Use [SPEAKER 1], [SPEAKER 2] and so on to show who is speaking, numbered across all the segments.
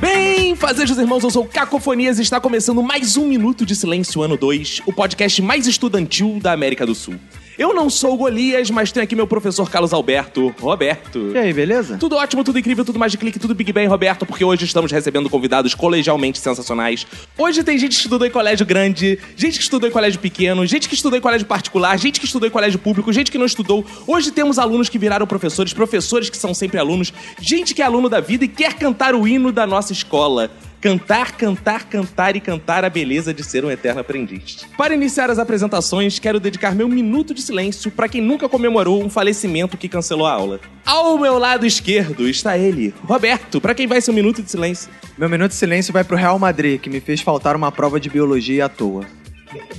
[SPEAKER 1] Bem, fazejos irmãos, eu sou o Cacofonias e está começando mais um Minuto de Silêncio Ano 2, o podcast mais estudantil da América do Sul. Eu não sou o Golias, mas tenho aqui meu professor Carlos Alberto, Roberto.
[SPEAKER 2] E aí, beleza?
[SPEAKER 1] Tudo ótimo, tudo incrível, tudo mais de clique, tudo Big Bang, Roberto, porque hoje estamos recebendo convidados colegialmente sensacionais. Hoje tem gente que estudou em colégio grande, gente que estudou em colégio pequeno, gente que estudou em colégio particular, gente que estudou em colégio público, gente que não estudou. Hoje temos alunos que viraram professores, professores que são sempre alunos, gente que é aluno da vida e quer cantar o hino da nossa escola. Cantar, cantar, cantar e cantar a beleza de ser um eterno aprendiz. Para iniciar as apresentações, quero dedicar meu minuto de silêncio para quem nunca comemorou um falecimento que cancelou a aula. Ao meu lado esquerdo está ele, Roberto, para quem vai ser um minuto de silêncio.
[SPEAKER 2] Meu minuto de silêncio vai pro Real Madrid, que me fez faltar uma prova de biologia à toa.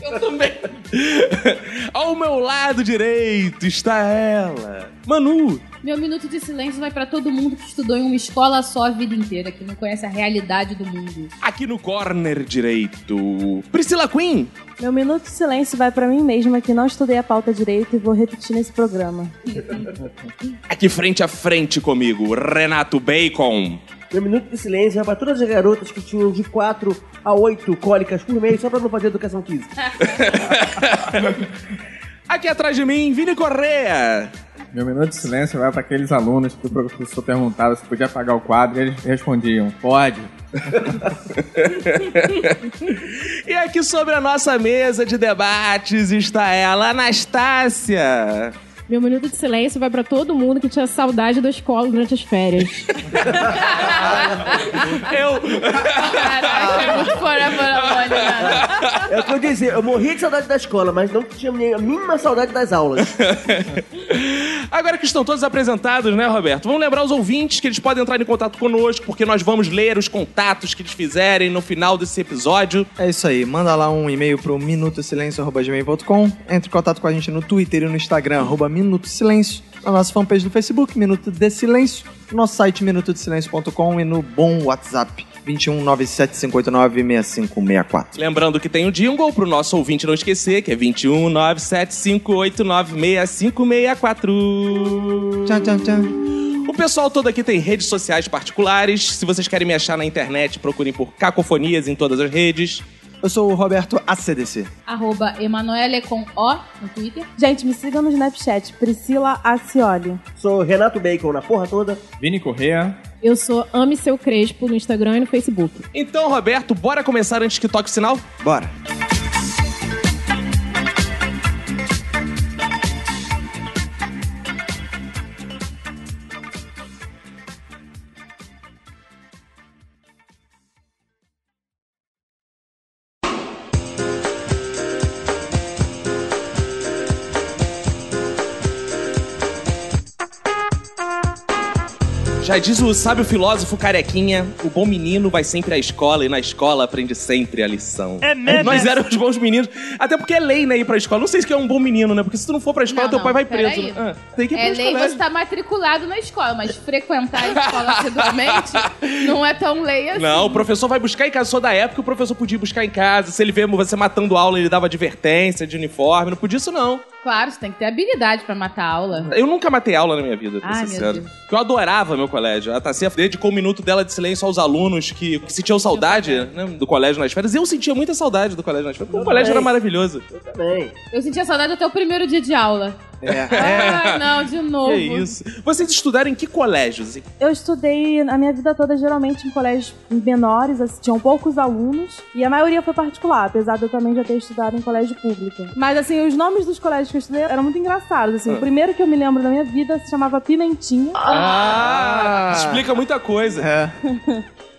[SPEAKER 1] Eu também. Ao meu lado direito está ela, Manu.
[SPEAKER 3] Meu minuto de silêncio vai pra todo mundo que estudou em uma escola só a vida inteira, que não conhece a realidade do mundo.
[SPEAKER 1] Aqui no corner direito, Priscila Queen.
[SPEAKER 4] Meu minuto de silêncio vai pra mim mesma que não estudei a pauta direito e vou repetir nesse programa.
[SPEAKER 1] Aqui frente a frente comigo, Renato Bacon.
[SPEAKER 5] Meu minuto de silêncio vai pra todas as garotas que tinham de 4 a 8 cólicas por mês só pra não fazer educação física.
[SPEAKER 1] Aqui atrás de mim, Vini Correa.
[SPEAKER 6] Meu minuto de silêncio vai para aqueles alunos que o professor perguntava se podia apagar o quadro e eles respondiam: pode.
[SPEAKER 1] E aqui sobre a nossa mesa de debates está ela, Anastácia.
[SPEAKER 7] Meu minuto de silêncio vai pra todo mundo que tinha saudade da escola durante as férias.
[SPEAKER 1] Eu.
[SPEAKER 3] Caraca, é muito fora, fora, fora.
[SPEAKER 5] É o que eu dizia, eu morria de saudade da escola, mas não tinha nem a mínima saudade das aulas.
[SPEAKER 1] Agora que estão todos apresentados, né, Roberto? Vamos lembrar os ouvintes que eles podem entrar em contato conosco, porque nós vamos ler os contatos que eles fizerem no final desse episódio.
[SPEAKER 2] É isso aí, manda lá um e-mail pro minutosilencio.gmail.com, entre em contato com a gente no Twitter e no Instagram, arroba Minuto Silêncio, na nossa fanpage do Facebook, Minuto de Silêncio, no nosso site minutodesilêncio.com e no bom WhatsApp, 21 6564
[SPEAKER 1] Lembrando que tem o jingle pro nosso ouvinte não esquecer, que é 21 975896564.
[SPEAKER 2] Tchau, tchau, tchau.
[SPEAKER 1] O pessoal todo aqui tem redes sociais particulares. Se vocês querem me achar na internet, procurem por Cacofonias em todas as redes.
[SPEAKER 2] Eu sou o Roberto ACDC.
[SPEAKER 3] Arroba Emanuele com O no Twitter.
[SPEAKER 4] Gente, me siga no Snapchat, Priscila Acioli.
[SPEAKER 5] Sou Renato Bacon na porra toda.
[SPEAKER 6] Vini Correa,
[SPEAKER 7] Eu sou Ame Seu Crespo no Instagram e no Facebook.
[SPEAKER 1] Então, Roberto, bora começar antes que toque o sinal?
[SPEAKER 2] Bora.
[SPEAKER 1] Já diz o sábio filósofo carequinha, o bom menino vai sempre à escola e na escola aprende sempre a lição. É mesmo? Nós éramos bons meninos. Até porque é lei, né, ir pra escola. Não sei se que é um bom menino, né? Porque se tu não for pra escola,
[SPEAKER 3] Não,
[SPEAKER 1] teu
[SPEAKER 3] não,
[SPEAKER 1] pai vai
[SPEAKER 3] peraí.
[SPEAKER 1] preso. né? Ah, tem que ir
[SPEAKER 3] É
[SPEAKER 1] pros
[SPEAKER 3] lei,
[SPEAKER 1] colégios.
[SPEAKER 3] você tá matriculado na escola, mas frequentar a escola assiduamente não é tão lei assim.
[SPEAKER 1] Não, o professor vai buscar em casa. Só da época o professor podia ir buscar em casa. Se ele vê você matando aula, ele dava advertência de uniforme. Não podia isso, não.
[SPEAKER 3] Claro, você tem que ter habilidade pra matar a aula.
[SPEAKER 1] Eu nunca matei aula na minha vida, pra
[SPEAKER 3] Ai,
[SPEAKER 1] ser
[SPEAKER 3] meu
[SPEAKER 1] sincero.
[SPEAKER 3] Deus.
[SPEAKER 1] Porque eu adorava meu colégio. A Tassia dedicou um minuto dela de silêncio aos alunos que, que sentiam saudade né, do colégio nas férias. Eu sentia muita saudade do colégio nas férias, porque o colégio era maravilhoso.
[SPEAKER 5] Também.
[SPEAKER 3] Eu sentia saudade até o primeiro dia de aula.
[SPEAKER 2] É.
[SPEAKER 3] Ah, não, de novo.
[SPEAKER 1] Que isso. Vocês estudaram em que colégios? assim?
[SPEAKER 4] Eu estudei a minha vida toda geralmente em colégios menores, assim, tinham poucos alunos, e a maioria foi particular, apesar de eu também já ter estudado em colégio público. Mas assim, os nomes dos colégios que eu estudei eram muito engraçados, assim. O primeiro que eu me lembro da minha vida se chamava Pimentinha.
[SPEAKER 1] Ah! Explica muita coisa.
[SPEAKER 2] É.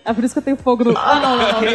[SPEAKER 4] É por isso que eu tenho fogo no... Ah, não, não, não.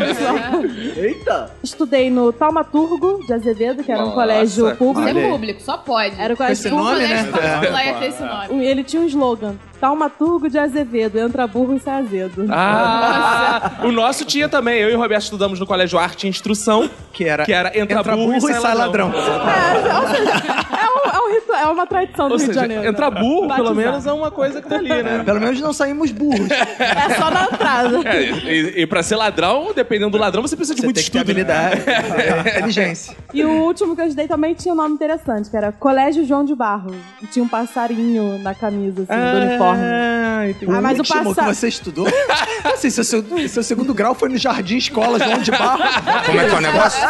[SPEAKER 4] Aí, pessoal.
[SPEAKER 5] Eita!
[SPEAKER 4] Estudei no Taumaturgo de Azevedo, que era um
[SPEAKER 1] Nossa,
[SPEAKER 4] colégio
[SPEAKER 3] Isso
[SPEAKER 4] público.
[SPEAKER 3] é
[SPEAKER 2] Olha aí. É,
[SPEAKER 3] público, só pode. pode.
[SPEAKER 4] Era o
[SPEAKER 8] Com
[SPEAKER 4] colégio
[SPEAKER 8] esse
[SPEAKER 4] público.
[SPEAKER 3] Burro
[SPEAKER 8] nome,
[SPEAKER 3] da
[SPEAKER 8] né?
[SPEAKER 3] escola lá ia ter esse nome.
[SPEAKER 4] Um- Ele tinha um slogan: Taumaturgo de Azevedo, entra burro e sai azedo.
[SPEAKER 1] Ah, o nosso tinha também. Eu e o Roberto estudamos no Colégio Arte e Instrução.
[SPEAKER 8] Que era,
[SPEAKER 1] Que era entra burro e sai ladrão.
[SPEAKER 4] É, ou seja, é, um- é um ritua- é uma tradição do
[SPEAKER 1] Ou
[SPEAKER 4] Rio
[SPEAKER 1] seja,
[SPEAKER 4] de Janeiro.
[SPEAKER 1] entrar burro, pelo
[SPEAKER 4] Batizado.
[SPEAKER 8] um-
[SPEAKER 1] menos, é uma coisa que tá ali, né?
[SPEAKER 8] Pelo menos não saímos burros.
[SPEAKER 4] É só na entrada.
[SPEAKER 1] É, e, e pra ser ladrão, dependendo do ladrão, você precisa de
[SPEAKER 8] Você
[SPEAKER 1] muito
[SPEAKER 8] tem que ter
[SPEAKER 1] estudo. né?
[SPEAKER 8] habilidade, É, inteligência.
[SPEAKER 4] E o último que eu ajudei também tinha um nome interessante, que era Colégio João de Barro. E tinha um passarinho na camisa, assim, do uniforme. Ah, mas o
[SPEAKER 8] Como que
[SPEAKER 4] passa-
[SPEAKER 8] você estudou? Assim, seu, seu, seu segundo grau foi no Jardim Escola João de Barro.
[SPEAKER 9] Como é que é o negócio?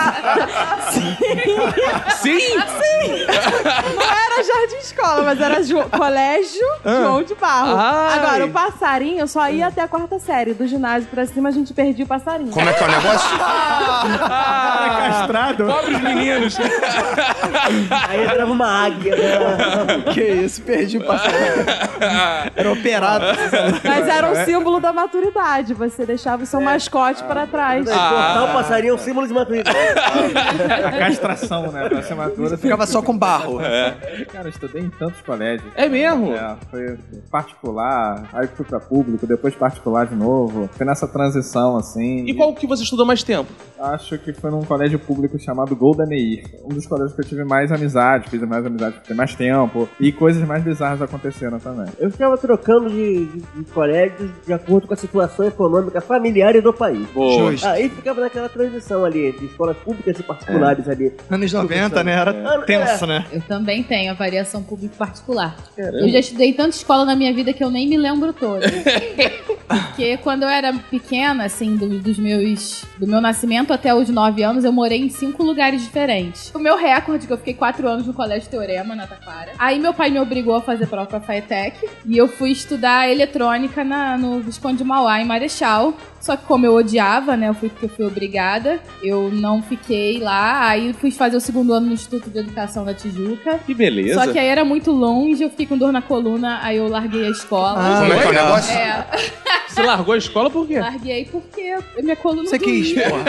[SPEAKER 1] Sim!
[SPEAKER 4] Não era jardim escola, mas era Jo- Colégio João de Barro.
[SPEAKER 1] Ai.
[SPEAKER 4] Agora, o passarinho só ia até a quarta série. Do ginásio pra cima, a gente perdia o passarinho.
[SPEAKER 9] Como é que é o negócio?
[SPEAKER 1] Ah, pobres meninos!
[SPEAKER 5] Aí entrava uma águia. né?
[SPEAKER 8] que isso, perdi o passarinho. Era operado.
[SPEAKER 4] Mas era um símbolo da maturidade. Você deixava o seu mascote pra trás.
[SPEAKER 5] Cortar o passarinho é um símbolo de maturidade.
[SPEAKER 6] A castração, né? Pra ser madura, você
[SPEAKER 8] Ficava só com barro.
[SPEAKER 6] Cara, eu estudei em tantos colégios.
[SPEAKER 1] É mesmo?
[SPEAKER 6] É, foi particular, aí fui pra público, depois particular de novo. Foi nessa transição, assim.
[SPEAKER 1] E qual que você estudou mais tempo?
[SPEAKER 6] Acho que foi num colégio público chamado Golden Ear. Um dos colégios que eu tive mais amizade, fiz mais amizade, fiquei mais tempo. E coisas mais bizarras aconteceram também.
[SPEAKER 5] Eu ficava trocando de, de, de colégios de acordo com a situação econômica familiar e do país.
[SPEAKER 1] Boa.
[SPEAKER 8] Justo.
[SPEAKER 5] Aí ficava naquela transição ali entre escolas públicas e particulares ali.
[SPEAKER 8] É. Anos 90, né? Era
[SPEAKER 5] É.
[SPEAKER 8] tenso, né?
[SPEAKER 3] Eu também tenho a variação público-particular. Eu já estudei tanta escola na minha vida que eu nem me lembro toda. Porque quando eu era pequena, assim, do- dos meus, do meu nascimento até os 9 anos, eu morei em cinco lugares diferentes. O meu recorde, que eu fiquei quatro anos no Colégio Teorema, na Taquara. Aí meu pai me obrigou a fazer prova pra FAETEC. E eu fui estudar eletrônica na, no Visconde de Mauá, em Marechal. Só que como eu odiava, né, eu fui porque eu fui obrigada. Eu não fiquei lá. Aí fui fazer o segundo ano no Instituto de Educação da Tijuca.
[SPEAKER 1] Que beleza.
[SPEAKER 3] Só que aí era muito longe, eu fiquei com dor na coluna, aí eu larguei a
[SPEAKER 8] Ah.
[SPEAKER 3] escola.
[SPEAKER 9] Como é que é o negócio?
[SPEAKER 3] É,
[SPEAKER 1] Você largou a escola por quê?
[SPEAKER 3] larguei porque a minha coluna
[SPEAKER 8] Você quis, né?
[SPEAKER 3] doía.
[SPEAKER 8] porra.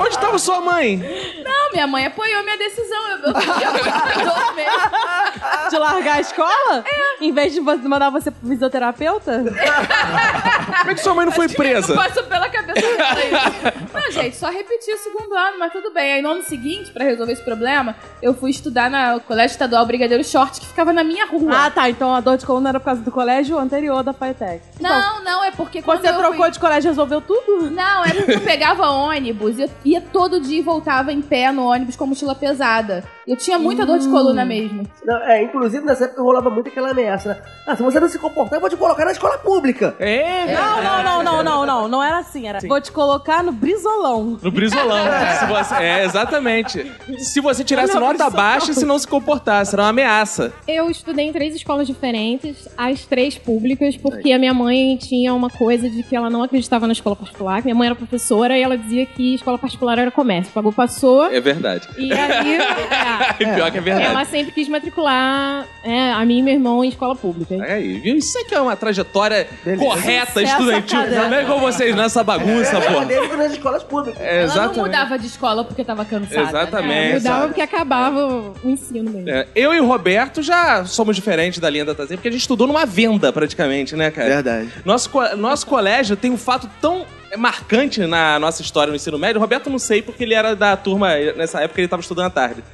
[SPEAKER 1] Onde tava sua mãe?
[SPEAKER 3] Não, minha mãe apoiou minha decisão. Eu, eu, eu dor mesmo.
[SPEAKER 4] De largar a escola? Em vez de vo- mandar você pro fisioterapeuta?
[SPEAKER 3] É.
[SPEAKER 1] Como é que sua mãe não foi
[SPEAKER 3] Não
[SPEAKER 1] presa?
[SPEAKER 3] passou pela cabeça dela isso. Não, gente, só repeti o segundo ano, mas tudo bem. Aí no ano seguinte, pra resolver esse problema, eu fui estudar no Colégio Estadual Brigadeiro Short, que ficava na minha rua.
[SPEAKER 4] Ah, tá. Então a dor de coluna era por causa do colégio anterior da Paitec. Então,
[SPEAKER 3] não, não, é porque quando
[SPEAKER 4] você
[SPEAKER 3] eu
[SPEAKER 4] trocou
[SPEAKER 3] fui...
[SPEAKER 4] de colégio e resolveu tudo?
[SPEAKER 3] Não, era porque eu pegava ônibus, eu ia todo dia e voltava em pé no ônibus com mochila pesada. Eu tinha muita dor de coluna mesmo.
[SPEAKER 5] Não, é, inclusive nessa época rolava muito aquela ameaça, né? Ah, se você não se comportar, eu vou te colocar na escola pública.
[SPEAKER 1] É,
[SPEAKER 4] Não, não, não, não, não, não. Não era assim. Era. Vou te colocar no brisolão.
[SPEAKER 1] No brisolão. Se você- É, exatamente. Se você tirasse
[SPEAKER 4] Olha,
[SPEAKER 1] nota
[SPEAKER 4] brisolão.
[SPEAKER 1] baixa e se não se comportasse, era uma ameaça.
[SPEAKER 10] Eu estudei em três escolas diferentes, as três públicas, porque a minha mãe tinha uma coisa de que ela não acreditava na escola particular. que Minha mãe era professora e ela dizia que escola particular era comércio. Pagou, passou.
[SPEAKER 1] É verdade.
[SPEAKER 10] E aí, é,
[SPEAKER 1] E pior que é verdade.
[SPEAKER 10] ela sempre quis matricular é, a mim e meu irmão em escola pública.
[SPEAKER 1] Aí, viu? Isso aqui é uma trajetória correta
[SPEAKER 4] Sucesso
[SPEAKER 1] estudantil.
[SPEAKER 4] acadêmico.
[SPEAKER 1] Não é igual vocês nessa bagunça, pô.
[SPEAKER 5] Desde nas escolas públicas.
[SPEAKER 1] É,
[SPEAKER 3] É, Ela não
[SPEAKER 1] exatamente.
[SPEAKER 3] mudava de escola porque tava cansada. né?
[SPEAKER 1] Exatamente.
[SPEAKER 10] É, mudava
[SPEAKER 1] sabe?
[SPEAKER 10] porque acabava o ensino mesmo.
[SPEAKER 1] É, eu e o Roberto já somos diferentes da linha da Tazinha, porque a gente estudou numa venda, praticamente, né, cara?
[SPEAKER 8] Verdade.
[SPEAKER 1] Nosso, co- nosso colégio tem um fato tão marcante na nossa história no ensino médio. O Roberto não sei, porque ele era da turma, nessa época ele estava estudando à tarde.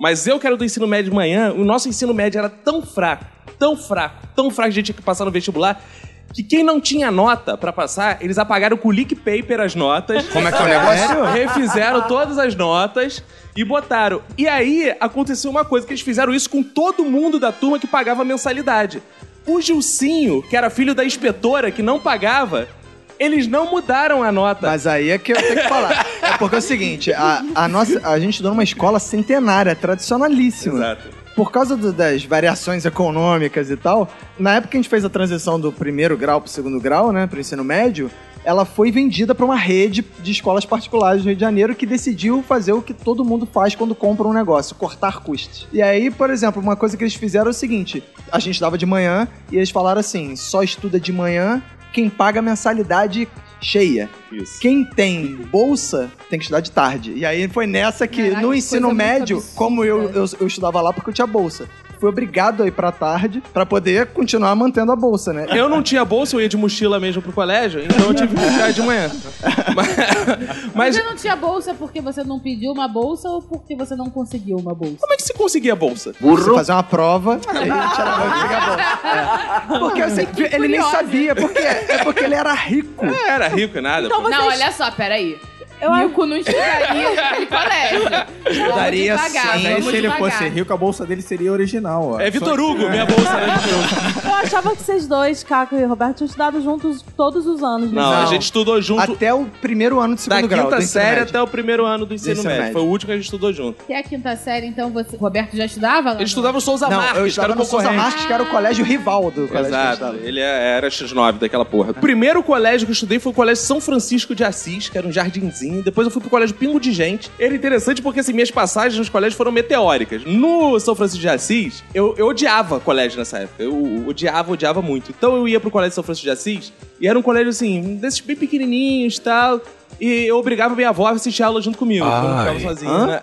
[SPEAKER 1] Mas eu que era do ensino médio de manhã, o nosso ensino médio era tão fraco, tão fraco, tão fraco que a gente tinha que passar no vestibular, que quem não tinha nota pra passar, eles apagaram com leak paper as notas.
[SPEAKER 9] Como é que é o negócio?
[SPEAKER 1] Refizeram todas as notas e botaram. E aí aconteceu uma coisa, que eles fizeram isso com todo mundo da turma que pagava mensalidade. O Gilcinho, que era filho da inspetora, que não pagava, eles não mudaram a nota.
[SPEAKER 8] Mas aí é que eu tenho que falar. É porque é o seguinte, a, a nossa, a gente estudou numa escola centenária, tradicionalíssima. Por causa do- das variações econômicas e tal, na época que a gente fez a transição do primeiro grau pro segundo grau, né, pro ensino médio, ela foi vendida para uma rede de escolas particulares do Rio de Janeiro que decidiu fazer o que todo mundo faz quando compra um negócio, cortar custos. E aí, por exemplo, uma coisa que eles fizeram é o seguinte: a gente dava de manhã e eles falaram assim, só estuda de manhã quem paga a mensalidade cheia.
[SPEAKER 1] Isso.
[SPEAKER 8] Quem tem bolsa tem que estudar de tarde. E aí foi nessa que,
[SPEAKER 3] Caralho,
[SPEAKER 8] no
[SPEAKER 3] que
[SPEAKER 8] ensino
[SPEAKER 3] coisa muito
[SPEAKER 8] médio,
[SPEAKER 3] absurda.
[SPEAKER 8] como eu, eu, eu estudava lá porque eu tinha bolsa, fui obrigado a ir pra tarde pra poder continuar mantendo a bolsa, né?
[SPEAKER 1] Eu não tinha bolsa, eu ia de mochila mesmo pro colégio, então eu tive que ficar de manhã. Mas, mas
[SPEAKER 3] Você não tinha bolsa porque você não pediu uma bolsa ou porque você não conseguiu uma bolsa?
[SPEAKER 1] como é que se conseguia a bolsa?
[SPEAKER 8] Você fazer uma prova e aí tirava e pegava a bolsa. É. Porque assim,
[SPEAKER 3] Fiquei
[SPEAKER 8] ele nem
[SPEAKER 3] curiosa.
[SPEAKER 8] sabia, porque é porque ele era rico.
[SPEAKER 1] É, era rico e nada.
[SPEAKER 4] Então
[SPEAKER 1] pô.
[SPEAKER 4] vocês...
[SPEAKER 3] Não, olha só, peraí.
[SPEAKER 4] eu,
[SPEAKER 3] Nico não estudaria naquele colégio.
[SPEAKER 8] Estudaria
[SPEAKER 3] Vamos devagar,
[SPEAKER 8] sim.
[SPEAKER 3] vamos
[SPEAKER 8] Se
[SPEAKER 3] devagar.
[SPEAKER 6] rico, a bolsa dele seria original, ó.
[SPEAKER 1] É Vitor Hugo, minha bolsa era Vitor Hugo.
[SPEAKER 4] eu achava que vocês dois, Caco e Roberto, tinham estudado juntos todos os anos. né?
[SPEAKER 1] Não, a gente estudou junto
[SPEAKER 8] Até o primeiro ano de
[SPEAKER 1] da
[SPEAKER 8] segundo
[SPEAKER 1] quinta
[SPEAKER 8] grau. do ensino
[SPEAKER 1] série
[SPEAKER 8] médio.
[SPEAKER 1] até o primeiro ano do ensino,
[SPEAKER 8] ensino
[SPEAKER 1] médio.
[SPEAKER 8] médio.
[SPEAKER 1] Foi o último que a gente estudou junto.
[SPEAKER 3] Até a quinta série, então, você... Roberto já estudava? lá
[SPEAKER 1] Ele
[SPEAKER 3] no-
[SPEAKER 1] estudava o Souza
[SPEAKER 8] Não,
[SPEAKER 1] Marques,
[SPEAKER 8] eu
[SPEAKER 1] que era
[SPEAKER 8] estava
[SPEAKER 1] o
[SPEAKER 8] no Souza
[SPEAKER 1] concorrente.
[SPEAKER 8] Marques, que era o colégio rival do colégio que eu
[SPEAKER 1] Exato,
[SPEAKER 8] estudava.
[SPEAKER 1] ele é- era X9 daquela porra. O primeiro colégio que eu estudei foi o colégio São Francisco de Assis, que era um jardinzinho. Depois eu fui pro colégio Pingo de Gente. Era interessante porque assim, minhas passagens nos colégios foram meteóricas. No São Francisco de Assis, eu, eu odiava colégio nessa época. Eu odiava, odiava muito. Então eu ia pro colégio São Francisco de Assis e era um colégio assim, um desses bem pequenininhos e tal. E eu obrigava minha avó a assistir aula junto comigo. Eu não ficava
[SPEAKER 11] Ai.
[SPEAKER 1] sozinho, né?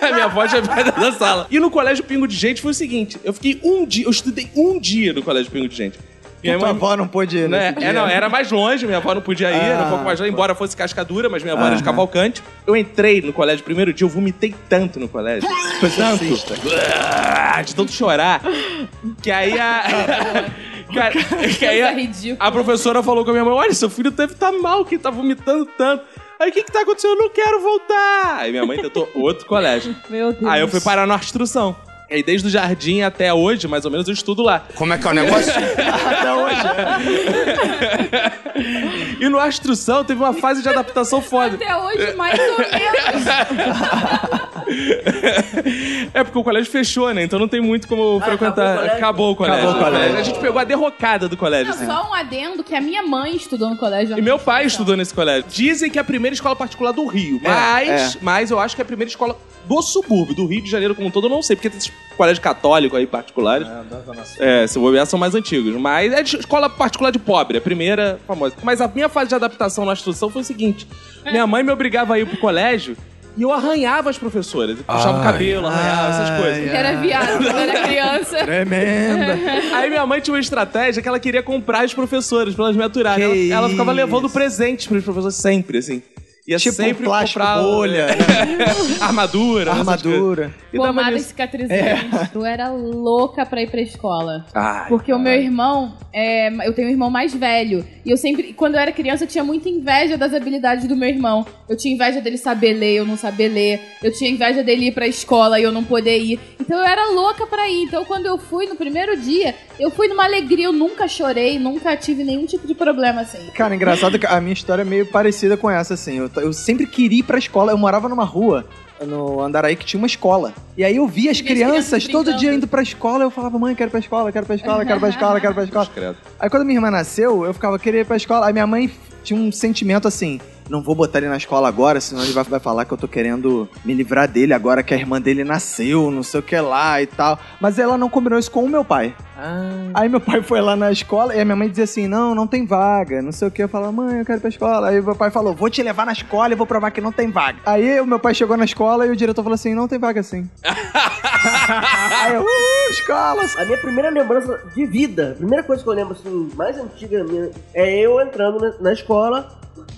[SPEAKER 1] A minha avó já veio da sala. E no colégio Pingo de Gente foi o seguinte: eu fiquei um dia, eu estudei um dia no colégio Pingo de Gente. Minha
[SPEAKER 8] Tua
[SPEAKER 1] mãe-
[SPEAKER 8] avó não pôde ir
[SPEAKER 1] né?
[SPEAKER 8] nesse
[SPEAKER 1] É,
[SPEAKER 8] dia.
[SPEAKER 1] não, era mais longe, minha avó não podia ir, era um pouco mais longe, embora fosse cascadura, mas minha avó era de Cavalcante. Eu entrei no colégio, primeiro dia eu vomitei tanto no colégio.
[SPEAKER 8] Tanto.
[SPEAKER 1] Ah, de tanto chorar. Que aí a. Cara, que aí é
[SPEAKER 3] Coisa
[SPEAKER 1] a,
[SPEAKER 3] ridícula.
[SPEAKER 1] a professora falou com a minha mãe: olha, seu filho deve estar mal, que tá vomitando tanto. Aí o que que tá acontecendo? Eu não quero voltar. Aí minha mãe tentou outro colégio.
[SPEAKER 4] Meu Deus.
[SPEAKER 1] Aí Ah, eu fui parar na instrução. E aí desde o jardim até hoje, mais ou menos, eu estudo lá.
[SPEAKER 12] Como é que é o negócio?
[SPEAKER 8] Até hoje.
[SPEAKER 1] E no instrução teve uma fase de adaptação foda.
[SPEAKER 3] Até hoje, mais ou menos.
[SPEAKER 1] É porque o colégio fechou, né? Então não tem muito como frequentar. Acabou o colégio.
[SPEAKER 8] Acabou o colégio.
[SPEAKER 1] A gente pegou a derrocada do colégio.
[SPEAKER 3] Não,
[SPEAKER 1] assim.
[SPEAKER 3] só um adendo que a minha mãe estudou no colégio.
[SPEAKER 1] E meu pai estudou nesse colégio. Dizem que é a primeira escola particular do Rio, mas, mas eu acho que é a primeira escola do subúrbio, do Rio de Janeiro como um todo, eu não sei, porque tem esses colégios católicos aí particulares. É, se eu bobear, são mais antigos. Mas é de escola particular de pobre, a primeira famosa. Mas a minha fase de adaptação na instrução foi o seguinte: minha mãe me obrigava a ir pro colégio e eu arranhava as professoras. Eu Puxava o
[SPEAKER 11] Ai.
[SPEAKER 1] cabelo, arranhava essas coisas.
[SPEAKER 3] Que
[SPEAKER 8] É.
[SPEAKER 3] era viado quando era criança.
[SPEAKER 8] Tremenda.
[SPEAKER 1] Aí minha mãe tinha uma estratégia que ela queria comprar os professores pra elas me aturarem. Ela,
[SPEAKER 8] Que
[SPEAKER 1] ela ficava
[SPEAKER 8] isso.
[SPEAKER 1] levando presentes pros professores sempre, assim. Ia
[SPEAKER 8] Tipo
[SPEAKER 1] sempre
[SPEAKER 8] um plástico
[SPEAKER 1] comprar é,
[SPEAKER 8] bolha,
[SPEAKER 1] armadura. essas coisas.
[SPEAKER 8] Armadura.
[SPEAKER 1] E dava
[SPEAKER 3] Pomada
[SPEAKER 1] nisso.
[SPEAKER 3] cicatrizante.
[SPEAKER 8] É.
[SPEAKER 3] Eu era louca pra ir pra escola.
[SPEAKER 1] Ai,
[SPEAKER 3] Porque o meu irmão, é, eu tenho um irmão mais velho. E eu sempre, quando eu era criança, eu tinha muita inveja das habilidades do meu irmão. Eu tinha inveja dele saber ler, eu não saber ler. Eu tinha inveja dele ir pra escola e eu não poder ir. Então eu era louca pra ir. Então quando eu fui no primeiro dia, eu fui numa alegria. Eu nunca chorei, nunca tive nenhum tipo de problema assim.
[SPEAKER 8] Cara, engraçado que a minha história é meio parecida com essa, assim. Eu, t- eu sempre queria ir pra escola. Eu morava numa rua, no Andaraí, que tinha uma escola. E aí eu via as
[SPEAKER 3] E as crianças
[SPEAKER 8] crianças todo
[SPEAKER 3] brincando.
[SPEAKER 8] dia indo pra escola. Eu falava, mãe, quero ir pra escola, quero ir pra escola, quero ir pra escola, quero ir pra escola.
[SPEAKER 1] Credo.
[SPEAKER 8] Aí quando minha irmã nasceu, eu ficava, queria ir pra escola. Aí minha mãe tinha um sentimento assim. Não vou botar ele na escola agora, senão ele vai, vai falar que eu tô querendo me livrar dele agora que a irmã dele nasceu, não sei o que lá e tal. Mas ela não combinou isso com o meu pai. Aí meu pai foi lá na escola e a minha mãe dizia assim: não, não tem vaga, não sei o que. Eu falava, mãe, eu quero ir pra escola. Aí meu pai falou: vou te levar na escola e vou provar que não tem vaga. Aí o meu pai chegou na escola e o diretor falou assim: não tem vaga sim. Aí eu, uh, escola,
[SPEAKER 5] A minha primeira lembrança de vida, a primeira coisa que eu lembro, assim, mais antiga minha, é eu entrando na, na escola,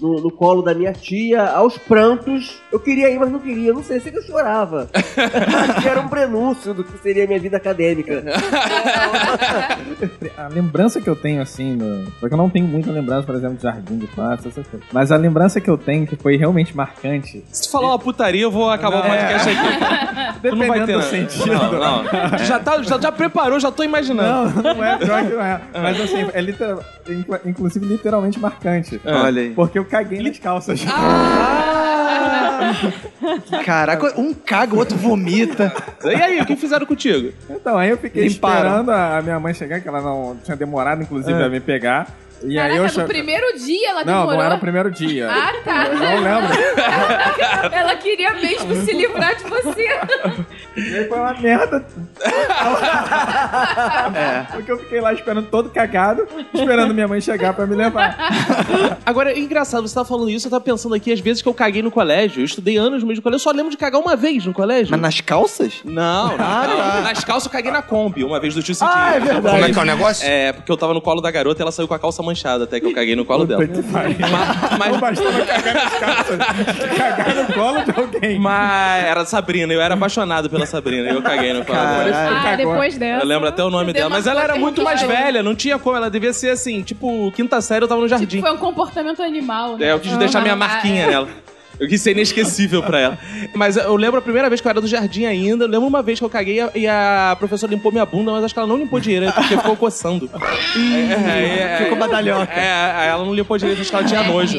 [SPEAKER 5] no, no colo da minha tia, aos prantos. Eu queria ir, mas não queria. Não sei, sei que eu chorava. Acho que era um prenúncio do que seria a minha vida acadêmica.
[SPEAKER 6] A lembrança que eu tenho, assim, no... porque eu não tenho muita lembrança, por exemplo, de jardim de infância, essas coisas. Mas a lembrança que eu tenho, que foi realmente marcante,
[SPEAKER 1] Se tu falar uma putaria, eu vou acabar o podcast aqui. Tu não vai ter
[SPEAKER 6] Dependendo do
[SPEAKER 1] nada.
[SPEAKER 8] assim,
[SPEAKER 6] sentido.
[SPEAKER 1] Não, não. Já, tá, já, já preparou, já tô imaginando.
[SPEAKER 6] Não, não é, pior que não é. Mas assim, é literal, inclu- inclusive literalmente marcante.
[SPEAKER 8] Olha aí.
[SPEAKER 6] Porque eu caguei nas calças.
[SPEAKER 1] Ah!
[SPEAKER 8] Caraca, um caga, o outro vomita.
[SPEAKER 1] E aí, o que fizeram contigo?
[SPEAKER 6] Então, aí eu fiquei
[SPEAKER 8] Limparam.
[SPEAKER 1] É.
[SPEAKER 6] esperando a a minha mãe chegar, que ela não tinha demorado, inclusive, a me pegar. E
[SPEAKER 3] Caraca,
[SPEAKER 6] aí eu
[SPEAKER 3] no
[SPEAKER 6] cha-
[SPEAKER 3] primeiro dia ela
[SPEAKER 6] Não,
[SPEAKER 3] demorou.
[SPEAKER 6] não era o primeiro dia.
[SPEAKER 3] Ah, tá.
[SPEAKER 6] Eu não lembro.
[SPEAKER 3] Ela queria mesmo se livrar de você.
[SPEAKER 6] Foi uma merda. Porque eu fiquei lá esperando todo cagado, esperando minha mãe chegar pra me levar.
[SPEAKER 1] Agora, é engraçado, você tá falando isso, eu tava pensando aqui, às vezes que eu caguei no colégio, eu estudei anos no mesmo colégio, eu só lembro de cagar uma vez no colégio.
[SPEAKER 2] Mas nas calças?
[SPEAKER 1] Não, não.
[SPEAKER 2] Ah, tá.
[SPEAKER 1] Então, Nas calças eu caguei na Kombi, uma vez do tio Cidinho.
[SPEAKER 2] Ah, é
[SPEAKER 13] Como é
[SPEAKER 2] verdade.
[SPEAKER 13] que é o negócio?
[SPEAKER 1] É, porque eu tava no colo da garota e ela saiu com a calça manchada, até que eu caguei no colo dela. mas,
[SPEAKER 6] Não
[SPEAKER 1] mas,
[SPEAKER 6] bastava cagar nas calças. Cagar no colo de alguém.
[SPEAKER 1] mas era Sabrina, eu era apaixonado pela Sabrina, e eu caguei no colo dela.
[SPEAKER 7] Ah,
[SPEAKER 6] Cagou.
[SPEAKER 7] depois dessa.
[SPEAKER 1] Eu lembro até o nome
[SPEAKER 3] Você
[SPEAKER 1] dela,
[SPEAKER 3] deu
[SPEAKER 1] mas
[SPEAKER 3] uma
[SPEAKER 1] ela era
[SPEAKER 3] foto
[SPEAKER 1] muito mais
[SPEAKER 3] horrível.
[SPEAKER 1] velha, não tinha como, ela devia ser assim, tipo, quinta série eu tava no jardim.
[SPEAKER 3] Tipo, foi um comportamento animal, né?
[SPEAKER 1] É, eu quis deixar minha marquinha nela. Eu quis ser inesquecível pra ela. Mas eu lembro a primeira vez que eu era do jardim ainda. Eu lembro uma vez que eu caguei e a- e a professora limpou minha bunda, mas acho que ela não limpou direito, porque ficou coçando. é, é,
[SPEAKER 2] Ficou
[SPEAKER 1] é.
[SPEAKER 2] badalhoca.
[SPEAKER 1] É, a- ela não limpou direito, acho que ela
[SPEAKER 8] é,
[SPEAKER 1] tinha nojo.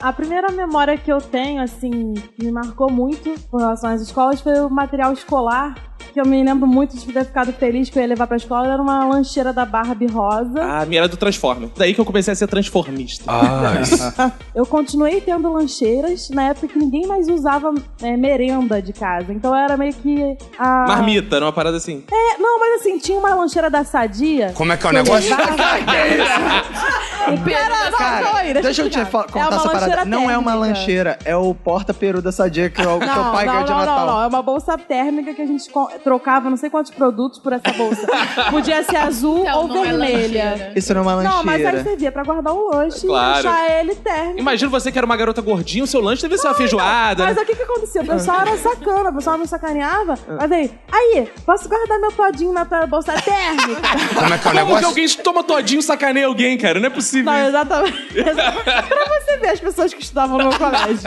[SPEAKER 4] A primeira memória que eu tenho, assim, que me marcou muito com relação às escolas foi o material escolar. Que eu me lembro muito de ter ficado feliz que eu ia levar pra escola. Era uma lancheira da Barbie rosa.
[SPEAKER 1] Ah, a minha era do Transformer. Daí que eu comecei a ser transformista.
[SPEAKER 14] Ah,
[SPEAKER 4] Eu continuei tendo lancheiras na época que ninguém mais usava é, merenda de casa. Então era meio que a.
[SPEAKER 1] Marmita, era uma parada assim.
[SPEAKER 4] É, não, mas assim, tinha uma lancheira da sadia.
[SPEAKER 13] Como é que é o negócio? é
[SPEAKER 3] Pera,
[SPEAKER 4] Cara,
[SPEAKER 2] Deixa eu te
[SPEAKER 4] É
[SPEAKER 2] fa- contar essa parada. Não é uma lancheira, é o porta-peru da Sadia que, o, que o
[SPEAKER 4] Não,
[SPEAKER 2] pai
[SPEAKER 4] não,
[SPEAKER 2] ganhou de
[SPEAKER 4] não,
[SPEAKER 2] Natal.
[SPEAKER 4] não, não. É uma bolsa térmica que a gente co- trocava não sei quantos produtos por essa bolsa. Podia ser azul
[SPEAKER 2] Então,
[SPEAKER 4] ou vermelha.
[SPEAKER 2] Isso não é uma lancheira.
[SPEAKER 4] não, mas aí servia pra guardar o lanche
[SPEAKER 1] Claro.
[SPEAKER 4] e deixar ele térmico.
[SPEAKER 1] Imagina você que era uma garota gordinha, o seu lanche deve ser uma feijoada.
[SPEAKER 13] né?
[SPEAKER 1] né?
[SPEAKER 4] Mas o que que acontecia? O pessoal era sacana, o pessoal me sacaneava. Mas aí, aí, posso guardar meu todinho na tua bolsa térmica?
[SPEAKER 13] Como é que é o
[SPEAKER 1] Como que
[SPEAKER 13] negócio?
[SPEAKER 1] alguém toma todinho e sacaneia alguém, cara? Não é possível.
[SPEAKER 4] Não, exatamente. pra você ver as pessoas que estudavam no colégio.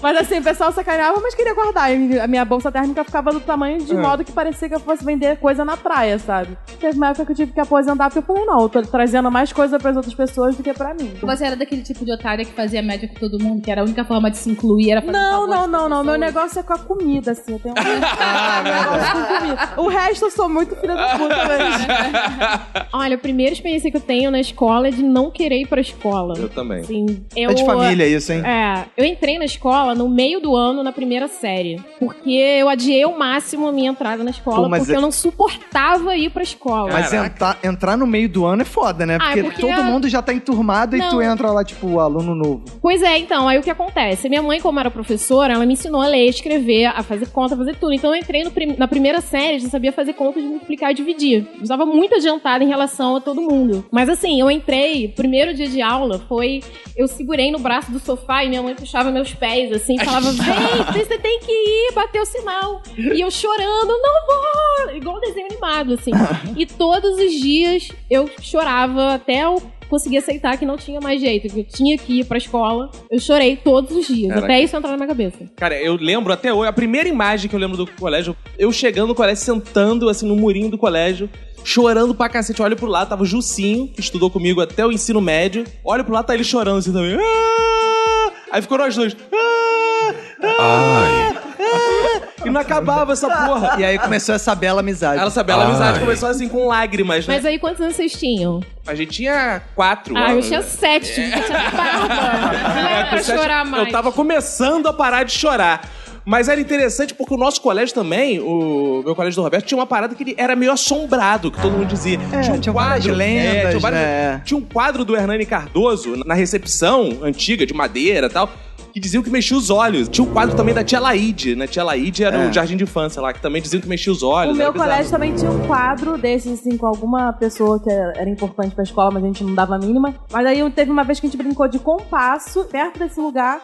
[SPEAKER 4] Mas assim, o pessoal sacaneava, mas queria guardar. E a minha bolsa térmica ficava do tamanho de modo que parecia que eu fosse vender coisa na praia, sabe? Teve uma época que eu tive que aposentar, porque eu falei, não, eu tô trazendo mais coisa pras outras pessoas do que pra mim.
[SPEAKER 3] Você era daquele tipo de otária que fazia média com todo mundo, que era a única forma de se incluir, era fazer
[SPEAKER 4] Não,
[SPEAKER 7] um
[SPEAKER 3] favor
[SPEAKER 4] não,
[SPEAKER 3] pras
[SPEAKER 4] não, não. Meu
[SPEAKER 3] pessoas.
[SPEAKER 4] negócio é com a comida, assim. Eu tenho um negócio com comida. O resto eu sou muito filha da puta mesmo.
[SPEAKER 7] Olha, a primeira experiência que eu tenho na escola é de não querer ir pra escola.
[SPEAKER 1] Eu também.
[SPEAKER 7] Assim, eu,
[SPEAKER 2] É de família isso, hein?
[SPEAKER 7] É, eu entrei na escola no meio do ano, na primeira série. Porque eu adiei ao máximo a minha entrada na escola,
[SPEAKER 2] Pô, mas
[SPEAKER 7] porque
[SPEAKER 2] é-
[SPEAKER 7] eu não suportava ir pra escola.
[SPEAKER 2] Mas entra- entrar no meio do ano é foda, né?
[SPEAKER 7] Ah,
[SPEAKER 2] Porque,
[SPEAKER 7] é porque
[SPEAKER 2] todo
[SPEAKER 7] a-
[SPEAKER 2] mundo já tá enturmado e
[SPEAKER 7] Não.
[SPEAKER 2] tu entra lá, tipo, aluno novo.
[SPEAKER 7] Pois é, então, aí o que acontece? Minha mãe, como era professora, ela me ensinou a ler, escrever, a fazer conta, a fazer tudo. Então eu entrei no prim- na primeira série, já sabia fazer conta de multiplicar e dividir. Eu estava muito adiantada em relação a todo mundo. Mas assim, eu entrei, primeiro dia de aula foi. Eu segurei no braço do sofá e minha mãe puxava meus pés, assim, e falava: Vem, você tem que ir, bateu o sinal. E eu chorando, não vou! Igual um desenho animado, assim. E todos os dias eu chorava até eu conseguir aceitar que não tinha mais jeito, que eu tinha que ir pra escola. Eu chorei todos os dias,
[SPEAKER 1] Caraca. É.
[SPEAKER 7] até isso entrar na minha cabeça.
[SPEAKER 1] Cara, eu lembro até hoje, a primeira imagem que eu lembro do colégio, eu chegando no colégio, sentando assim no murinho do colégio, chorando pra cacete. Olho pro lado, tava o Jucinho, que estudou comigo até o ensino médio. Olho pro lado, tá ele chorando assim também. Ah! Aí ficou nós dois. Ah! Ah! Ah! E não acabava essa porra.
[SPEAKER 2] E aí começou essa bela amizade.
[SPEAKER 1] Ela sabe, a amizade
[SPEAKER 14] Ai.
[SPEAKER 1] começou assim com lágrimas, né?
[SPEAKER 7] Mas aí quantos anos vocês tinham?
[SPEAKER 1] A gente tinha quatro
[SPEAKER 7] Ah, eu
[SPEAKER 1] anos.
[SPEAKER 7] tinha sete, tive que tirar barba. Não
[SPEAKER 1] É,
[SPEAKER 7] era pra
[SPEAKER 1] com sete,
[SPEAKER 7] chorar mais.
[SPEAKER 1] É. Eu tava começando a parar de chorar. Mas era interessante porque o nosso colégio também, o meu colégio do Roberto, tinha uma parada que ele era meio assombrado, que todo mundo dizia. um
[SPEAKER 2] É, tinha várias lendas,
[SPEAKER 1] tinha,
[SPEAKER 2] né?
[SPEAKER 1] tinha um quadro do Hernani Cardoso na recepção antiga, de madeira e tal, que diziam que mexia os olhos. Tinha um quadro também da tia Laide, né? Tia Laide era
[SPEAKER 2] É.
[SPEAKER 1] o jardim de infância lá, que também diziam que mexia os olhos.
[SPEAKER 4] O
[SPEAKER 1] era
[SPEAKER 4] meu
[SPEAKER 1] bizarro.
[SPEAKER 4] colégio também tinha um quadro desses, assim, com alguma pessoa que era era importante pra escola, mas a gente não dava a mínima. Mas aí teve uma vez que a gente brincou de compasso perto desse lugar.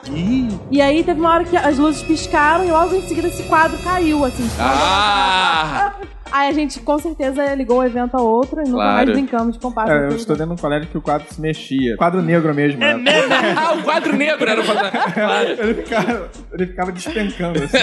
[SPEAKER 4] E aí teve uma hora que as luzes piscaram e logo em seguida esse quadro caiu, assim.
[SPEAKER 1] Ah!
[SPEAKER 4] Aí a gente com certeza ligou um evento a outro e nunca
[SPEAKER 1] Claro.
[SPEAKER 4] mais brincamos de compasso.
[SPEAKER 6] É, eu estou dentro de um colégio que o quadro se mexia. Quadro negro mesmo. É mesmo?
[SPEAKER 1] ah, o quadro negro era o quadro.
[SPEAKER 6] Ele ficava, ele ficava despencando, assim.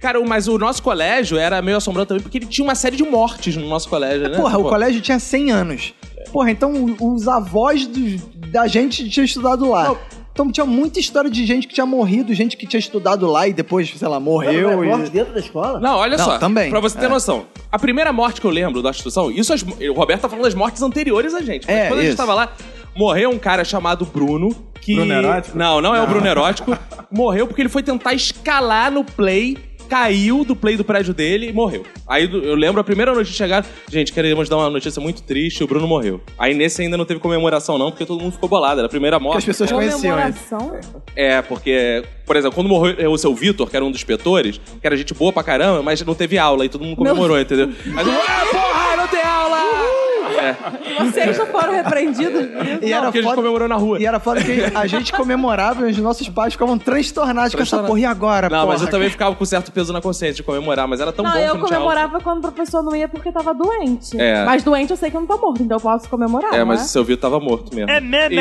[SPEAKER 1] Cara, mas o nosso colégio era meio assombrado também, porque ele tinha uma série de mortes no nosso colégio, né?
[SPEAKER 2] Porra, o
[SPEAKER 1] Pô,
[SPEAKER 2] colégio tinha 100 anos. Porra, então os avós dos- da gente tinham estudado lá.
[SPEAKER 8] Então tinha muita história de gente que tinha morrido, gente que tinha estudado lá e depois, sei lá, morreu.
[SPEAKER 1] um
[SPEAKER 5] Não,
[SPEAKER 8] e-
[SPEAKER 5] morte dentro da escola?
[SPEAKER 1] Não, olha
[SPEAKER 8] Não,
[SPEAKER 1] só.
[SPEAKER 8] também. É.
[SPEAKER 1] Pra você ter noção. A primeira morte que eu lembro da instituição, isso as- o Roberto tá falando das mortes anteriores a gente. Mas
[SPEAKER 8] É,
[SPEAKER 1] quando a gente
[SPEAKER 8] isso.
[SPEAKER 1] tava lá, morreu um cara chamado Bruno. Que...
[SPEAKER 6] Bruno Erótico?
[SPEAKER 1] Não, não é o Bruno Erótico. morreu porque ele foi tentar escalar no play. Caiu do play do prédio dele e morreu. Aí do- eu lembro a primeira notícia chegar, gente, queremos dar uma notícia muito triste, o Bruno morreu. Aí nesse ainda não teve comemoração não, porque todo mundo ficou bolado, era a primeira
[SPEAKER 8] Que
[SPEAKER 1] morte.
[SPEAKER 8] as pessoas conheciam ele.
[SPEAKER 4] Comemoração?
[SPEAKER 1] É, porque, por exemplo, quando morreu o seu Vitor, que era um dos petores, que era gente boa pra caramba, mas não teve aula e todo mundo comemorou, entendeu? Mas, ah, porra, não tem aula! É,
[SPEAKER 4] Vocês não foram repreendidos?
[SPEAKER 8] E
[SPEAKER 1] não,
[SPEAKER 8] era
[SPEAKER 1] porque a gente
[SPEAKER 8] foda-
[SPEAKER 1] comemorou na rua.
[SPEAKER 8] E era foda que a gente comemorava e os nossos pais ficavam transtornados com essa
[SPEAKER 1] Transtornado.
[SPEAKER 8] porra. E agora,
[SPEAKER 1] Não,
[SPEAKER 8] porra?
[SPEAKER 1] mas eu também ficava com certo peso na consciência de comemorar, mas era tão
[SPEAKER 4] não,
[SPEAKER 1] um bom que
[SPEAKER 4] eu
[SPEAKER 1] não tinha aula.
[SPEAKER 4] comemorava quando o professor não ia porque tava doente.
[SPEAKER 1] É.
[SPEAKER 4] Mas doente eu sei que eu não tô morto, então eu posso comemorar.
[SPEAKER 1] É,
[SPEAKER 4] né?
[SPEAKER 1] mas o seu Vitor tava morto mesmo. É mesmo?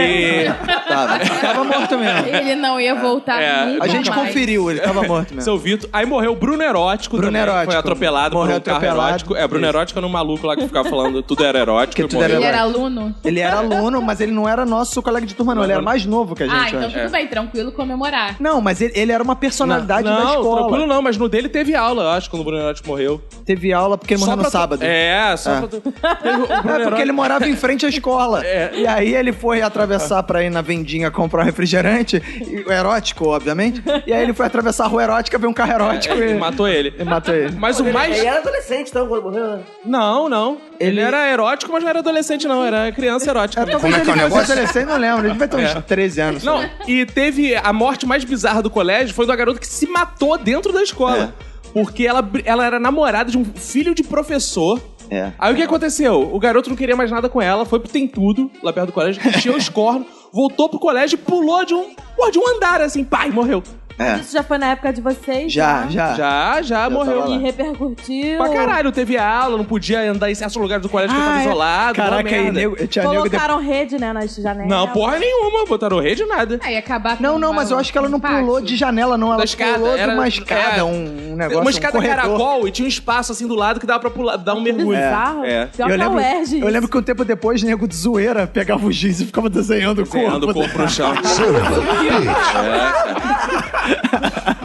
[SPEAKER 8] Tava, tava morto mesmo.
[SPEAKER 3] Ele não ia voltar
[SPEAKER 1] É.
[SPEAKER 3] nunca
[SPEAKER 8] A gente
[SPEAKER 3] mais.
[SPEAKER 8] conferiu, ele tava morto mesmo.
[SPEAKER 1] Seu Vitor. Aí morreu o Bruno Erótico.
[SPEAKER 8] É. Bruno
[SPEAKER 1] também,
[SPEAKER 8] Erótico.
[SPEAKER 1] Foi atropelado
[SPEAKER 8] Morreu
[SPEAKER 1] por um carro
[SPEAKER 8] atropelado.
[SPEAKER 1] erótico. É, Bruno
[SPEAKER 8] Isso.
[SPEAKER 1] Erótico era um maluco lá que ficava falando tudo era erótico.
[SPEAKER 8] Que
[SPEAKER 1] e
[SPEAKER 8] tudo era
[SPEAKER 1] morreu.
[SPEAKER 3] Ele era aluno.
[SPEAKER 8] Ele era aluno, mas ele não era nosso colega de turma, não. Ele era mais novo que a
[SPEAKER 3] Ah,
[SPEAKER 8] gente, eu
[SPEAKER 3] então
[SPEAKER 8] acho.
[SPEAKER 1] é.
[SPEAKER 3] tudo bem, tranquilo comemorar.
[SPEAKER 8] Não, mas ele, ele era uma personalidade
[SPEAKER 1] não,
[SPEAKER 8] da escola.
[SPEAKER 1] tranquilo não, mas no dele teve aula, eu acho, quando o Bruno Erótico morreu.
[SPEAKER 8] Teve aula porque ele
[SPEAKER 1] Só
[SPEAKER 8] morreu no
[SPEAKER 1] pra tu-
[SPEAKER 8] sábado.
[SPEAKER 1] É, só
[SPEAKER 8] É.
[SPEAKER 1] pra tu- Teve o Bruno
[SPEAKER 8] É, porque
[SPEAKER 1] Erótico-
[SPEAKER 8] ele morava em frente à escola.
[SPEAKER 1] É.
[SPEAKER 8] E aí ele foi atravessar pra ir na vendinha comprar um refrigerante, e- o erótico, obviamente. E aí ele foi atravessar a rua erótica, veio um carro erótico
[SPEAKER 1] É,
[SPEAKER 8] e,
[SPEAKER 1] ele matou ele.
[SPEAKER 8] e matou ele.
[SPEAKER 1] Mas o mais.
[SPEAKER 5] Ele era adolescente, então, quando morreu, né?
[SPEAKER 1] Não, não. Ele
[SPEAKER 8] Ele-
[SPEAKER 1] era erótico, mas não era adolescente, não. Era criança erótica. mesmo.
[SPEAKER 8] Talvez
[SPEAKER 15] é que é o
[SPEAKER 8] Então, ele fosse
[SPEAKER 15] negócio?
[SPEAKER 8] adolescente, não lembro. Ele vai ter uns
[SPEAKER 1] É.
[SPEAKER 8] 13 anos.
[SPEAKER 1] Não, e teve a morte mais bizarra do colégio foi da garota que se matou dentro da escola. Porque ela, ela era namorada de um filho de professor.
[SPEAKER 8] É.
[SPEAKER 1] Aí o que aconteceu? O garoto não queria mais nada com ela, foi pro Tem Tudo, lá perto do colégio, encheu os cornos, voltou pro colégio e pulou de um, pô, de um andar, assim, pai, morreu.
[SPEAKER 8] É.
[SPEAKER 4] Isso já foi na época de vocês?
[SPEAKER 8] Já,
[SPEAKER 4] né?
[SPEAKER 8] já.
[SPEAKER 1] Ah. Já, tá já, morreu.
[SPEAKER 8] tava lá.
[SPEAKER 4] E repercutiu.
[SPEAKER 1] Pra caralho, teve aula, não podia andar em certos lugares do colégio porque
[SPEAKER 8] Ah,
[SPEAKER 1] tava
[SPEAKER 8] é.
[SPEAKER 1] isolado. uma
[SPEAKER 8] Caraca, aí,
[SPEAKER 1] merda.
[SPEAKER 8] nego, tinha nego depois.
[SPEAKER 4] Colocaram rede, né, nas janelas.
[SPEAKER 1] Não, porra nenhuma, botaram rede nada.
[SPEAKER 3] Aí acabar com
[SPEAKER 8] Não, não,
[SPEAKER 3] uma-
[SPEAKER 8] mas eu acho que ela não
[SPEAKER 3] um pátio.
[SPEAKER 8] pulou de janela, não. Ela
[SPEAKER 1] Da escada,
[SPEAKER 8] pulou de
[SPEAKER 1] era-
[SPEAKER 8] uma escada,
[SPEAKER 1] é.
[SPEAKER 8] um, um negócio.
[SPEAKER 1] Uma escada
[SPEAKER 8] um corredor.
[SPEAKER 1] caracol e tinha um espaço assim do lado que dava pra pular, dar um mergulho.
[SPEAKER 4] Bizarro.
[SPEAKER 1] É.
[SPEAKER 4] Pior que
[SPEAKER 8] Eu
[SPEAKER 4] a
[SPEAKER 8] lembro,
[SPEAKER 4] UERJ,
[SPEAKER 8] eu
[SPEAKER 4] isso.
[SPEAKER 8] lembro que um tempo depois, nego de zoeira, pegava o giz e ficava desenhando o
[SPEAKER 1] Desenhando
[SPEAKER 8] corpo.
[SPEAKER 1] o corpo no chão.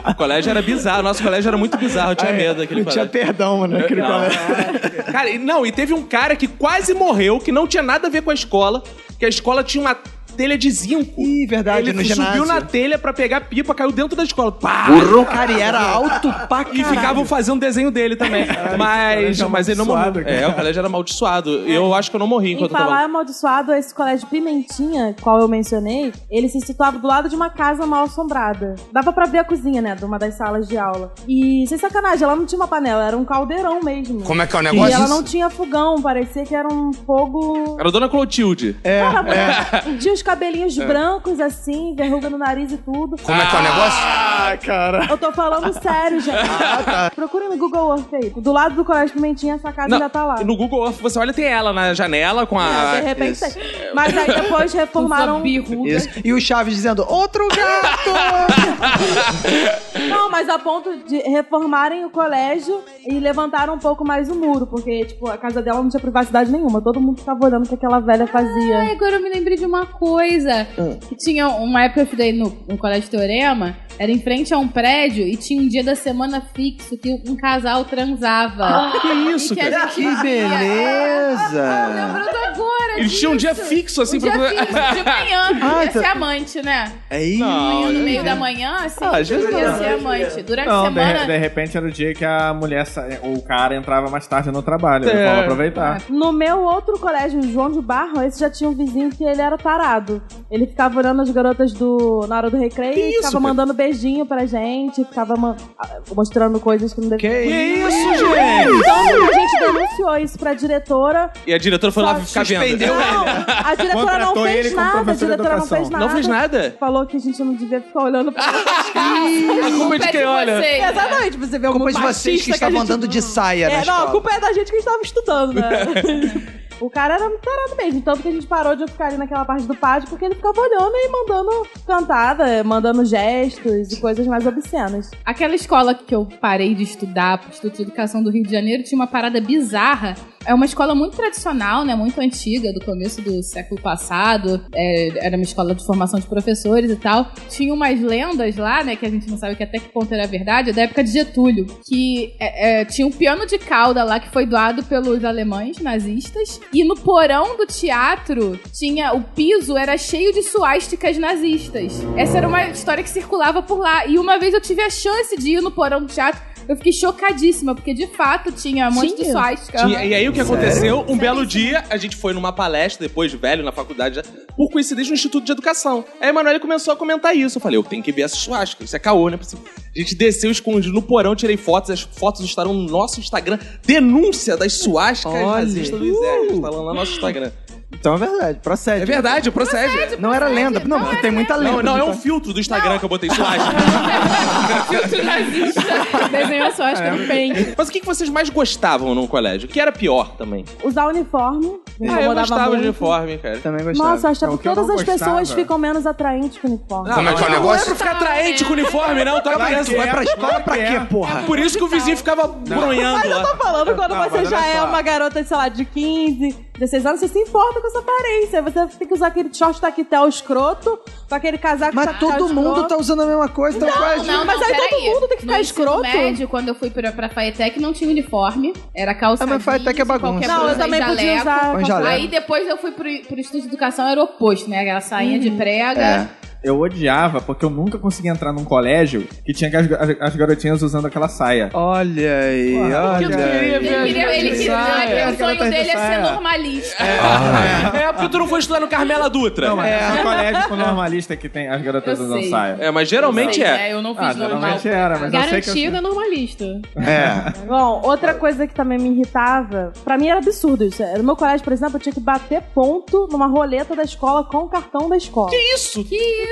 [SPEAKER 1] É. O colégio era bizarro, nosso colégio era muito bizarro, eu tinha
[SPEAKER 8] Aí,
[SPEAKER 1] medo daquele
[SPEAKER 8] Não tinha
[SPEAKER 1] colégio. É
[SPEAKER 8] perdão,
[SPEAKER 2] né,
[SPEAKER 8] mano, naquele
[SPEAKER 1] Não.
[SPEAKER 8] colégio.
[SPEAKER 1] Cara, e- não, e teve um cara que quase morreu, que não tinha nada a ver com a escola, que a escola tinha uma telha de zinco.
[SPEAKER 8] Ih, verdade,
[SPEAKER 1] Ele
[SPEAKER 8] no
[SPEAKER 1] subiu
[SPEAKER 8] ginásio.
[SPEAKER 1] na telha pra pegar pipa, caiu dentro da escola. Pá!
[SPEAKER 8] Cara, e era alto pra caralho.
[SPEAKER 1] E ficavam fazendo desenho dele também. mas,
[SPEAKER 6] colégio é
[SPEAKER 1] mas ele não morreu.
[SPEAKER 6] amaldiçoado,
[SPEAKER 1] É,
[SPEAKER 6] cara.
[SPEAKER 1] o colégio era amaldiçoado. Eu acho que eu não morri
[SPEAKER 4] Em
[SPEAKER 1] enquanto eu tava
[SPEAKER 4] falar
[SPEAKER 1] lá.
[SPEAKER 4] amaldiçoado, esse colégio Pimentinha, qual eu mencionei, ele se situava do lado de uma casa mal assombrada. Dava pra ver a cozinha, né, de uma das salas de aula. E, sem sacanagem, ela não tinha uma panela, era um caldeirão mesmo.
[SPEAKER 15] Como é que é o
[SPEAKER 4] e
[SPEAKER 15] negócio?
[SPEAKER 4] ela não tinha fogão, parecia que era um fogo.
[SPEAKER 1] Era a dona Clotilde.
[SPEAKER 4] É,
[SPEAKER 15] É,
[SPEAKER 4] Cara, tinha os cabelinhos brancos, assim, verruga no nariz e tudo.
[SPEAKER 15] Como é que é o negócio?
[SPEAKER 8] Ah, cara.
[SPEAKER 4] Eu tô falando sério, gente. Procura no Google Earth aí. Do lado do colégio Pimentinha, essa casa
[SPEAKER 1] Não,
[SPEAKER 4] ainda tá lá.
[SPEAKER 1] No Google Earth, você olha, tem ela na janela com a. Ah,
[SPEAKER 4] É, de repente,
[SPEAKER 8] isso.
[SPEAKER 4] tem. Mas aí depois reformaram.
[SPEAKER 3] Usa birruga.
[SPEAKER 8] Isso. E o Chaves dizendo, outro gato!
[SPEAKER 4] Não, mas a ponto de reformarem o colégio e levantaram um pouco mais o muro, porque, tipo, a casa dela não tinha privacidade nenhuma. Todo mundo ficava olhando o que aquela velha fazia.
[SPEAKER 3] Ai, agora eu me lembrei de uma coisa.
[SPEAKER 8] Hum.
[SPEAKER 3] Que tinha uma época que eu estudei no, no Colégio Teorema, era em frente a um prédio e tinha um dia da semana fixo que um casal transava.
[SPEAKER 1] Que Ah, isso,
[SPEAKER 3] E que a
[SPEAKER 1] cara?
[SPEAKER 3] gente
[SPEAKER 8] que
[SPEAKER 3] via.
[SPEAKER 8] beleza!
[SPEAKER 3] Lembrando agora
[SPEAKER 1] Eles tinham um dia
[SPEAKER 3] disso.
[SPEAKER 1] fixo, assim,
[SPEAKER 3] um dia
[SPEAKER 1] pra-
[SPEAKER 3] fixo, de manhã, que
[SPEAKER 8] Ah,
[SPEAKER 3] ia
[SPEAKER 8] então-
[SPEAKER 3] ser amante, né?
[SPEAKER 2] É
[SPEAKER 8] Aí,
[SPEAKER 1] Não,
[SPEAKER 3] Manhã, no
[SPEAKER 1] eu-
[SPEAKER 3] meio da manhã, assim,
[SPEAKER 1] Ah, às vezes
[SPEAKER 3] ia
[SPEAKER 1] não.
[SPEAKER 3] ser amante. Durante a
[SPEAKER 6] Não, de,
[SPEAKER 3] semana...
[SPEAKER 6] re- de repente era o dia que a mulher, sa- o cara entrava mais tarde no trabalho.
[SPEAKER 1] É.
[SPEAKER 6] É. Vamos aproveitar.
[SPEAKER 4] No meu outro colégio, o João de Barro, esse já tinha um vizinho que ele era tarado. Ele ficava olhando as garotas do, na hora do recreio
[SPEAKER 1] Que
[SPEAKER 4] e
[SPEAKER 1] isso,
[SPEAKER 4] ficava
[SPEAKER 1] cara?
[SPEAKER 4] mandando beijinho pra gente, ficava man- ah, mostrando coisas que não devia.
[SPEAKER 2] é
[SPEAKER 1] Que
[SPEAKER 8] que
[SPEAKER 1] isso, gente?
[SPEAKER 4] Então a gente denunciou isso pra diretora.
[SPEAKER 1] E a diretora foi lá
[SPEAKER 4] Só
[SPEAKER 1] ficar vendo.
[SPEAKER 4] Não, a diretora não
[SPEAKER 6] Contratou
[SPEAKER 4] fez
[SPEAKER 6] ele como
[SPEAKER 4] nada. A
[SPEAKER 6] professor de
[SPEAKER 4] diretora não fez
[SPEAKER 6] educação.
[SPEAKER 4] nada.
[SPEAKER 1] Não fez nada?
[SPEAKER 4] Falou que a gente não devia ficar olhando pra
[SPEAKER 1] A culpa é de
[SPEAKER 3] Pede
[SPEAKER 1] quem olha.
[SPEAKER 3] um vocês, né?
[SPEAKER 4] Exatamente, você vê alguma
[SPEAKER 8] Como de vocês que
[SPEAKER 4] machista a
[SPEAKER 8] estavam
[SPEAKER 4] gente-
[SPEAKER 8] andando de saia na
[SPEAKER 4] É, não,
[SPEAKER 8] escola.
[SPEAKER 4] a culpa é da gente que estava estudando, né? O cara era um tarado mesmo, tanto que a gente parou de ficar ali naquela parte do pátio porque ele ficava olhando e mandando cantada, mandando gestos e coisas mais obscenas.
[SPEAKER 3] Aquela escola que eu parei de estudar, pro Instituto de Educação do Rio de Janeiro, tinha uma parada bizarra É uma escola muito tradicional, né? Muito antiga, do começo do século passado. É, era uma escola de formação de professores e tal. Tinha umas lendas lá, né? Que a gente não sabe que até que ponto era verdade. É da época de Getúlio. Que é, é, tinha um piano de cauda lá que foi doado pelos alemães nazistas. E no porão do teatro tinha... O piso era cheio de suásticas nazistas. Essa era uma história que circulava por lá. E uma vez eu tive a chance de ir no porão do teatro eu fiquei chocadíssima, porque de fato tinha um monte de
[SPEAKER 7] Tinha?
[SPEAKER 3] suástica.
[SPEAKER 1] Tinha- e aí o que aconteceu? Um belo dia, a gente foi numa palestra, depois de velho, na faculdade, já, por coincidência, no Instituto de Educação. Aí a Emanuele começou a comentar isso. Eu falei, eu tenho que ver essa suástica, isso é caô, né? A gente desceu escondido no porão, tirei fotos, as fotos estarão no nosso Instagram. Denúncia das suásticas
[SPEAKER 2] Olha.
[SPEAKER 1] nazistas do Isé. Está lá no nosso Instagram.
[SPEAKER 2] Então é verdade, procede.
[SPEAKER 1] Uh! É verdade, procede.
[SPEAKER 2] Não era lenda. Não, porque tem muita lenda.
[SPEAKER 1] Não, não, é um
[SPEAKER 2] Então-
[SPEAKER 1] filtro do Instagram que eu botei suástica.
[SPEAKER 3] Filtro nazista.
[SPEAKER 7] Desenhou a sua acho que no pente.
[SPEAKER 1] Mas o que que vocês mais gostavam no colégio? O que era pior também?
[SPEAKER 4] Usar uniforme. me
[SPEAKER 1] Ah, eu
[SPEAKER 4] incomodava
[SPEAKER 1] gostava
[SPEAKER 4] muito.
[SPEAKER 1] de uniforme, cara.
[SPEAKER 2] Também gostava.
[SPEAKER 4] Nossa, eu achava
[SPEAKER 6] Não, o
[SPEAKER 4] que
[SPEAKER 6] que eu
[SPEAKER 4] todas
[SPEAKER 6] não
[SPEAKER 4] as pessoas
[SPEAKER 6] gostava-
[SPEAKER 4] ficam menos atraentes com uniforme.
[SPEAKER 1] Ah,
[SPEAKER 13] Como é que é o negócio?
[SPEAKER 1] Não ficar atraente com uniforme, não. Tu é criança, vai pra
[SPEAKER 2] escola pra quê, porra?
[SPEAKER 1] Por isso que o vizinho ficava bronhando
[SPEAKER 4] Eu tô
[SPEAKER 1] lá.
[SPEAKER 4] falando quando
[SPEAKER 6] Não, mas
[SPEAKER 4] você
[SPEAKER 6] olha
[SPEAKER 4] já é
[SPEAKER 6] só.
[SPEAKER 4] uma garota, sei lá, de 15, 16 anos, você se importa com essa aparência. Você tem que usar aquele short taquetel escroto, com aquele casaco
[SPEAKER 2] Mas
[SPEAKER 4] taquetel
[SPEAKER 2] todo mundo
[SPEAKER 4] escroto.
[SPEAKER 2] tá usando a mesma coisa, então qual é a
[SPEAKER 3] Não, não,
[SPEAKER 4] Mas aí todo
[SPEAKER 3] peraí.
[SPEAKER 4] mundo tem que
[SPEAKER 3] No
[SPEAKER 4] ficar
[SPEAKER 3] ensino
[SPEAKER 4] escroto?
[SPEAKER 3] médio, quando eu fui pra, pra Faetec, não tinha uniforme. Era calça
[SPEAKER 2] Ah, mas Faetec é
[SPEAKER 3] jeans, qualquer
[SPEAKER 2] bagunça.
[SPEAKER 4] Não,
[SPEAKER 3] blusa
[SPEAKER 4] eu também
[SPEAKER 3] e tá
[SPEAKER 4] podia
[SPEAKER 3] jaleco.
[SPEAKER 4] usar.
[SPEAKER 2] Mas jaleco.
[SPEAKER 3] Aí depois eu fui pro, pro estudo de educação, era o oposto, né? Aquela sainha
[SPEAKER 4] Hum.
[SPEAKER 3] de prega.
[SPEAKER 6] Eu odiava porque eu nunca conseguia entrar num colégio que tinha as, as- as garotinhas usando aquela saia.
[SPEAKER 2] Olha aí, olha aí.
[SPEAKER 3] Ele queria, ele queria, o sonho dele é ser normalista.
[SPEAKER 1] É porque tu não foi estudar no Carmela Dutra.
[SPEAKER 6] Não, mas é. um colégio com normalista que tem as garotas
[SPEAKER 3] Eu
[SPEAKER 6] usando
[SPEAKER 3] sei.
[SPEAKER 6] saia.
[SPEAKER 1] É, mas geralmente
[SPEAKER 3] Sei,
[SPEAKER 1] é.
[SPEAKER 3] né? Eu não fiz
[SPEAKER 6] Ah,
[SPEAKER 3] normal.
[SPEAKER 6] geralmente era, mas eu sei que eu...
[SPEAKER 7] Garantida normalista.
[SPEAKER 2] É.
[SPEAKER 4] Bom, outra coisa que também me irritava, pra mim era absurdo isso. No meu colégio, por exemplo, eu tinha que bater ponto numa roleta da escola com o cartão da escola.
[SPEAKER 1] Isso!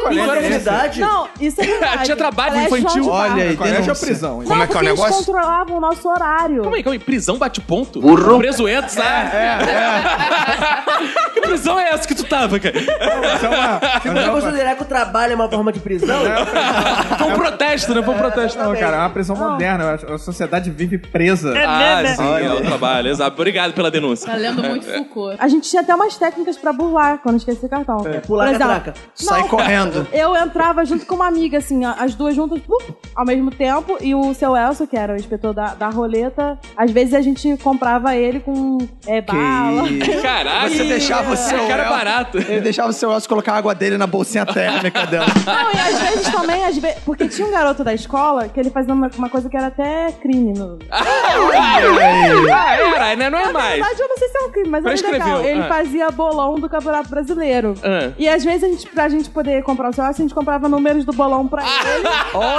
[SPEAKER 5] Agora
[SPEAKER 1] Colégio-
[SPEAKER 5] verdade.
[SPEAKER 4] Não, isso é verdade.
[SPEAKER 1] Tinha trabalho
[SPEAKER 4] Colégio
[SPEAKER 1] infantil.
[SPEAKER 4] João de Barro.
[SPEAKER 2] Olha aí,
[SPEAKER 6] Colégio é
[SPEAKER 2] denúncia.
[SPEAKER 13] Como
[SPEAKER 6] prisão.
[SPEAKER 13] é que é o
[SPEAKER 4] Porque Eles
[SPEAKER 13] negócio?
[SPEAKER 4] controlavam o nosso horário.
[SPEAKER 1] Calma aí, calma aí. Prisão bate ponto?
[SPEAKER 5] Burro.
[SPEAKER 1] Preso entra, sai. que prisão é essa que tu tava, cara?
[SPEAKER 6] Isso é uma-
[SPEAKER 5] Se você considerar que o trabalho é uma forma de prisão,
[SPEAKER 1] Foi um protesto, né? Foi um protesto.
[SPEAKER 6] Não, cara, é uma prisão moderna. A a sociedade vive presa.
[SPEAKER 1] Ah, sim, é o trabalho, exato. Obrigado pela denúncia.
[SPEAKER 3] Tá lendo muito Foucault.
[SPEAKER 4] A gente tinha até umas técnicas pra burlar quando esquecia o cartão.
[SPEAKER 5] É, pular
[SPEAKER 4] Por
[SPEAKER 5] a
[SPEAKER 4] exemplo,
[SPEAKER 5] catraca.
[SPEAKER 2] Sai correndo.
[SPEAKER 4] Eu entrava junto com uma amiga, assim, a- as duas juntas, pup, ao mesmo tempo, e o seu Elcio, que era o inspetor da, da roleta, às vezes a gente comprava ele com é, bala.
[SPEAKER 1] Caraca.
[SPEAKER 2] Você deixava o seu
[SPEAKER 1] Cara é
[SPEAKER 2] Elcio-
[SPEAKER 1] barato.
[SPEAKER 2] Ele deixava o seu osso colocar a água dele na bolsinha térmica dela.
[SPEAKER 4] Não, e às vezes também, às ve- porque tinha um garoto da escola que ele fazia uma, uma coisa que era até crime. No...
[SPEAKER 1] Ah, era, né? Não é
[SPEAKER 4] Na
[SPEAKER 1] mais.
[SPEAKER 4] verdade, eu não sei se é um crime, mas era
[SPEAKER 1] Prescreveu,
[SPEAKER 4] legal. Ele
[SPEAKER 1] ah.
[SPEAKER 4] fazia bolão do Campeonato Brasileiro.
[SPEAKER 1] Ah.
[SPEAKER 4] E às vezes, a gente, pra gente poder comprar o seu Elcio, a gente comprava números do bolão pra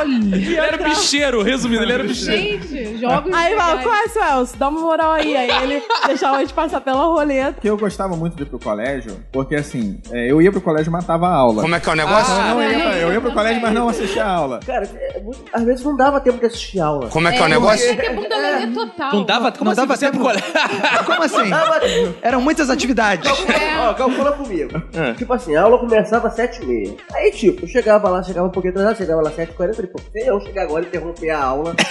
[SPEAKER 4] ele.
[SPEAKER 1] Ele era bicheiro, resumindo, ele era bicheiro.
[SPEAKER 7] Gente, jogos.
[SPEAKER 4] Aí fala,
[SPEAKER 7] legais.
[SPEAKER 4] qual é, seu Elcio? Dá uma moral aí. Aí ele deixava a gente passar pela roleta.
[SPEAKER 6] que eu gostava muito de ir pro colégio, porque assim, é, eu ia pro colégio e matava a aula.
[SPEAKER 13] Como é que é o negócio?
[SPEAKER 6] Não, eu, ia, eu
[SPEAKER 3] Ah,
[SPEAKER 6] ia pro
[SPEAKER 7] também.
[SPEAKER 6] colégio, mas não assistia a aula.
[SPEAKER 5] Cara, é muito- às vezes não dava tempo de assistir aula.
[SPEAKER 13] Como é que é o negócio?
[SPEAKER 3] É que é bunda lelê total.
[SPEAKER 1] Não dava, como
[SPEAKER 2] Não
[SPEAKER 1] assim
[SPEAKER 2] dava
[SPEAKER 1] você ia pro
[SPEAKER 2] tempo.
[SPEAKER 1] colégio?
[SPEAKER 2] Como assim?
[SPEAKER 5] Dava tempo.
[SPEAKER 2] Eram muitas atividades.
[SPEAKER 3] É.
[SPEAKER 5] Ó, calcula comigo.
[SPEAKER 2] É.
[SPEAKER 5] Tipo assim, a aula começava às 7h30. Aí, tipo, eu chegava lá, chegava um pouquinho atrasado, chegava lá às 7h40, falei, pô, se eu chegar agora e interromper a aula.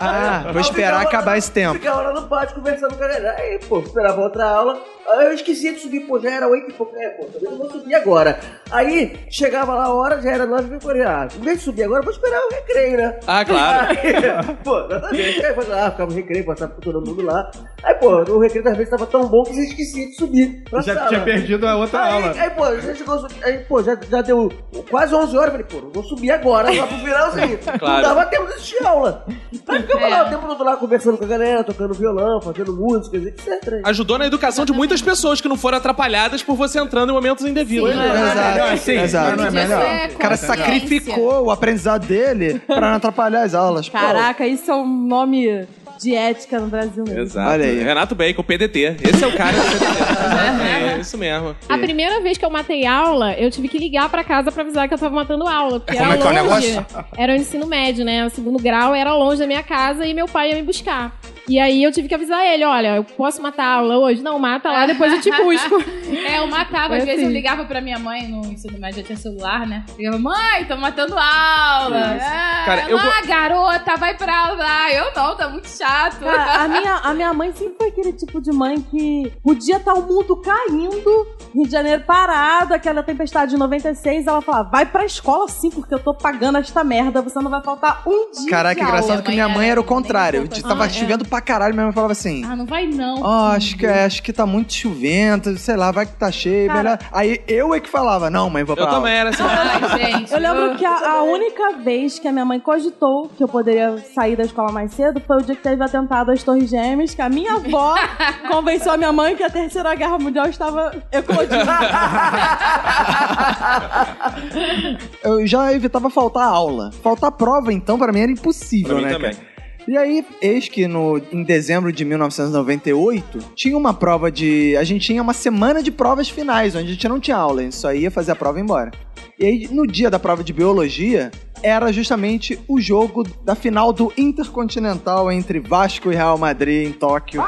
[SPEAKER 2] Ah, vou
[SPEAKER 5] Eu
[SPEAKER 2] esperar
[SPEAKER 5] ficava
[SPEAKER 2] acabar
[SPEAKER 5] lá-
[SPEAKER 2] esse tempo.
[SPEAKER 5] Ficava lá no pátio conversando com a galera. Aí, pô, esperava outra aula. Aí eu esquecia de subir, pô, já era 8 e pouco. É, pô, também não vou subir agora. Aí, chegava lá a hora, já era 9 e falei, ah, em vez de subir agora, eu vou esperar o recreio, né?
[SPEAKER 1] Ah, claro.
[SPEAKER 5] Aí, pô, exatamente. Aí foi lá, ficava o recreio, passava por todo mundo lá. Aí, pô, o recreio das vezes tava tão bom que você esquecia de subir. pra
[SPEAKER 6] Já
[SPEAKER 5] sala.
[SPEAKER 6] tinha perdido a outra
[SPEAKER 5] Aí,
[SPEAKER 6] aula.
[SPEAKER 5] aí, pô, já chegou, aí, pô, já, já deu quase 11 horas, eu falei, pô, não vou subir agora, lá pro finalzinho.
[SPEAKER 1] Claro.
[SPEAKER 5] Não dava tempo de assistir aula. Aí ficava lá o tempo todo lá conversando com a galera, tocando violão, fazendo música, etc. né?
[SPEAKER 1] Ajudou na educação de muitas pessoas que não foram atrapalhadas por você entrando em momentos indevidos.
[SPEAKER 3] Sim.
[SPEAKER 1] né?
[SPEAKER 2] Exato,
[SPEAKER 6] Não, assim,
[SPEAKER 2] exato.
[SPEAKER 6] não é
[SPEAKER 3] Podia
[SPEAKER 6] melhor.
[SPEAKER 3] ser
[SPEAKER 2] O cara
[SPEAKER 3] consciência.
[SPEAKER 2] sacrificou o aprendizado dele pra não atrapalhar as aulas. Pô,
[SPEAKER 4] Caraca, isso é um nome de ética no Brasil mesmo.
[SPEAKER 1] Exato.
[SPEAKER 2] Olha aí.
[SPEAKER 1] Renato Bacon, PDT. Esse é o cara do
[SPEAKER 3] né?
[SPEAKER 1] PDT. É isso mesmo.
[SPEAKER 7] A primeira vez que eu matei aula, eu tive que ligar pra casa pra avisar que eu tava matando aula. Porque
[SPEAKER 13] Como
[SPEAKER 7] era
[SPEAKER 13] é que é o
[SPEAKER 7] longe.
[SPEAKER 13] negócio?
[SPEAKER 7] Era o ensino médio, né? O segundo grau era longe da minha casa e meu pai ia me buscar.
[SPEAKER 16] E aí eu tive que avisar ele, olha, eu posso matar a aula hoje? Não, mata lá, depois eu te busco.
[SPEAKER 3] É, eu matava. Às
[SPEAKER 16] Foi
[SPEAKER 3] vezes eu
[SPEAKER 16] assim.
[SPEAKER 3] ligava pra minha mãe no ensino médio, já tinha celular, né? Ligava, mãe, tô matando aula. Ah,
[SPEAKER 1] Cara, eu
[SPEAKER 3] lá, garota, vai pra aula. Ah, eu não, tá muito chato.
[SPEAKER 4] Cara, Ah, a minha, a minha mãe sempre foi aquele tipo de mãe que podia estar o mundo caindo, Rio de Janeiro parado, aquela tempestade de 96, ela falava, vai pra escola sim, porque eu tô pagando esta merda, você não vai faltar um dia
[SPEAKER 8] Caraca,
[SPEAKER 4] de aula."
[SPEAKER 8] engraçado que minha mãe era o contrário.
[SPEAKER 3] Nem um pouco
[SPEAKER 8] Tava
[SPEAKER 3] assim.
[SPEAKER 8] chovendo pra caralho, minha mãe falava assim.
[SPEAKER 3] Ah, não vai não.
[SPEAKER 8] Ó, acho que é, acho que tá muito chovento, sei lá, vai que tá cheio,
[SPEAKER 4] Cara.
[SPEAKER 8] melhor. Aí eu é que falava, não, mãe, vou pra
[SPEAKER 1] Eu
[SPEAKER 8] aula.
[SPEAKER 1] também era assim.
[SPEAKER 3] Ai, gente.
[SPEAKER 4] Eu lembro que a, a única vez que a minha mãe cogitou que eu poderia sair da escola mais cedo foi o dia que teve atentado às Torres Gêmeas, que a minha avó convenceu a minha mãe que a Terceira Guerra Mundial estava eclodindo. Ah,
[SPEAKER 8] Eu já evitava faltar aula. Faltar prova, então, pra mim era impossível,
[SPEAKER 1] Pra mim
[SPEAKER 8] né,
[SPEAKER 1] também.
[SPEAKER 8] cara? E aí, eis que no, em dezembro de 1998, tinha uma prova de. A gente tinha uma semana de provas finais, onde a gente não tinha aula, a gente só ia fazer a prova e ir embora. E aí, no dia da prova de biologia, era justamente o jogo da final do Intercontinental entre Vasco e Real Madrid em Tóquio.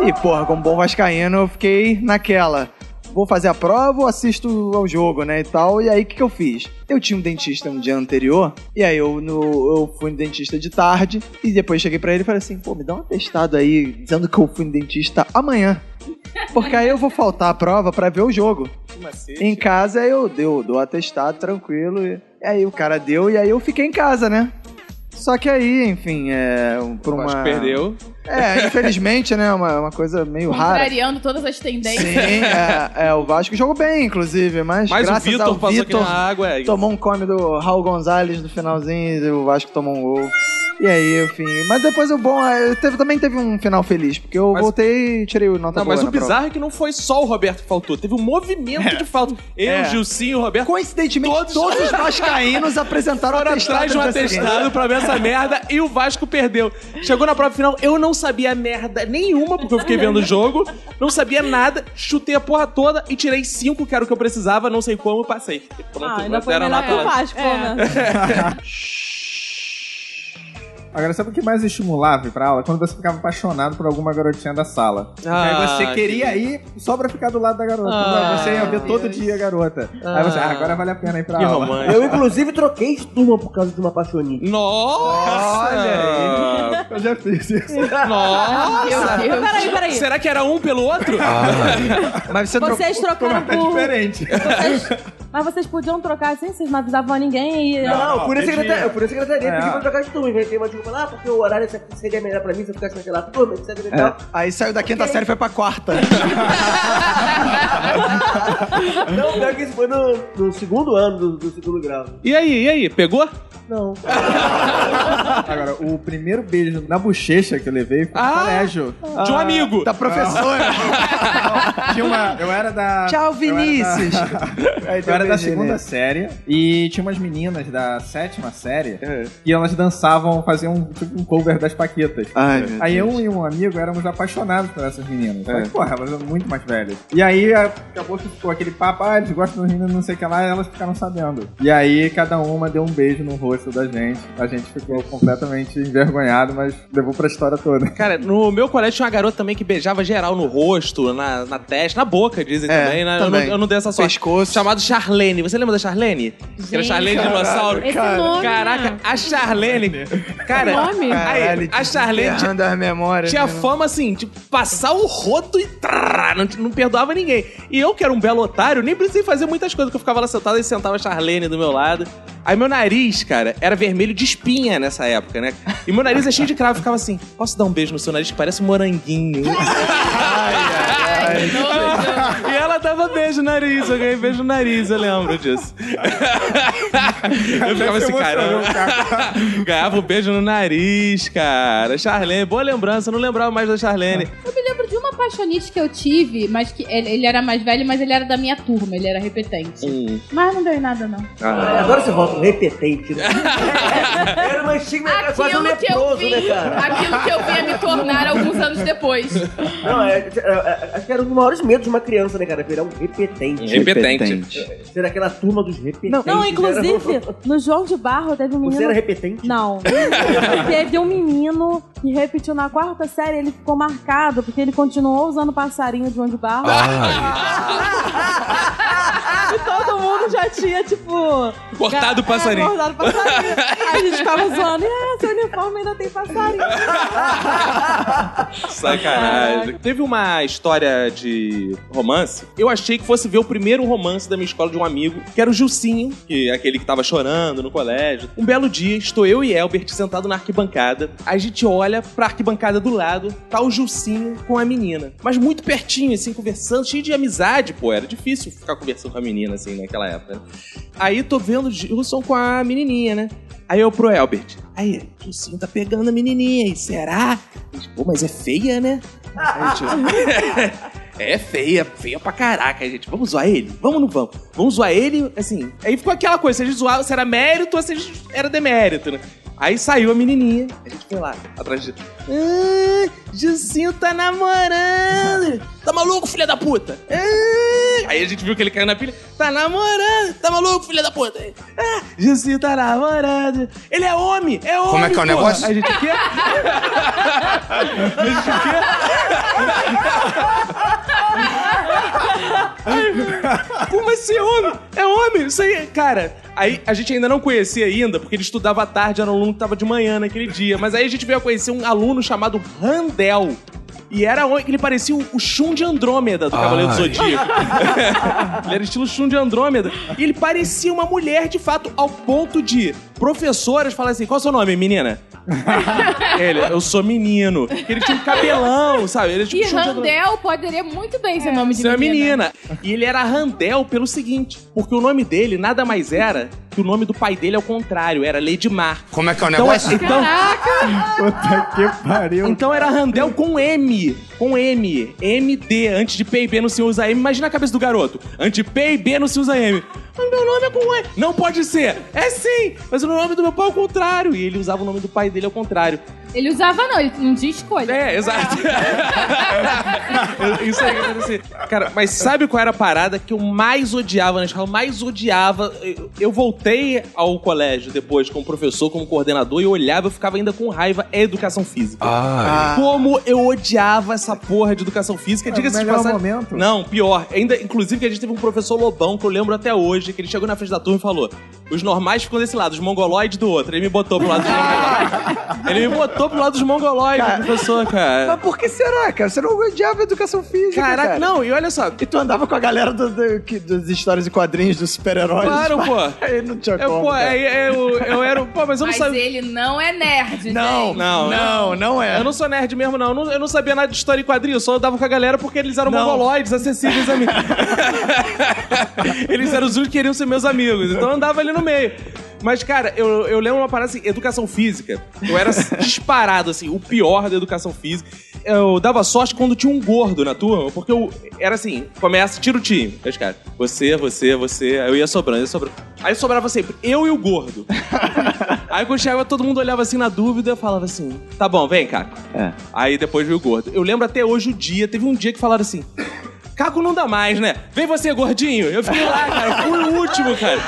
[SPEAKER 8] E, porra, como bom vascaíno, eu fiquei naquela. Vou fazer a prova ou assisto ao jogo, né, e tal. E aí, o que, que eu fiz? Eu tinha um dentista no dia anterior, e aí eu, no, eu fui no dentista de tarde, e depois cheguei pra ele e falei assim, pô, me dá um atestado aí, dizendo que eu fui no dentista amanhã. Porque aí eu vou faltar a prova pra ver o jogo. Em casa eu deu, dou atestado tranquilo. E aí o cara deu e aí eu fiquei em casa, né? Só que aí, enfim, é. um- Por uma...
[SPEAKER 1] Acho que perdeu.
[SPEAKER 8] É, infelizmente, né? Uma, uma coisa
[SPEAKER 3] Um
[SPEAKER 8] meio rara.
[SPEAKER 3] Contrariando todas as tendências.
[SPEAKER 8] Sim, é, é, o Vasco jogou bem, inclusive, mas,
[SPEAKER 1] Mas o
[SPEAKER 8] graças ao
[SPEAKER 1] Vitor passou aqui
[SPEAKER 8] Vitor
[SPEAKER 1] na água. é.
[SPEAKER 8] tomou um come do Raul Gonzalez no finalzinho e o Vasco tomou um gol. E aí, enfim. Mas depois o bom. é, Teve, também teve um final feliz, porque eu
[SPEAKER 1] Mas-
[SPEAKER 8] voltei e tirei o nota
[SPEAKER 1] Não,
[SPEAKER 8] boa
[SPEAKER 1] mas o
[SPEAKER 8] na prova.
[SPEAKER 1] bizarro é que não foi só o Roberto que faltou. Teve um movimento de falta. Eu,
[SPEAKER 8] tá É.
[SPEAKER 1] Gilcinho, o Roberto
[SPEAKER 8] Coincidentemente,
[SPEAKER 1] Todos-
[SPEAKER 8] todos, os vascaínos apresentaram
[SPEAKER 1] foram
[SPEAKER 8] atestado
[SPEAKER 1] atrás de um
[SPEAKER 8] no dia seguinte.
[SPEAKER 1] atestado pra ver essa merda e o Vasco perdeu. Chegou na prova final, eu não sabia merda nenhuma, porque eu fiquei vendo o jogo, não sabia nada, chutei a porra toda e tirei cinco, que era o que eu precisava, não sei como, e passei. E Pronto,
[SPEAKER 4] Ah, ainda
[SPEAKER 1] mas
[SPEAKER 4] foi
[SPEAKER 1] era
[SPEAKER 4] melhor que o
[SPEAKER 1] nota lá.
[SPEAKER 4] Vasco, né?
[SPEAKER 6] Agora, sabe o que mais estimulava ir pra aula? Quando você ficava apaixonado por alguma garotinha da sala.
[SPEAKER 1] Ah,
[SPEAKER 6] aí você queria ir só pra ficar do lado da garota.
[SPEAKER 1] Ah,
[SPEAKER 6] você ia ver todo dia a garota. aí você, ah, agora vale a pena ir pra
[SPEAKER 1] Que
[SPEAKER 6] aula.
[SPEAKER 1] romântico.
[SPEAKER 5] Eu, inclusive, troquei de turma por causa de uma apaixonite.
[SPEAKER 1] Nossa!
[SPEAKER 6] Eu já fiz isso.
[SPEAKER 1] Nossa!
[SPEAKER 3] Meu Deus.
[SPEAKER 4] Peraí, peraí.
[SPEAKER 1] Será que era um pelo outro?
[SPEAKER 8] Mas você, trocou.
[SPEAKER 4] Vocês trocaram
[SPEAKER 6] Tá
[SPEAKER 4] por.
[SPEAKER 6] diferente.
[SPEAKER 4] Vocês- Mas vocês podiam trocar assim, vocês não avisavam ninguém e.
[SPEAKER 5] Não, eu fui na
[SPEAKER 6] entendi.
[SPEAKER 5] secretaria, eu fui na secretaria,
[SPEAKER 6] É.
[SPEAKER 5] pedi pra trocar de turma. Inventei uma desculpa lá, porque o horário seria melhor pra mim se eu ficasse naquela turma, etc e tal.
[SPEAKER 8] Aí saiu da quinta série e foi pra quarta.
[SPEAKER 5] Não, Então, pior que isso foi no, no segundo ano do, do segundo grau.
[SPEAKER 1] E aí, e aí? Pegou?
[SPEAKER 5] Não.
[SPEAKER 6] Agora, o primeiro beijo na bochecha que eu levei foi no
[SPEAKER 1] Ah!
[SPEAKER 6] colégio.
[SPEAKER 1] De um amigo!
[SPEAKER 8] da professora.
[SPEAKER 6] Tinha uma. Eu era da.
[SPEAKER 8] Tchau,
[SPEAKER 6] eu era da-
[SPEAKER 8] Vinícius. Aí
[SPEAKER 6] Eu
[SPEAKER 8] deu
[SPEAKER 6] era
[SPEAKER 8] um
[SPEAKER 6] da
[SPEAKER 8] beijo
[SPEAKER 6] segunda
[SPEAKER 1] né?
[SPEAKER 8] nele.
[SPEAKER 6] série e tinha umas meninas da sétima série
[SPEAKER 1] É.
[SPEAKER 6] que elas dançavam, faziam um, tipo um cover das Paquitas.
[SPEAKER 8] Ai, meu
[SPEAKER 6] aí
[SPEAKER 8] Deus.
[SPEAKER 6] eu e um amigo éramos apaixonados por essas meninas. Só que, porra, elas eram muito mais velhas. E aí a- acabou que ficou aquele papo, ah, eles gostam das meninas, não sei o que lá, e elas ficaram sabendo. E aí cada uma deu um beijo no rosto da gente. A gente ficou completamente envergonhado, mas levou pra história toda.
[SPEAKER 1] Cara, no meu colégio tinha uma garota também que beijava geral no rosto, na, na testa, na boca, dizem
[SPEAKER 8] É,
[SPEAKER 1] também. né? Eu,
[SPEAKER 8] também.
[SPEAKER 1] não, eu não dei essa sorte.
[SPEAKER 8] Pescoço.
[SPEAKER 1] Chamado Charlene. Você lembra da Charlene? que era
[SPEAKER 16] Gente.
[SPEAKER 1] Charlene Dinossauro.
[SPEAKER 16] Esse nome,
[SPEAKER 1] Caraca,
[SPEAKER 16] né?
[SPEAKER 1] a Charlene. Cara,
[SPEAKER 16] Nome?
[SPEAKER 1] aí,
[SPEAKER 8] Caralho,
[SPEAKER 1] a Charlene tinha,
[SPEAKER 8] enterrando as memórias.
[SPEAKER 1] tinha
[SPEAKER 8] né?
[SPEAKER 1] fama assim, de passar o roto e trrr, não, não perdoava ninguém. E eu, que era um belo otário, nem precisei fazer muitas coisas, porque eu ficava lá sentado e sentava a Charlene do meu lado. Aí meu nariz, cara, era vermelho de espinha nessa época, né? E meu nariz é cheio de cravo, eu ficava assim: posso dar um beijo no seu nariz que parece um moranguinho?
[SPEAKER 3] Ai, que nojo.
[SPEAKER 1] E ela dava beijo no nariz, eu ganhei beijo no nariz, eu lembro disso. eu ficava assim, caramba. Ganhava um beijo no nariz, cara. Charlene, boa lembrança, eu não lembrava mais da Charlene.
[SPEAKER 3] Eu me lembro de uma apaixonite que eu tive, mas que ele, ele era mais velho, mas ele era da minha turma, ele era repetente.
[SPEAKER 1] Hum.
[SPEAKER 3] Mas não deu em nada, não.
[SPEAKER 1] Ah.
[SPEAKER 5] Agora você volta um repetente. É, Era uma estigma, era quase um
[SPEAKER 3] Aquilo é que eu
[SPEAKER 5] leproso,
[SPEAKER 3] vi,
[SPEAKER 5] né, cara?
[SPEAKER 3] aquilo que eu vi a me tornar alguns anos depois.
[SPEAKER 5] Não, é, é, é, acho que era um dos maiores medos de uma criança, né, cara? Virar um repetente.
[SPEAKER 1] Repetente.
[SPEAKER 5] Ser aquela turma dos repetentes.
[SPEAKER 4] Não, inclusive,
[SPEAKER 5] Era- um-
[SPEAKER 4] no João de Barro teve um menino.
[SPEAKER 5] Você era repetente?
[SPEAKER 4] Não. Teve um menino que repetiu na quarta série, ele ficou marcado porque ele continuou usando passarinho de João de Barro.
[SPEAKER 1] Ah.
[SPEAKER 4] E todo mundo já tinha, tipo.
[SPEAKER 1] Cortado o
[SPEAKER 4] é,
[SPEAKER 1] passarinho.
[SPEAKER 4] cortado o passarinho. Aí a gente ficava zoando, ah, seu uniforme ainda tem passarinho.
[SPEAKER 1] Sacanagem. Teve uma história de romance. Eu achei que fosse ver o primeiro romance da minha escola de um amigo, que era o Gilcinho, que é aquele que tava chorando no colégio. Um belo dia, estou eu e Elbert sentado na arquibancada. A gente olha pra arquibancada do lado, tá o Gilcinho com a menina. Mas muito pertinho, assim, conversando, cheio de amizade, pô. Era difícil ficar conversando com a menina, assim, naquela época. né? Aí tô vendo o Gilson com a menininha, né? Aí eu pro Elbert. Aí, o Gilcinho tá pegando a menininha, e será? Ele, Pô, mas é feia, né? Aí, tio, é feia, feia pra caraca, Aí, gente. Vamos zoar ele? Vamos ou não vamos? Vamos zoar ele, assim. Aí ficou aquela coisa, se a gente zoava, se era mérito ou se a gente era demérito, né? Aí saiu a menininha, a gente foi lá, atrás de... Ah, Gilcinho tá namorando! Tá maluco, filha da puta? Ah. Aí a gente viu que ele caiu na pilha. Tá namorando! Tá maluco, filha da puta? Ah, Gilcinho tá namorando! Ele é homem! É homem!
[SPEAKER 13] é que é o
[SPEAKER 1] porra.
[SPEAKER 13] negócio?
[SPEAKER 1] Aí a gente, o quê? Como assim é homem? É homem, isso aí, cara. Aí a gente ainda não conhecia ainda, porque ele estudava à tarde, era um aluno que tava de manhã naquele dia. Mas aí a gente veio a conhecer um aluno chamado Randel. E era homem, que ele parecia o o Shun de Andrômeda do Cavaleiro do
[SPEAKER 14] Ai.
[SPEAKER 1] Zodíaco. ele era estilo Shun de Andrômeda. E ele parecia uma mulher, de fato, ao ponto de professoras falarem assim: qual é o seu nome, menina? ele, eu sou menino. Porque ele tinha um cabelão, sabe? Ele era tipo
[SPEAKER 3] E
[SPEAKER 1] Shun de Andrômeda.
[SPEAKER 3] Randel poderia muito bem ser nome de
[SPEAKER 1] Isso é uma
[SPEAKER 3] menina.
[SPEAKER 1] menina. E ele era Randel pelo seguinte, porque o nome dele nada mais era que o nome do pai dele ao contrário, era Leidmar.
[SPEAKER 13] Como é que é o
[SPEAKER 1] Então,
[SPEAKER 13] negócio?
[SPEAKER 1] então,
[SPEAKER 6] Puta que pariu.
[SPEAKER 1] então era Randel com M, com M, MD, antes de P e B não se usa M, imagina a cabeça do garoto, antes de P e B não se usa M. Mas meu nome é com M. Não pode ser. É sim, mas o nome do meu pai é ao contrário. E ele usava o nome do pai dele ao contrário.
[SPEAKER 3] Ele usava não, ele não tinha escolha.
[SPEAKER 1] É, exato. Isso aí que aconteceu. Cara, mas sabe qual era a parada que eu mais odiava na escola? Mais odiava. Eu- Eu voltei ao colégio depois como professor, como coordenador, e eu olhava e ficava ainda com raiva. É educação física.
[SPEAKER 14] Ai.
[SPEAKER 6] Ah.
[SPEAKER 8] Ah,
[SPEAKER 1] Como eu odiava essa porra de educação física.
[SPEAKER 6] É o
[SPEAKER 1] Diga-se de
[SPEAKER 6] melhor
[SPEAKER 1] passagem.
[SPEAKER 6] momento.
[SPEAKER 1] Não, pior. Ainda, inclusive, que a gente teve um professor Lobão, que eu lembro até hoje, que ele chegou na frente da turma e falou: os normais ficam desse lado, os mongoloides do outro. Ele me botou pro lado dos mongoloides. Ele me botou pro lado dos mongoloides, professor, cara.
[SPEAKER 8] Mas por é que será, cara? Você não odiava a educação física,
[SPEAKER 1] Caraca,
[SPEAKER 8] cara?
[SPEAKER 1] não, e olha só.
[SPEAKER 8] E tu andava com a galera do, do- que- dos histórias e quadrinhos dos super-heróis?
[SPEAKER 1] Claro, pô.
[SPEAKER 8] Aí não tinha
[SPEAKER 1] Eu,
[SPEAKER 8] como,
[SPEAKER 1] pô, é
[SPEAKER 8] cara.
[SPEAKER 1] aí eu, eu era. o- Pô, mas eu não
[SPEAKER 3] Mas
[SPEAKER 1] sabia.
[SPEAKER 3] ele não é nerd,
[SPEAKER 8] Não,
[SPEAKER 3] gente.
[SPEAKER 1] Não,
[SPEAKER 8] não, não, é.
[SPEAKER 1] Eu não sou nerd mesmo, não. Eu não, eu não sabia nada de história e quadrinho. Eu só andava com a galera porque eles eram
[SPEAKER 8] Não.
[SPEAKER 1] mongoloides, acessíveis a mim. eles eram os únicos que queriam ser meus amigos. Então eu andava ali no meio. Mas, cara, eu, eu lembro uma parada assim, educação física. Eu era disparado, assim, o pior da educação física. Eu dava sorte quando tinha um gordo na turma, porque eu era assim, começa, tira o time. Aí os caras, você, você, você. Aí eu ia sobrando, ia sobrando. Aí sobrava sempre eu e o gordo. Aí quando chegava, todo mundo olhava assim na dúvida e falava assim: tá bom, vem, Caco. Aí depois veio o gordo. Eu lembro até hoje o dia, teve um dia que falaram assim. Caco não dá mais, né? Vem você, gordinho! Eu fiquei lá, cara, fui o último, cara.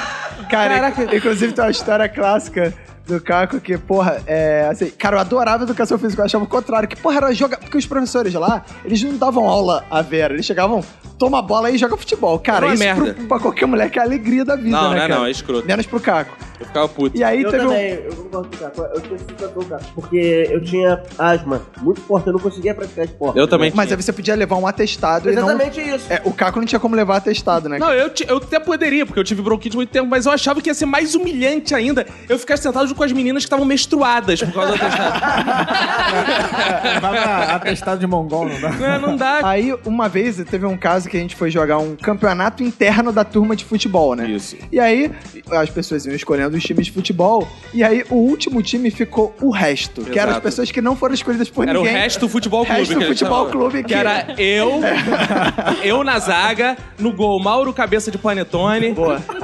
[SPEAKER 8] Cara, é
[SPEAKER 1] Caraca.
[SPEAKER 8] inclusive tem uma história clássica do Caco que, porra, é assim, cara, eu adorava educação física, eu achava o contrário, que porra era jogar, porque os professores lá, eles não davam aula a Vera, eles chegavam, toma a bola aí e joga futebol.
[SPEAKER 1] Era
[SPEAKER 8] Cara,
[SPEAKER 1] É uma
[SPEAKER 8] isso
[SPEAKER 1] merda.
[SPEAKER 8] Pro, pra qualquer moleque é a alegria da vida,
[SPEAKER 1] Não, não
[SPEAKER 8] né,
[SPEAKER 1] é
[SPEAKER 8] cara?
[SPEAKER 1] não, é escroto.
[SPEAKER 8] Menos pro Caco.
[SPEAKER 1] Eu ficava puto.
[SPEAKER 8] E aí
[SPEAKER 5] Eu
[SPEAKER 8] teve um...
[SPEAKER 5] também, eu concordo com o Caco. Eu tinha sido com o Caco, porque eu tinha asma muito forte, eu não conseguia praticar esporte.
[SPEAKER 1] Eu também.
[SPEAKER 8] Mas
[SPEAKER 1] tinha.
[SPEAKER 8] aí você podia levar um atestado
[SPEAKER 5] Exatamente isso.
[SPEAKER 8] e não... É, o Caco não tinha como levar atestado, né?
[SPEAKER 1] Não, eu, ti- eu até poderia, porque eu tive bronquite muito tempo, mas eu achava que ia ser mais humilhante ainda eu ficar sentado junto com as meninas que estavam menstruadas por causa do atestado.
[SPEAKER 6] Levava atestado de mongol, não dá?
[SPEAKER 1] não, não dá.
[SPEAKER 8] Ah, Aí, uma vez, teve um caso que a gente foi jogar um campeonato interno da turma de futebol, né?
[SPEAKER 1] Isso.
[SPEAKER 8] E aí as pessoas iam escolhendo os times de futebol, e aí o último time ficou o resto, que eram as
[SPEAKER 1] Exato.
[SPEAKER 8] pessoas que não foram escolhidas por
[SPEAKER 1] Era o
[SPEAKER 8] ninguém.
[SPEAKER 1] resto do futebol clube.
[SPEAKER 8] Resto
[SPEAKER 1] que eles
[SPEAKER 8] futebol
[SPEAKER 1] chamavam.
[SPEAKER 8] clube que-
[SPEAKER 1] Que era eu, eu na zaga, no gol Mauro Cabeça de Panetone,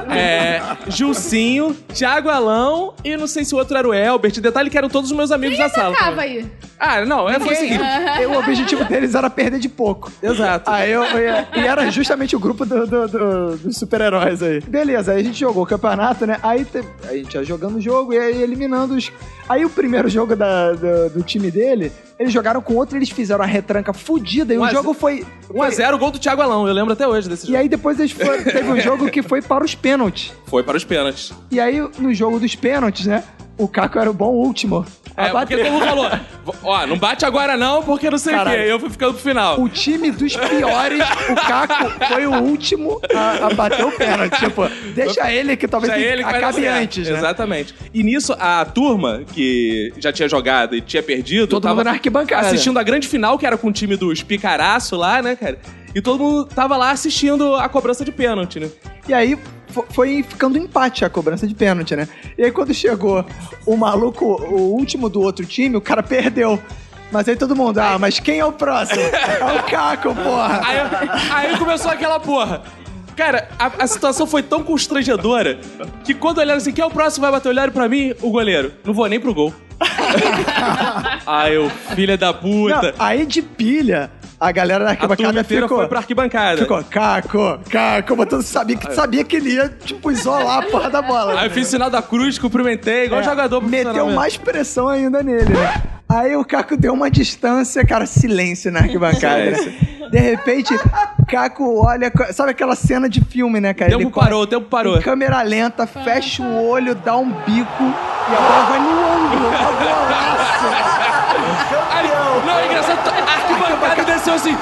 [SPEAKER 1] é, Gilcinho, Thiago Alão e não sei se o outro era o Elbert. Detalhe que eram todos os meus amigos da sala.
[SPEAKER 3] Tava aí.
[SPEAKER 1] Ah, não, é, foi o seguinte.
[SPEAKER 8] E o objetivo deles era perder de pouco.
[SPEAKER 1] Exato.
[SPEAKER 8] Aí eu, eu ia- e era justamente o grupo do- do- do- dos super-heróis aí. Beleza, aí a gente jogou o campeonato, né? Aí te- a gente ia jogando o jogo e aí eliminando os. Aí o primeiro jogo da- do, do time dele, eles jogaram com outro, eles fizeram uma retranca fodida e
[SPEAKER 1] Um
[SPEAKER 8] o
[SPEAKER 1] a
[SPEAKER 8] jogo foi.
[SPEAKER 1] 1x0, gol do Thiago Alão. Eu lembro até hoje desse
[SPEAKER 8] E
[SPEAKER 1] jogo.
[SPEAKER 8] aí depois eles foram, teve um jogo que foi para os pênaltis.
[SPEAKER 1] Foi para os pênaltis.
[SPEAKER 8] E aí, no jogo dos pênaltis, né? O Caco era o bom último. a
[SPEAKER 1] É, porque
[SPEAKER 8] bater.
[SPEAKER 1] todo mundo falou, ó, não bate agora não, porque não sei o quê.
[SPEAKER 8] Caralho.
[SPEAKER 1] Eu fui ficando pro final.
[SPEAKER 8] O time dos piores, o Caco foi o último a, a bater o pênalti. Tipo, deixa ele que talvez
[SPEAKER 1] Deixa ele que vai dar
[SPEAKER 8] acabe
[SPEAKER 1] certo.
[SPEAKER 8] antes, né?
[SPEAKER 1] Exatamente. E nisso, a turma que já tinha jogado e tinha perdido...
[SPEAKER 8] Todo
[SPEAKER 1] tava
[SPEAKER 8] mundo na arquibancada.
[SPEAKER 1] Assistindo a grande final, que era com o time dos picaraço lá, né, cara? E todo mundo tava lá assistindo a cobrança de pênalti, né?
[SPEAKER 8] E aí fo- foi ficando um empate a cobrança de pênalti, né? E aí quando chegou o maluco, o último do outro time, o cara perdeu. Mas aí todo mundo, ah, mas quem é o próximo? É o Caco, porra!
[SPEAKER 1] Aí, aí começou aquela porra. Cara, a, a situação foi tão constrangedora que quando olharam assim, quem é o próximo vai bater? Olharam pra mim, o goleiro. Não vou nem pro gol. Aí eu, filha da
[SPEAKER 8] Não,
[SPEAKER 1] puta.
[SPEAKER 8] aí de pilha, a galera da
[SPEAKER 1] a turma
[SPEAKER 8] arquibancada
[SPEAKER 1] inteira
[SPEAKER 8] ficou...
[SPEAKER 1] foi pra arquibancada.
[SPEAKER 8] Ficou, Caco, Caco, botando, sabia que, sabia que ele ia, tipo, isolar a porra da bola.
[SPEAKER 1] Aí eu fiz sinal da cruz, cumprimentei, igual
[SPEAKER 8] É,
[SPEAKER 1] jogador profissional
[SPEAKER 8] Meteu
[SPEAKER 1] mesmo.
[SPEAKER 8] mais pressão ainda nele, né? Aí o Caco deu uma distância, cara, silêncio na arquibancada. né? De repente, Caco olha. Sabe aquela cena de filme, né, cara?
[SPEAKER 1] O tempo
[SPEAKER 8] Ele corre
[SPEAKER 1] parou, o tempo parou.
[SPEAKER 8] em câmera lenta, fecha o olho, dá um bico e a bola vai no ombro. Uma golaço.
[SPEAKER 1] Aí, não, é engraçado, a arquibancada desceu assim.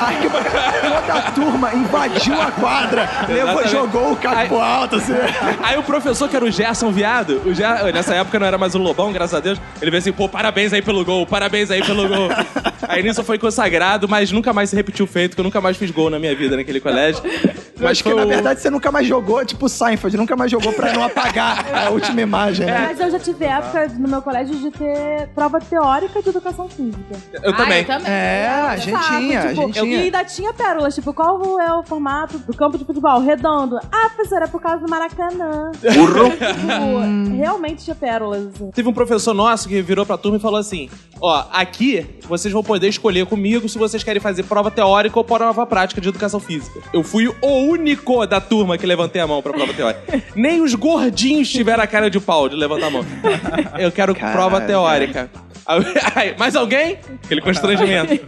[SPEAKER 8] A arquibancada- Toda a turma invadiu a quadra, levou,
[SPEAKER 1] Exatamente.
[SPEAKER 8] jogou o Caco
[SPEAKER 1] Aí-
[SPEAKER 8] pro alto, assim.
[SPEAKER 1] Aí o professor, que era o Gerson Viado, o Ger- nessa época não era mais o Lobão, graças a Deus, ele veio assim, pô, parabéns aí pelo gol, parabéns aí pelo gol. aí nisso foi consagrado, mas nunca mais se repetiu o feito, que eu nunca mais fiz gol na minha vida naquele colégio.
[SPEAKER 8] Eu acho que,
[SPEAKER 1] foi
[SPEAKER 8] na
[SPEAKER 1] o-
[SPEAKER 8] verdade, você nunca mais jogou, tipo Seinfeld, nunca mais jogou pra não apagar a última imagem,
[SPEAKER 1] É.
[SPEAKER 8] né?
[SPEAKER 4] Mas eu já tive época no meu colégio de ter prova teórica de educação física.
[SPEAKER 1] Eu
[SPEAKER 3] Ah,
[SPEAKER 1] também.
[SPEAKER 3] eu também.
[SPEAKER 8] É, a gente
[SPEAKER 4] Saco,
[SPEAKER 8] tinha, a
[SPEAKER 4] tipo,
[SPEAKER 8] gente
[SPEAKER 4] E
[SPEAKER 8] tinha.
[SPEAKER 4] ainda tinha pérolas, tipo, qual é o formato do campo de futebol? Redondo. Ah, professora, é por causa do Maracanã.
[SPEAKER 8] Hum.
[SPEAKER 4] tipo, realmente tinha pérolas, assim.
[SPEAKER 1] Teve um professor nosso que virou pra turma e falou assim: Ó, aqui vocês vão poder escolher comigo se vocês querem fazer prova teórica ou prova prática de educação física. Eu fui o único da turma que levantei a mão pra prova teórica. Nem os gordinhos tiveram a cara de pau de levantar a mão. Eu quero prova teórica. Aí, Mais alguém? Aquele constrangimento.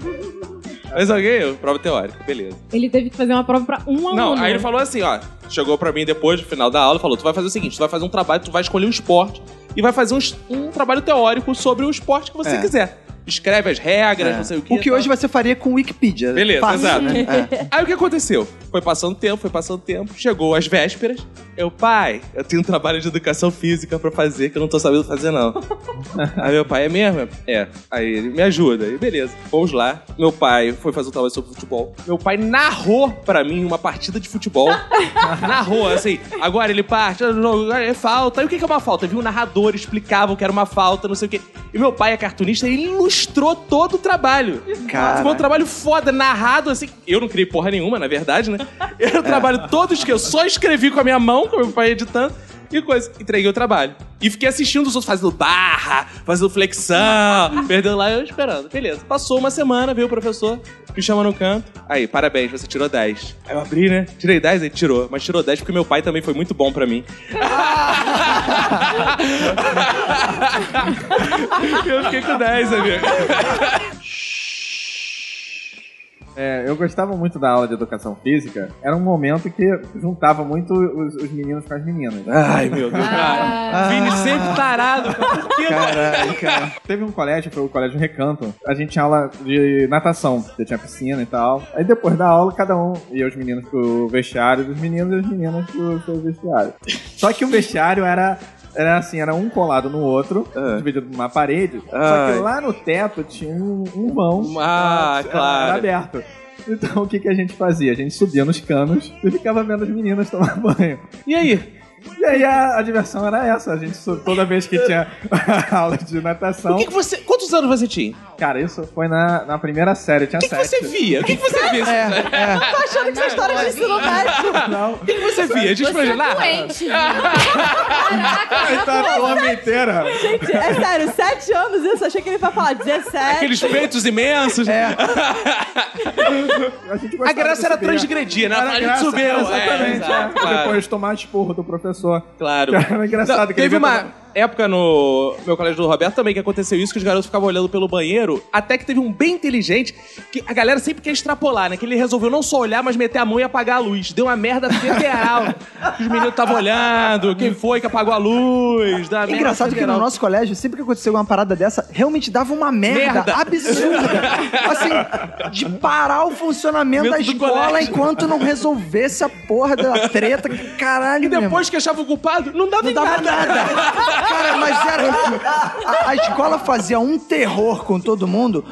[SPEAKER 1] Mais alguém? Prova teórica, beleza.
[SPEAKER 7] Ele teve que fazer uma prova pra um aluno.
[SPEAKER 1] Não, aí ele falou assim, ó. Chegou pra mim depois, no final da aula, e falou: tu vai fazer o seguinte, tu vai fazer um trabalho, tu vai escolher um esporte e vai fazer um, es- um trabalho teórico sobre o esporte que você quiser. Escreve as regras, não sei o quê.
[SPEAKER 8] É. O que
[SPEAKER 1] tal.
[SPEAKER 8] hoje você faria com Wikipedia.
[SPEAKER 1] É. Beleza,
[SPEAKER 8] Fácil,
[SPEAKER 1] exato.
[SPEAKER 8] né? É.
[SPEAKER 1] Aí o que aconteceu? Foi passando tempo, foi passando tempo, chegou às vésperas. Eu, pai, eu tenho um trabalho de educação física pra fazer que eu não tô sabendo fazer, não. Aí meu pai, é mesmo? É. Aí ele me ajuda. E beleza, vamos lá. Meu pai foi fazer um trabalho sobre futebol. Meu pai narrou pra mim uma partida de futebol. narrou, assim. Agora ele parte, ah, não, agora é falta. E o que que é uma falta? Viu um narrador, explicava o que era uma falta, não sei o quê. E meu pai é cartunista, ele ilustrou todo o trabalho.
[SPEAKER 8] Cara.
[SPEAKER 1] Ficou um trabalho foda, narrado, assim. Eu não criei porra nenhuma, na verdade, né? Era um trabalho todos que eu só escrevi com a minha mão, com meu pai editando. E coisa, entreguei o trabalho. E fiquei assistindo os outros fazendo barra, fazendo flexão, perdendo lá, eu esperando. Beleza. Passou uma semana, veio o professor, me chama no canto. Aí, parabéns, você tirou 10. Aí eu abri, né? Tirei 10, ele tirou. Mas tirou 10 porque meu pai também foi muito bom pra mim. eu fiquei com 10, amigo.
[SPEAKER 6] É, eu gostava muito da aula de educação física. Era um momento que juntava muito os, os meninos com as meninas.
[SPEAKER 1] Ai, meu
[SPEAKER 17] Ah.
[SPEAKER 1] Deus, cara. Vini sempre tarado. Por que,
[SPEAKER 6] Caralho, cara. Teve um colégio, foi o colégio Recanto. A gente tinha aula de natação, porque tinha piscina e tal. Aí depois da aula, cada um ia os meninos pro vestiário dos meninos e as meninas pro seu vestiário. Só que o vestiário era. Era assim, era um colado no outro, dividido numa parede. Só
[SPEAKER 1] Ah. Ai.
[SPEAKER 6] que lá no teto tinha um, um vão
[SPEAKER 1] Ah,
[SPEAKER 6] era-
[SPEAKER 1] claro.
[SPEAKER 6] era aberto. Então o que, que a gente fazia? A gente subia nos canos e ficava vendo as meninas tomar banho.
[SPEAKER 1] E aí?
[SPEAKER 6] E aí a, a diversão era essa. A gente sub- toda vez que tinha aula de natação.
[SPEAKER 1] O que, que você. Quantos anos você tinha?
[SPEAKER 6] Cara, isso foi na, na primeira série, eu tinha
[SPEAKER 1] O que, que
[SPEAKER 6] sete.
[SPEAKER 1] você via? O que, que você via?
[SPEAKER 6] é.
[SPEAKER 17] Tô achando
[SPEAKER 1] "Né,
[SPEAKER 17] que essa
[SPEAKER 1] é
[SPEAKER 17] história de
[SPEAKER 1] assim."
[SPEAKER 17] ensino médio.
[SPEAKER 6] Não.
[SPEAKER 1] O que, que você via? A gente
[SPEAKER 17] Você é
[SPEAKER 1] lá.
[SPEAKER 17] doente.
[SPEAKER 6] Tá a porra inteira.
[SPEAKER 17] Gente, é sério, sete anos isso? Achei que ele vai falar 17.
[SPEAKER 1] Aqueles peitos imensos. É.
[SPEAKER 6] gostava
[SPEAKER 1] a
[SPEAKER 6] de
[SPEAKER 1] graça era
[SPEAKER 6] subir.
[SPEAKER 1] transgredir, né?
[SPEAKER 6] Era
[SPEAKER 1] a gente
[SPEAKER 6] graça,
[SPEAKER 1] subiu. é,
[SPEAKER 6] Exatamente.
[SPEAKER 1] exato, claro.
[SPEAKER 6] Depois tomar esporro do professor.
[SPEAKER 1] Claro.
[SPEAKER 6] Era É engraçado
[SPEAKER 1] Não,
[SPEAKER 6] que ele
[SPEAKER 1] teve
[SPEAKER 6] ia
[SPEAKER 1] uma
[SPEAKER 6] tomar-
[SPEAKER 1] época no meu colégio do Roberto também que aconteceu isso, que os garotos ficavam olhando pelo banheiro, até que teve um bem inteligente, que a galera sempre quer extrapolar, né? Que ele resolveu não só olhar, mas meter a mão e apagar a luz. Deu uma merda federal. os meninos estavam olhando, quem foi que apagou a luz? Da
[SPEAKER 8] É engraçado que no nosso colégio, sempre que acontecia uma parada dessa, realmente dava uma merda,
[SPEAKER 1] Merda.
[SPEAKER 8] absurda. assim, de parar o funcionamento
[SPEAKER 1] Dentro
[SPEAKER 8] da
[SPEAKER 1] do
[SPEAKER 8] escola
[SPEAKER 1] colégio.
[SPEAKER 8] enquanto não resolvesse a porra da treta. que Caralho,
[SPEAKER 1] E
[SPEAKER 8] meu irmão.
[SPEAKER 1] depois que achava o culpado, não dava,
[SPEAKER 8] Não
[SPEAKER 1] em
[SPEAKER 8] dava
[SPEAKER 1] nada.
[SPEAKER 8] nada. Cara, mas era. um A, a escola fazia um terror com todo mundo.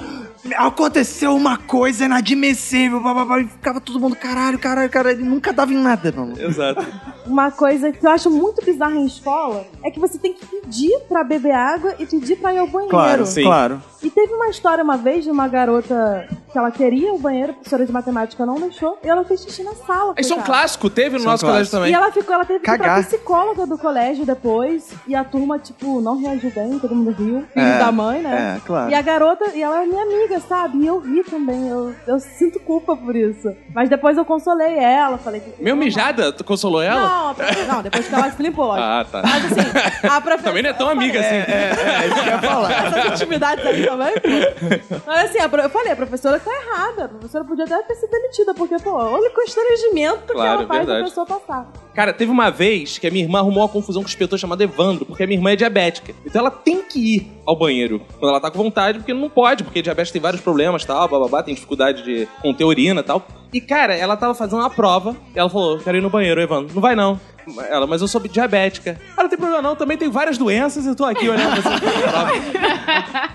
[SPEAKER 8] Aconteceu uma coisa inadmissível, blá, blá, blá, e ficava todo mundo, caralho, caralho, caralho, ele nunca dava em nada, mano.
[SPEAKER 1] Exato.
[SPEAKER 4] Uma coisa que eu acho muito bizarra em escola é que você tem que pedir pra beber água e pedir pra ir ao banheiro.
[SPEAKER 8] claro.
[SPEAKER 4] E teve uma história uma vez de uma garota que ela queria o banheiro, a professora de matemática não deixou, e ela fez xixi na sala.
[SPEAKER 1] Isso é um
[SPEAKER 4] coitada.
[SPEAKER 1] clássico, teve no
[SPEAKER 8] Isso é um
[SPEAKER 1] nosso colégio
[SPEAKER 8] clássico.
[SPEAKER 1] também.
[SPEAKER 4] E ela ficou, ela teve que ir pra
[SPEAKER 8] Cagar.
[SPEAKER 4] psicóloga do colégio depois, e a turma, tipo, não reagiu bem, todo mundo riu, filho
[SPEAKER 8] É,
[SPEAKER 4] da mãe, né?
[SPEAKER 8] é, claro.
[SPEAKER 4] E a garota, e ela é minha amiga, sabe? E eu ri também, eu, eu sinto culpa por isso. Mas depois eu consolei ela, falei que.
[SPEAKER 1] Meu mijada, tu consolou ela?
[SPEAKER 4] Não, a profe- não, depois que ela se limpou, lógico.
[SPEAKER 1] Ah, tá.
[SPEAKER 4] Mas assim, a professora.
[SPEAKER 1] Também não é tão amiga assim.
[SPEAKER 4] Essas intimidades aí tá também. pô. Mas assim, a pro- eu falei, a professora tá errada. A professora podia até ter sido demitida, porque, pô, olha o constrangimento
[SPEAKER 1] Claro,
[SPEAKER 4] que ela faz
[SPEAKER 1] verdade.
[SPEAKER 4] a pessoa passar.
[SPEAKER 1] Cara, teve uma vez que a minha irmã arrumou uma confusão com o inspetor chamado Evandro, porque a minha irmã é diabética. Então ela tem que ir ao banheiro quando ela tá com vontade, porque não pode, porque diabetes tem vários problemas, tal, bababá, tem dificuldade de conter urina e tal. E, cara, ela tava fazendo uma prova, e ela falou, quero ir no banheiro, Evandro. Não vai, não. Ela, mas eu sou diabética. Ah, não tem problema não, também tenho várias doenças e tô aqui olhando pra você. fazer a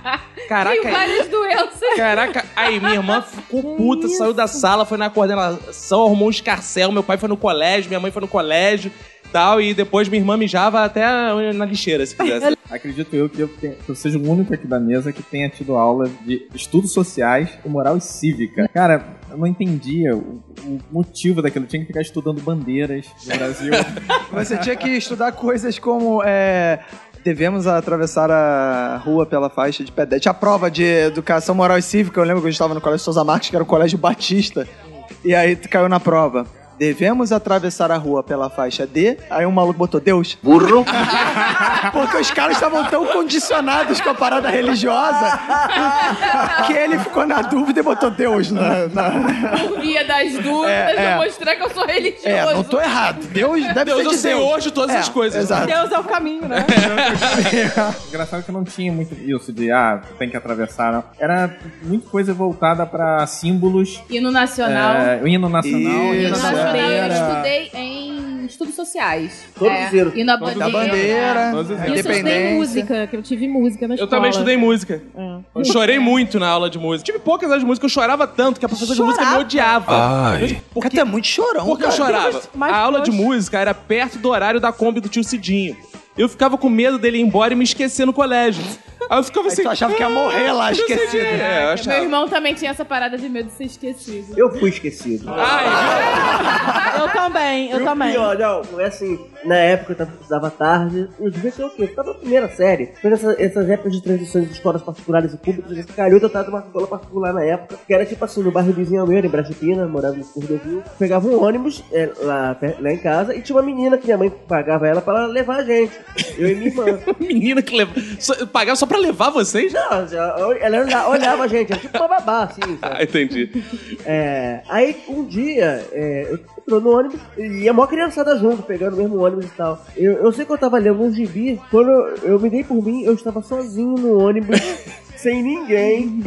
[SPEAKER 1] prova." Caraca, é
[SPEAKER 3] Tem várias doenças.
[SPEAKER 1] Caraca, aí minha irmã ficou puta, saiu da sala, foi na coordenação, arrumou um escarcel, meu pai foi no colégio, minha mãe foi no colégio tal, e depois minha irmã mijava até na lixeira, se quisesse.
[SPEAKER 6] Acredito eu que eu, tenha- que eu seja o único aqui da mesa que tenha tido aula de estudos sociais, e moral e cívica. Cara, eu não entendia o, o motivo daquilo. Eu tinha que ficar estudando bandeiras do Brasil.
[SPEAKER 8] Você tinha que estudar coisas como. é, Devemos atravessar a rua pela faixa de pedestre. Tinha a prova de educação moral e cívica. Eu lembro que a gente estava no Colégio Souza Marques, que era o Colégio Batista. E aí tu caiu na prova. Devemos atravessar a rua pela faixa D. Aí um maluco botou Deus. Burro. Porque os caras estavam tão condicionados com a parada religiosa que ele ficou na dúvida e botou Deus na- na,
[SPEAKER 3] Por via das dúvidas,
[SPEAKER 8] É, é.
[SPEAKER 3] vou mostrar que eu sou religioso.
[SPEAKER 8] é, não tô errado. Deus deve
[SPEAKER 1] Deus é
[SPEAKER 8] ser
[SPEAKER 1] o
[SPEAKER 8] de
[SPEAKER 1] Senhor
[SPEAKER 8] Deus.
[SPEAKER 1] de todas
[SPEAKER 8] É,
[SPEAKER 1] as coisas.
[SPEAKER 8] Exato.
[SPEAKER 4] Deus é o caminho, né?
[SPEAKER 6] Engraçado que não tinha muito isso de, ah, tem que atravessar. Não. Era muito coisa voltada pra símbolos,
[SPEAKER 3] E no Nacional.
[SPEAKER 6] é, o hino nacional,
[SPEAKER 3] E
[SPEAKER 8] Isso, é.
[SPEAKER 3] no
[SPEAKER 6] hino da
[SPEAKER 3] Nacional eu
[SPEAKER 6] bandeira.
[SPEAKER 3] estudei em estudos sociais. É,
[SPEAKER 5] Todos zero.
[SPEAKER 3] E na
[SPEAKER 8] Tá Da
[SPEAKER 3] bandeira.
[SPEAKER 8] bandeira,
[SPEAKER 6] Todos
[SPEAKER 8] da
[SPEAKER 6] os-
[SPEAKER 7] Isso eu estudei
[SPEAKER 8] independência.
[SPEAKER 7] música, que eu tive música na
[SPEAKER 1] Eu
[SPEAKER 7] escola.
[SPEAKER 1] também estudei música.
[SPEAKER 8] É.
[SPEAKER 1] Eu chorei muito na aula de música. Tive poucas aulas de música, eu chorava tanto que a professora de música me odiava.
[SPEAKER 14] Ai.
[SPEAKER 8] Porque tu é muito chorão,
[SPEAKER 1] Porque eu
[SPEAKER 8] cara.
[SPEAKER 1] chorava.
[SPEAKER 4] mas
[SPEAKER 1] A aula de
[SPEAKER 4] poxa.
[SPEAKER 1] música era perto do horário da Kombi do tio Cidinho. Eu ficava com medo dele ir embora e me esquecer no colégio. Aí eu ficava
[SPEAKER 8] Aí
[SPEAKER 1] assim.
[SPEAKER 8] tu achava que ia morrer lá,
[SPEAKER 1] tio Cidinho.
[SPEAKER 8] esquecido.
[SPEAKER 1] É, eu
[SPEAKER 3] Meu
[SPEAKER 1] achava.
[SPEAKER 3] irmão também tinha essa parada de medo de ser esquecido.
[SPEAKER 5] Eu fui esquecido.
[SPEAKER 1] Ai,
[SPEAKER 4] Eu também, eu
[SPEAKER 5] E o
[SPEAKER 4] também.
[SPEAKER 5] Pior, não, não é assim. Na época eu tava- estudava tarde. Eu devia ser o quê? Eu tava na primeira série. Foi nessa- essas épocas de transições de escolas particulares e públicas. Eu calhou, eu tava numa escola particular na época. Que era tipo assim, no bairro do Vizinho Almeida, em Brasília, morava no Cordovil. Pegava um ônibus é, lá, pe- lá em casa e tinha uma menina que minha mãe pagava ela pra ela levar a gente. Eu e minha irmã.
[SPEAKER 1] menina que leva. só- pagava só pra levar vocês?
[SPEAKER 5] Não, já- ela olha- olhava a gente, era tipo uma babá, assim, sabe?
[SPEAKER 1] Ah, entendi.
[SPEAKER 5] É, aí um dia, é, eu entrou no ônibus e a maior criançada junto, pegando o mesmo ônibus e tal. Eu, eu sei que eu tava lendo um gibi, quando eu, eu me dei por mim, eu estava sozinho no ônibus. Sem ninguém,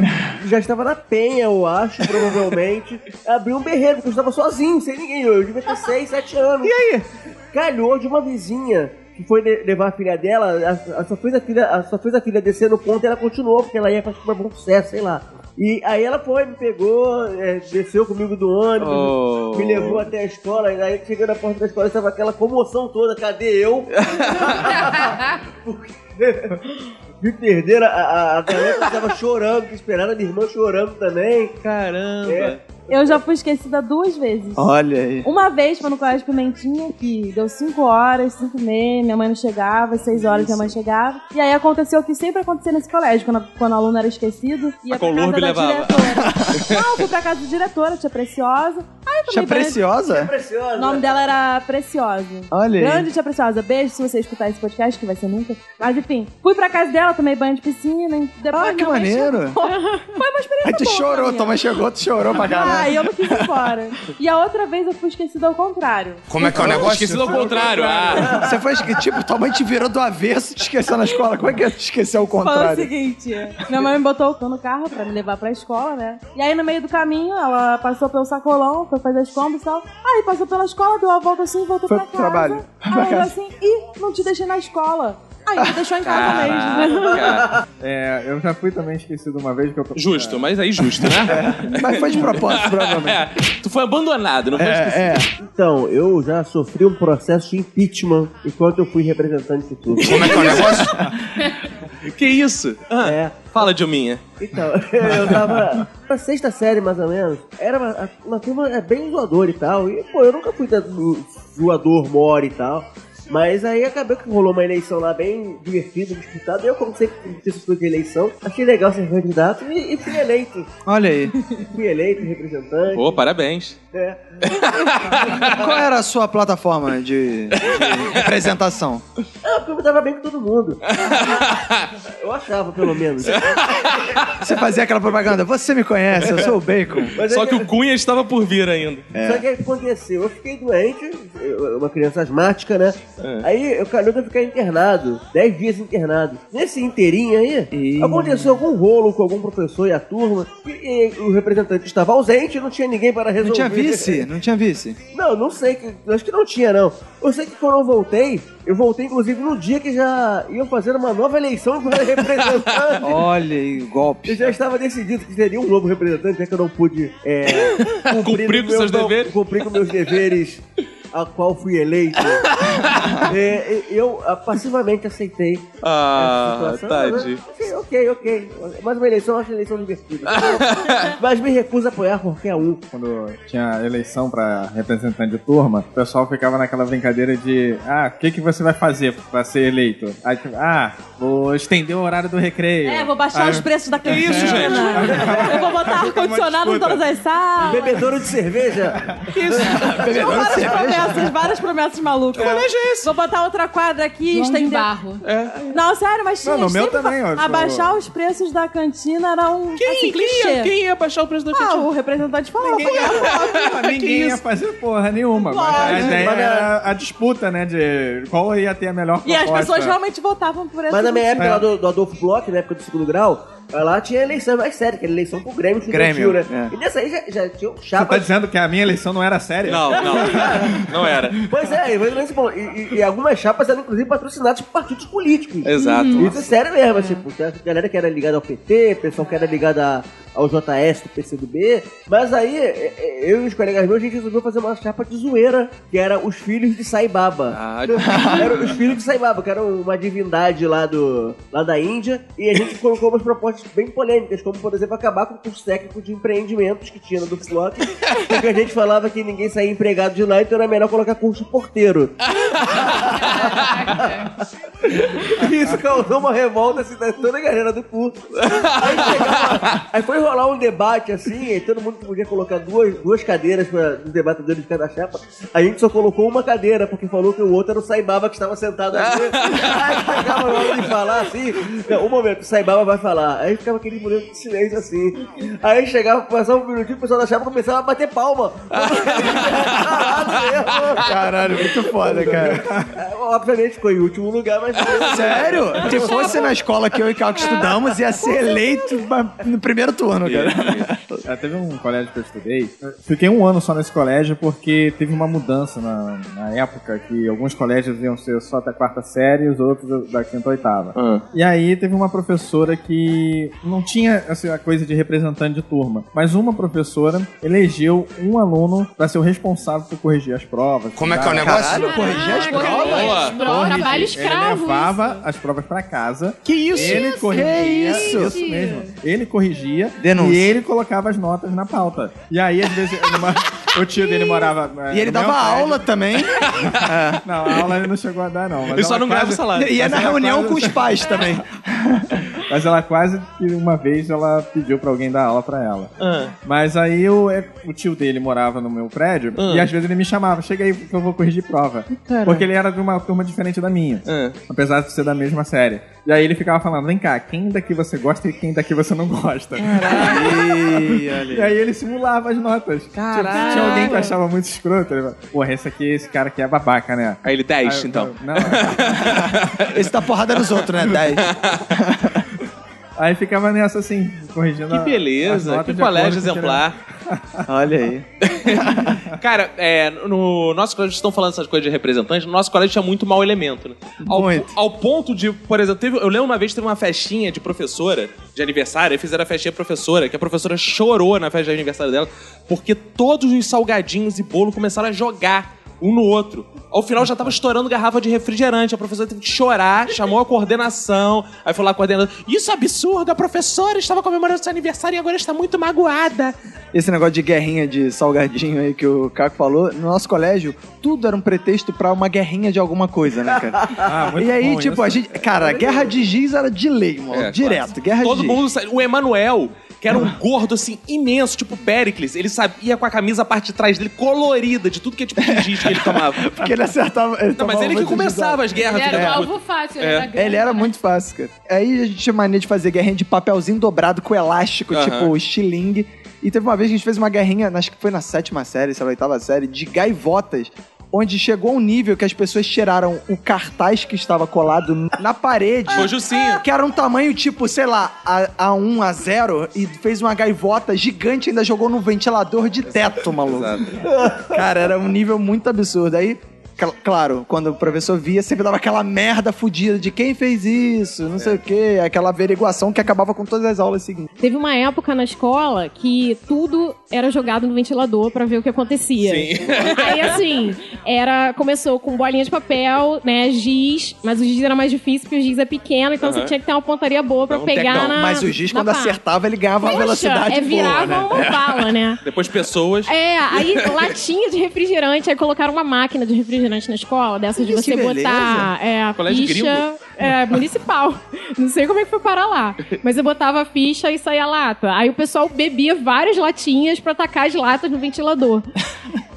[SPEAKER 5] já estava na penha, eu acho, provavelmente. Abri um berreiro, porque eu estava sozinho, sem ninguém. Eu eu devia ter 6, 7 anos. E aí? Calhou de uma vizinha que foi le- levar a filha dela, a, a- só, fez a filha, a- só fez a filha descer no ponto e ela continuou, porque ela ia pra, pra Bom Sucesso, sei lá. E aí ela foi, me pegou, é, desceu comigo do ônibus,
[SPEAKER 1] Oh.
[SPEAKER 5] me levou até a escola, e aí chegando na porta da escola estava aquela comoção toda, cadê eu? Porque me perderam, a, a, a garota estava chorando, esperando a minha irmã chorando também.
[SPEAKER 1] Caramba!
[SPEAKER 4] Eu já fui esquecida duas vezes.
[SPEAKER 8] Olha aí.
[SPEAKER 4] Uma vez foi no colégio Pimentinha, que deu 5 horas, 5 e meia, minha mãe não chegava, 6 horas minha mãe chegava. E aí aconteceu o que sempre acontecia nesse colégio, quando, a- quando o aluno era esquecido. Ia
[SPEAKER 1] A
[SPEAKER 4] pra
[SPEAKER 1] Colurbe
[SPEAKER 4] casa da
[SPEAKER 1] levava.
[SPEAKER 4] diretora. não, fui pra casa da diretora, tia Preciosa. Aí eu tomei
[SPEAKER 8] Tia
[SPEAKER 4] banho-
[SPEAKER 8] é Preciosa? Tia
[SPEAKER 5] Preciosa.
[SPEAKER 4] O nome dela era Preciosa.
[SPEAKER 8] Olha aí.
[SPEAKER 4] Grande Tia Preciosa. Beijo se você escutar esse podcast, que vai ser nunca. Mas enfim, fui pra casa dela, tomei banho de piscina. e Depois
[SPEAKER 8] Ah, que
[SPEAKER 4] minha mãe
[SPEAKER 8] maneiro.
[SPEAKER 4] chegou. Foi uma experiência
[SPEAKER 8] Aí tu
[SPEAKER 4] boa pra
[SPEAKER 8] chorou,
[SPEAKER 4] mim.
[SPEAKER 8] tua mãe chegou, tu chorou pra caralho.
[SPEAKER 4] Ai, eu não quis ir embora. E a outra vez eu fui esquecida ao contrário.
[SPEAKER 8] Como é que é o
[SPEAKER 1] Eu
[SPEAKER 8] negócio?
[SPEAKER 1] esqueci do contrário, ah.
[SPEAKER 8] Você foi, esque- tipo, tua mãe te virou do avesso e te esqueceu na escola. Como é que é esqueceu o
[SPEAKER 4] Foi o
[SPEAKER 8] contrário?
[SPEAKER 4] seguinte, minha mãe me botou no carro pra me levar pra escola, né? E aí no meio do caminho, ela passou pelo sacolão, foi fazer as compras e tal. Aí passou pela escola, deu uma volta assim e voltou
[SPEAKER 8] Foi
[SPEAKER 4] pra
[SPEAKER 8] pro
[SPEAKER 4] casa.
[SPEAKER 8] trabalho.
[SPEAKER 4] Aí eu assim, ih, não te deixei na escola. Aí me deixou em casa mesmo.
[SPEAKER 1] Caraca.
[SPEAKER 6] É, eu já fui também esquecido uma vez que eu.
[SPEAKER 1] Justo, mas aí justo, né?
[SPEAKER 8] Mas foi de propósito,
[SPEAKER 1] provavelmente. tu foi abandonado, não foi esquecido.
[SPEAKER 5] Então, eu já sofri um processo de impeachment enquanto eu fui representante de tudo.
[SPEAKER 8] É.
[SPEAKER 1] Que isso? Ah,
[SPEAKER 5] é?
[SPEAKER 1] Fala, Dilminha.
[SPEAKER 5] Então, eu tava na sexta série, mais ou menos. Era uma, uma turma é, bem zoadora e tal. E, pô, eu nunca fui tanto zo- zoador, mora e tal. Mas aí acabou que rolou uma eleição lá bem divertida, disputada. E eu, como sempre curti essas coisas de eleição, achei legal ser candidato e, e fui eleito.
[SPEAKER 8] Olha aí.
[SPEAKER 5] Fui eleito representante.
[SPEAKER 1] Pô, parabéns.
[SPEAKER 5] É.
[SPEAKER 8] Qual era a sua plataforma de, de representação?
[SPEAKER 5] Ah, porque eu me dava bem com todo mundo. Eu achava, pelo menos.
[SPEAKER 8] Você fazia aquela propaganda, você me conhece, eu sou o Bacon.
[SPEAKER 5] Mas
[SPEAKER 1] Só
[SPEAKER 5] aí-
[SPEAKER 1] é que o Cunha estava por vir ainda.
[SPEAKER 8] É.
[SPEAKER 5] Só que aí aconteceu, eu fiquei doente, eu- uma criança asmática, né?
[SPEAKER 8] É.
[SPEAKER 5] Aí eu calhou de eu ficar internado, 10 dias internado. Nesse inteirinho aí, aconteceu algum rolo com algum professor e a turma, e, e o representante estava ausente, não tinha ninguém para resolver.
[SPEAKER 8] Não tinha vice? Não tinha vice?
[SPEAKER 5] Não, não sei, que- acho que não tinha, não. Eu sei que quando eu voltei, eu voltei inclusive no dia que já iam fazer uma nova eleição para representante.
[SPEAKER 8] Olha aí, golpe.
[SPEAKER 5] Eu já estava decidido que seria um novo representante, já que eu não pude é,
[SPEAKER 1] Cumprir com
[SPEAKER 5] meus-
[SPEAKER 1] seus
[SPEAKER 5] não,
[SPEAKER 1] deveres?
[SPEAKER 5] Cumprir com meus deveres, a qual fui eleito. É, e- eu ah, passivamente aceitei.
[SPEAKER 1] Ah,
[SPEAKER 5] essa situação.
[SPEAKER 1] tadinho.
[SPEAKER 5] Ok, ok, ok. Mais uma eleição, eu acho a eleição divertida. Mas me recuso a apoiar qualquer um.
[SPEAKER 6] Quando tinha eleição pra representante de turma, o pessoal ficava naquela brincadeira de ah, o que, que você vai fazer pra ser eleito? Aí, tipo, ah, vou estender o horário do recreio.
[SPEAKER 4] É, vou baixar
[SPEAKER 6] Ah,
[SPEAKER 4] os preços da cantina.
[SPEAKER 6] isso, gente?
[SPEAKER 4] Eu vou botar ar-condicionado em todas as salas.
[SPEAKER 5] Bebedouro de cerveja.
[SPEAKER 4] Isso. Tinham
[SPEAKER 5] Bebedouro de
[SPEAKER 4] várias
[SPEAKER 5] cerveja.
[SPEAKER 4] promessas, várias promessas malucas. Que colégio é esse? Vou botar outra quadra aqui,
[SPEAKER 3] João de
[SPEAKER 4] estender...
[SPEAKER 3] barro.
[SPEAKER 4] Não, sério, mas tinha
[SPEAKER 6] Não, no meu
[SPEAKER 4] sempre
[SPEAKER 6] também, ó,
[SPEAKER 4] Abaixar os preços da cantina era um
[SPEAKER 1] Quem,
[SPEAKER 4] assim,
[SPEAKER 1] quem,
[SPEAKER 4] clichê.
[SPEAKER 1] ia, quem ia baixar o preço da
[SPEAKER 4] Ah,
[SPEAKER 1] cantina?
[SPEAKER 4] o representante falou. um
[SPEAKER 1] Ninguém ia.
[SPEAKER 6] Ah, Ninguém ia fazer porra nenhuma. Mas a
[SPEAKER 4] Lógico.
[SPEAKER 6] ideia
[SPEAKER 5] Mas na-
[SPEAKER 6] era a disputa, né? De qual ia ter a melhor
[SPEAKER 4] E as
[SPEAKER 6] proposta.
[SPEAKER 4] pessoas realmente votavam por essa.
[SPEAKER 5] Mas na minha época
[SPEAKER 6] É.
[SPEAKER 5] lá do, do Adolfo Bloch, na época do segundo grau, lá tinha eleição mais séria, que era eleição pro Grêmio.
[SPEAKER 6] Grêmio,
[SPEAKER 5] estudantil, né?
[SPEAKER 6] é.
[SPEAKER 5] E nessa aí já, já tinha um
[SPEAKER 6] Você tá
[SPEAKER 5] chapa
[SPEAKER 6] dizendo que a minha eleição não era séria?
[SPEAKER 1] Não, não. Não era.
[SPEAKER 5] Pois é, mas nesse ponto. E, e- e algumas chapas eram, inclusive, patrocinadas por partidos políticos.
[SPEAKER 1] Exato.
[SPEAKER 5] Isso é sério mesmo, tipo, tem a galera que era ligada ao PT, pessoal que era ligada a- ao JS do PCdoB. Mas aí, é, é, eu e os colegas meus, a gente resolveu fazer uma chapa de zoeira, que era os filhos de Saibaba.
[SPEAKER 1] Ah,
[SPEAKER 5] Era os filhos de Saibaba, que era uma divindade lá, do, lá da Índia, e a gente colocou umas propostas bem polêmicas, como, por exemplo, acabar com o curso técnico de empreendimentos que tinha no do Flock, porque a gente falava que ninguém saía empregado de lá, então era melhor colocar curso de porteiro. Isso causou uma revolta assim, da toda a galera do curso. Aí, chegava- aí foi rolar um debate assim, e todo mundo podia colocar duas, duas cadeiras para os debatedores de cada chapa. A gente só colocou uma cadeira, porque falou que o outro era o Saibaba que estava sentado ali. aí chegava na hora de falar assim, não, um momento, o Saibaba vai falar. Aí ficava aquele momento de silêncio assim. Aí chegava, passava um minutinho, o pessoal da chapa começava a bater palma.
[SPEAKER 8] Caralho, muito foda, cara.
[SPEAKER 5] né? É, Obviamente ficou em último lugar, mas.
[SPEAKER 8] Sério? Se fosse na escola que eu e Caco estudamos, ia ser eleito no primeiro turno, cara.
[SPEAKER 6] Ah, teve um colégio que eu estudei. Eu Fiquei um ano só nesse colégio porque teve uma mudança na, na época que alguns colégios iam ser só da quarta série e os outros da quinta ou oitava. E aí teve uma professora que não tinha essa coisa de representante de turma, mas uma professora elegeu um aluno pra ser o responsável por corrigir as provas.
[SPEAKER 13] Como é que é o
[SPEAKER 6] Caralho,
[SPEAKER 13] negócio?
[SPEAKER 8] corrigir as provas?
[SPEAKER 7] Bro, trabalho
[SPEAKER 6] Corrigir. Ele
[SPEAKER 7] escravo.
[SPEAKER 6] levava as provas pra casa.
[SPEAKER 8] Que isso?
[SPEAKER 6] Ele
[SPEAKER 8] Que
[SPEAKER 6] corrigia.
[SPEAKER 8] isso?
[SPEAKER 6] Isso mesmo. Ele corrigia
[SPEAKER 8] Denúncia.
[SPEAKER 6] e ele colocava as notas na pauta. E aí, às vezes, numa- o tio dele morava. eh,
[SPEAKER 8] E ele
[SPEAKER 6] no meu
[SPEAKER 8] dava
[SPEAKER 6] prédio.
[SPEAKER 8] aula também.
[SPEAKER 6] Não, a aula ele não chegou a dar, não. Mas
[SPEAKER 1] Ele só
[SPEAKER 6] ela
[SPEAKER 1] não
[SPEAKER 6] quase-
[SPEAKER 1] ganhava o salário.
[SPEAKER 8] E é na
[SPEAKER 6] Mas ela
[SPEAKER 8] reunião
[SPEAKER 6] quase-
[SPEAKER 8] com os pais também.
[SPEAKER 6] Mas ela quase que uma vez ela pediu pra alguém dar aula pra ela. Mas aí o, é, o tio dele morava no meu prédio e às vezes ele me chamava, chega aí que eu vou corrigir prova. Porque ele era de uma turma diferente da minha,
[SPEAKER 1] Ah.
[SPEAKER 6] apesar de ser da mesma série. E aí ele ficava falando, vem cá, quem daqui você gosta e quem daqui você não gosta.
[SPEAKER 8] Ih, olha
[SPEAKER 6] E aí ele simulava as notas. Tipo, se tinha alguém que eu achava muito escroto, ele falava, porra, esse aqui, esse cara aqui é babaca, né?
[SPEAKER 1] Aí ele
[SPEAKER 6] Aí
[SPEAKER 1] 10,
[SPEAKER 6] eu-
[SPEAKER 1] então.
[SPEAKER 6] Não, não.
[SPEAKER 1] tá.
[SPEAKER 8] aí. Esse dá porrada nos outros, né? 10.
[SPEAKER 6] Aí ficava nessa assim, corrigindo
[SPEAKER 1] Que
[SPEAKER 6] a- as
[SPEAKER 1] beleza,
[SPEAKER 6] notas
[SPEAKER 1] que
[SPEAKER 6] né, de acordo
[SPEAKER 1] colégio
[SPEAKER 6] com o que ele- é.
[SPEAKER 1] exemplar.
[SPEAKER 8] Olha aí.
[SPEAKER 1] Cara, é, no nosso colégio, vocês estão falando essas coisas de representante, no nosso colégio tinha muito mau elemento, né? Ao,
[SPEAKER 8] Muito.
[SPEAKER 1] ao ponto de, por exemplo, teve- eu lembro uma vez que teve uma festinha de professora, de aniversário, aí fizeram a festinha professora, que a professora chorou na festa de aniversário dela, porque todos os salgadinhos e bolo começaram a jogar um no outro. Ao final já tava estourando garrafa de refrigerante, a professora teve que chorar, chamou a coordenação, aí foi lá a coordenadora, isso é absurdo, a professora estava comemorando seu aniversário e agora está muito magoada.
[SPEAKER 8] Esse negócio de guerrinha de salgadinho aí que o Caco falou, no nosso colégio, tudo era um pretexto pra uma guerrinha de alguma coisa, né, cara?
[SPEAKER 6] Ah, muito
[SPEAKER 8] E aí,
[SPEAKER 6] bom
[SPEAKER 8] tipo,
[SPEAKER 6] isso.
[SPEAKER 8] a gente. Cara, a guerra de giz era de lei, mano.
[SPEAKER 1] É,
[SPEAKER 8] Direto, guerra
[SPEAKER 1] Todo
[SPEAKER 8] de giz.
[SPEAKER 1] mundo sabe. O Emanuel, que era um gordo, assim, imenso, tipo Pericles, ele sabia com a camisa a parte de trás dele colorida, de tudo que é tipo de giz que ele tomava.
[SPEAKER 8] Porque ele acertava. Ele
[SPEAKER 1] Não, mas
[SPEAKER 8] tomava
[SPEAKER 1] ele que
[SPEAKER 8] muito
[SPEAKER 1] começava as guerras.
[SPEAKER 3] Ele era um
[SPEAKER 1] filha da puta.
[SPEAKER 3] alvo fácil, ele
[SPEAKER 1] É.
[SPEAKER 3] era grande,
[SPEAKER 8] Ele era
[SPEAKER 3] né?
[SPEAKER 8] muito fácil, cara. Aí a gente tinha mania de fazer guerrinha de papelzinho dobrado com elástico,
[SPEAKER 1] Aham.
[SPEAKER 8] tipo estilingue. E teve uma vez que a gente fez uma guerrinha, acho que foi na sétima série, sei lá, oitava série, de gaivotas. Onde chegou a um nível que as pessoas tiraram o cartaz que estava colado na parede.
[SPEAKER 1] Foi Jucinha.
[SPEAKER 8] Que era um tamanho tipo, sei lá, a, a 1 a 0 e fez uma gaivota gigante e ainda jogou no ventilador de teto, maluco. Cara, era um nível muito absurdo. Aí, cl- claro, quando o professor via, sempre dava aquela merda fodida de quem fez isso, não sei o quê, aquela averiguação que acabava com todas as aulas seguintes.
[SPEAKER 7] Teve uma época na escola que tudo era jogado no ventilador pra ver o que acontecia.
[SPEAKER 1] Sim.
[SPEAKER 7] Aí, assim, era, começou com bolinha de papel, né, giz, mas o giz era mais difícil porque o giz é pequeno, então você tinha que ter uma pontaria boa pra
[SPEAKER 1] Não,
[SPEAKER 7] pegar
[SPEAKER 1] Então, um tecão.
[SPEAKER 7] na
[SPEAKER 8] Mas o giz,
[SPEAKER 7] na
[SPEAKER 8] quando
[SPEAKER 7] pá.
[SPEAKER 8] acertava, ele ganhava uma
[SPEAKER 7] Poxa,
[SPEAKER 8] velocidade
[SPEAKER 7] é, virava
[SPEAKER 8] boa, né?
[SPEAKER 7] uma bala, né?
[SPEAKER 1] Depois pessoas.
[SPEAKER 7] É, aí latinha de refrigerante, aí colocaram uma máquina de refrigerante na escola, dessa de
[SPEAKER 8] Isso,
[SPEAKER 7] você
[SPEAKER 8] que beleza.
[SPEAKER 7] botar é, a
[SPEAKER 1] Colégio
[SPEAKER 7] ficha é, municipal. Não sei como é que foi parar lá. Mas eu botava a ficha e saía a lata. Aí o pessoal bebia várias latinhas pra tacar as latas no ventilador.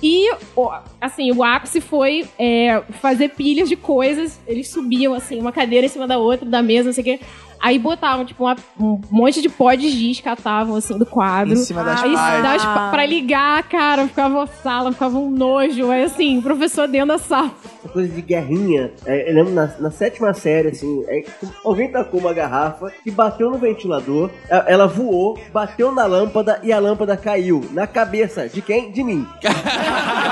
[SPEAKER 7] E, ó, assim, o ápice foi é, fazer pilhas de coisas. Eles subiam, assim, uma cadeira em cima da outra, da mesa, não sei o quê. Aí botavam, tipo, uma- um monte de pó de giz, catavam, assim, do quadro.
[SPEAKER 8] Em cima das
[SPEAKER 7] Aí,
[SPEAKER 8] pás.
[SPEAKER 7] dá espa- pra ligar, cara, ficava uma sala, ficava um nojo. Aí, assim, o professor dentro da sala.
[SPEAKER 5] essa coisa de guerrinha. é, eu lembro na, na sétima série, assim, é, alguém tacou uma garrafa e bateu no ventilador, a- ela voou, bateu na lâmpada e a lâmpada caiu. Na cabeça de quem? De mim.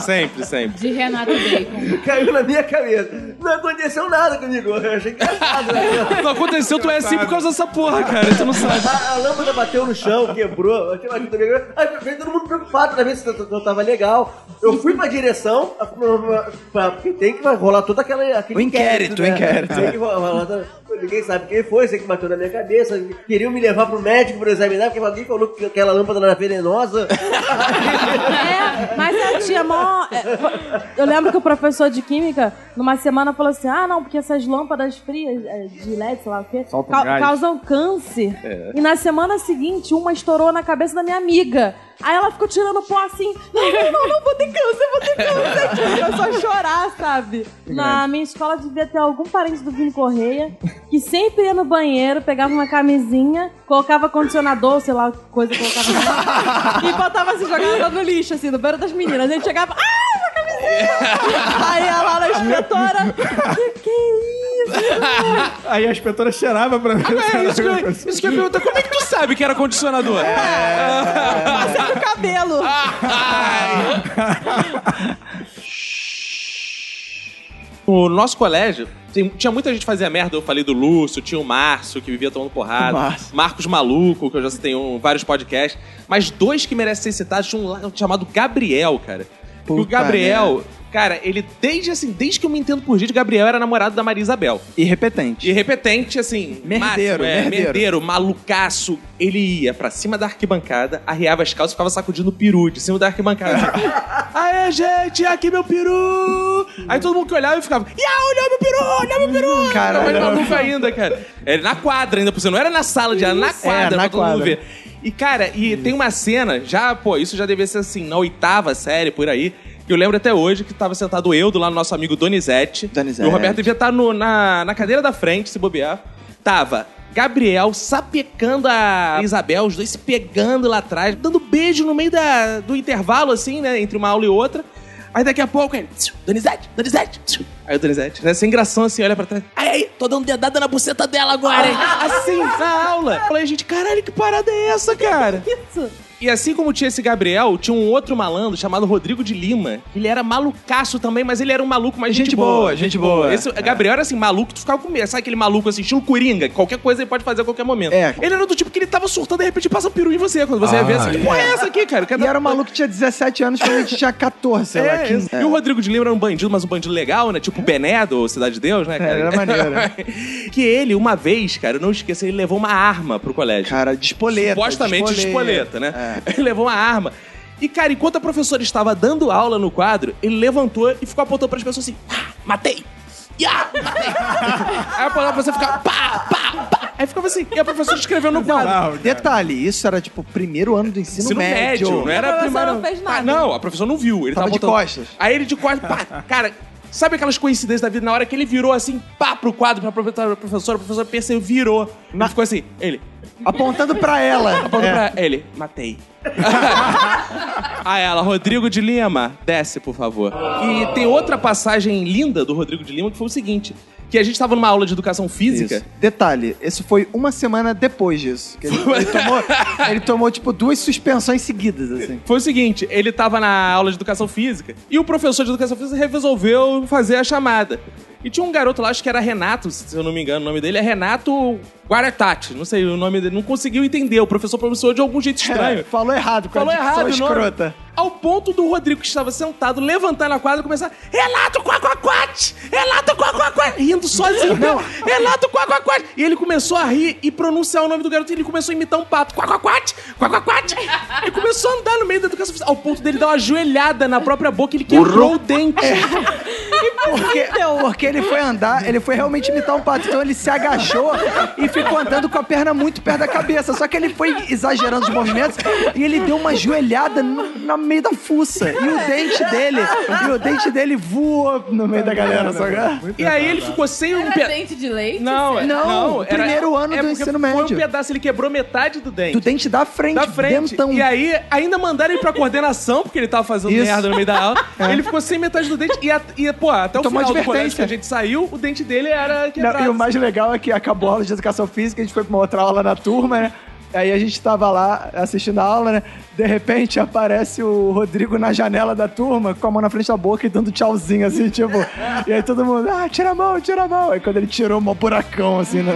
[SPEAKER 1] Sempre, sempre.
[SPEAKER 3] De Renato Bacon.
[SPEAKER 5] Caiu na minha cabeça. Não aconteceu nada comigo. Eu achei engraçado. né?
[SPEAKER 1] Não aconteceu, tu é assim por causa dessa porra, cara. Tu não sabe.
[SPEAKER 5] A, a lâmpada bateu no chão, quebrou. eu tinha batido na minha cabeça. Aí veio todo mundo preocupado pra ver se eu, eu tava legal. Eu fui pra direção, pra- pra- pra- porque tem que rolar todo aquele, aquele né?
[SPEAKER 8] O inquérito, o inquérito.
[SPEAKER 5] Tem que rolar- rolar todo- Ninguém sabe quem foi, sei que bateu na minha cabeça. Queriam me levar pro médico pra eu examinar, porque alguém falou que aquela lâmpada era venenosa.
[SPEAKER 4] É, mas eu tinha mó. é, Eu lembro que o professor de química, numa semana, falou assim: ah, não, porque essas lâmpadas frias é, de LED, sei lá o quê,
[SPEAKER 6] Soltam
[SPEAKER 4] cau-
[SPEAKER 6] gás.
[SPEAKER 4] causam câncer. E na semana seguinte, uma estourou na cabeça da minha amiga. Aí ela ficou tirando pó assim: não, não, não, não vou ter câncer, vou ter câncer. Tipo, começou a chorar, sabe? Na minha escola devia ter algum parente do Vini Correia que sempre ia no banheiro, pegava uma camisinha, colocava condicionador, sei lá, que coisa que colocava. e botava assim, jogava no lixo, assim, no banheiro das meninas. A gente chegava, ah, essa
[SPEAKER 17] Aí a Laura inspetora. "Que- Que
[SPEAKER 4] é
[SPEAKER 17] isso?
[SPEAKER 6] Aí a inspetora cheirava pra mim.
[SPEAKER 1] É, isso que, eu- isso que eu ia perguntar. Como é que tu sabe que era condicionador? É.
[SPEAKER 17] Passa no cabelo.
[SPEAKER 1] O nosso colégio, tem- tinha muita gente que fazia merda. Eu falei do Lúcio, tinha o Márcio, que vivia tomando porrada.
[SPEAKER 8] Márcio.
[SPEAKER 1] Marcos Maluco, que eu já citei em um, vários podcasts. Mas dois que merecem ser citados, tinha um lá chamado Gabriel, cara. Que o
[SPEAKER 8] Puta
[SPEAKER 1] Gabriel, cara, ele desde assim, desde que eu me entendo por gente, Gabriel era namorado da Maria Isabel.
[SPEAKER 8] E repetente.
[SPEAKER 1] E repetente, assim. máximo,
[SPEAKER 8] Merdeiro,
[SPEAKER 1] é,
[SPEAKER 8] merdeiro.
[SPEAKER 1] malucaço. Ele ia pra cima da arquibancada, arriava as calças e ficava sacudindo o peru de cima da arquibancada. Aê, gente, aqui meu peru! Aí todo mundo que olhava e ficava, ia, olhou meu peru, olhou meu peru!
[SPEAKER 8] Caralho.
[SPEAKER 1] Era mais maluco ainda, cara. Era na quadra ainda, por cima. Não era na sala de aula, era na quadra,
[SPEAKER 8] É, na
[SPEAKER 1] pra todo mundo
[SPEAKER 8] quadra.
[SPEAKER 1] ver. E, cara, e tem uma cena, já, pô, isso já devia ser assim, na oitava série, por aí, que eu lembro até hoje que tava sentado eu do lado do nosso amigo Donizete. E o Roberto devia estar no- na, na cadeira da frente, se bobear. Tava Gabriel sapecando a Isabel, os dois se pegando lá atrás, dando beijo no meio da- do intervalo, assim, né, entre uma aula e outra. Aí daqui a pouco ele, "Tsu, Donizete, Donizete, tsu." Aí o Donizete, né, sem gração assim, olha pra trás. Ai, ai, tô dando dedada na buceta dela agora, hein? Assim, na aula. Falei, gente, caralho, que parada é essa, cara?
[SPEAKER 17] Isso.
[SPEAKER 1] E assim como tinha esse Gabriel, tinha um outro malandro chamado Rodrigo de Lima. que Ele era malucaço também, mas ele era um maluco, mas gente,
[SPEAKER 8] Gente boa, gente boa.
[SPEAKER 1] Esse Gabriel era assim, maluco, tu ficava com medo. Sabe aquele maluco assim, estilo coringa? Qualquer coisa ele pode fazer a qualquer momento.
[SPEAKER 8] É.
[SPEAKER 1] Ele era do tipo que ele tava surtando e de repente passa um peru em você. Quando você ia ver assim, que porra é essa aqui, cara? O cara
[SPEAKER 8] E
[SPEAKER 1] tá-
[SPEAKER 8] era um maluco que tinha 17 anos quando a gente tinha 14, sei lá,
[SPEAKER 1] É,
[SPEAKER 8] 15.
[SPEAKER 1] E o Rodrigo de Lima era um bandido, mas um bandido legal, né? Tipo o Bené do Cidade de Deus, né, cara?
[SPEAKER 8] É, era
[SPEAKER 1] maneiro. que ele, uma vez, cara, eu não esqueço, ele levou uma arma pro colégio.
[SPEAKER 8] Cara, de espoleta.
[SPEAKER 1] Supostamente de espoleta,
[SPEAKER 8] É.
[SPEAKER 1] né? Ele levou uma arma. E, cara, enquanto a professora estava dando aula no quadro, ele levantou e ficou apontando para as pessoas assim: "Ah, matei! Ya, matei! Aí a professora ficava pá, pá, pá. Aí ficava assim, e a professora escreveu no quadro.
[SPEAKER 8] Detalhe, isso era tipo o primeiro ano do ensino,
[SPEAKER 1] Ah, Ensino médio. né? não era
[SPEAKER 17] A professora
[SPEAKER 1] primário.
[SPEAKER 17] não fez nada.
[SPEAKER 1] Ah, não, a professora não viu. Ele tava,
[SPEAKER 8] Tava de
[SPEAKER 1] botando-
[SPEAKER 8] costas.
[SPEAKER 1] Aí ele de costas, pá, cara. Sabe aquelas coincidências da vida? Na hora que ele virou assim, pá, pro quadro, pra aproveitar a professora, a professora percebeu, virou. Ele ficou assim, ele,
[SPEAKER 8] Apontando pra ela.
[SPEAKER 1] apontou
[SPEAKER 8] É.
[SPEAKER 1] pra ele, matei. a ela, Rodrigo de Lima, desce, por favor. E tem outra passagem linda do Rodrigo de Lima que foi o seguinte: que a gente tava numa aula de educação física.
[SPEAKER 8] Isso. Detalhe, isso foi uma semana depois disso. que ele, ele tomou, ele tomou, tipo, duas suspensões seguidas, assim.
[SPEAKER 1] Foi o seguinte, ele tava na aula de educação física e o professor de educação física resolveu fazer a chamada. E tinha um garoto lá, acho que era Renato, se eu não me engano, o nome dele é Renato Guaratati. Não sei o nome dele, não conseguiu entender. O professor pronunciou de algum jeito estranho.
[SPEAKER 8] É, falou errado, com a
[SPEAKER 1] Falou
[SPEAKER 8] dicção
[SPEAKER 1] errado, o nome.
[SPEAKER 8] escrota.
[SPEAKER 1] Ao ponto do Rodrigo, que estava sentado, levantar na quadra e começar. Relato quaquaquate! Relato quaquaquate! Rindo sozinho. Não. Relato quaquaquate! E ele começou a rir e pronunciar o nome do garoto. E ele começou a imitar um pato. Quaquaquate! Quaquaquate! E começou a andar no meio da educação física. Ao ponto dele dar uma joelhada na própria boca. Ele quebrou o dente.
[SPEAKER 8] Porque, porque ele foi andar, ele foi realmente imitar um pato. Então ele se agachou e ficou andando com a perna muito perto da cabeça. Só que ele foi exagerando os movimentos e ele deu uma joelhada no, no meio da fuça. E o dente dele, e o dente dele voou no meio da galera. Só que...
[SPEAKER 1] E aí ele ficou sem um
[SPEAKER 3] Era
[SPEAKER 1] pedaço.
[SPEAKER 3] dente de leite?
[SPEAKER 1] Não, é-
[SPEAKER 8] Não,
[SPEAKER 1] era-
[SPEAKER 8] primeiro ano
[SPEAKER 1] é
[SPEAKER 8] do
[SPEAKER 1] porque
[SPEAKER 8] ensino
[SPEAKER 1] Foi
[SPEAKER 8] médio.
[SPEAKER 1] um pedaço, ele quebrou metade do dente.
[SPEAKER 8] Do dente da frente,
[SPEAKER 1] da frente.
[SPEAKER 8] dentão.
[SPEAKER 1] E aí, ainda mandaram ele pra coordenação, porque ele tava fazendo
[SPEAKER 8] Isso. É.
[SPEAKER 1] merda no meio da aula. Ele ficou sem metade do dente. E, a- e, pô, até o
[SPEAKER 8] Tomou
[SPEAKER 1] final do
[SPEAKER 8] advertência.
[SPEAKER 1] colégio que a gente saiu, o dente dele era quebrado.
[SPEAKER 8] Não, e o mais legal é que acabou a aula de educação física, a gente foi pra uma outra aula na turma, né? Aí a gente tava lá assistindo a aula, né? De repente aparece o Rodrigo na janela da turma, com a mão na frente da boca e dando tchauzinho, assim, tipo. E aí todo mundo, ah, tira a mão, tira a mão. Aí quando ele tirou, mó buracão, assim, né?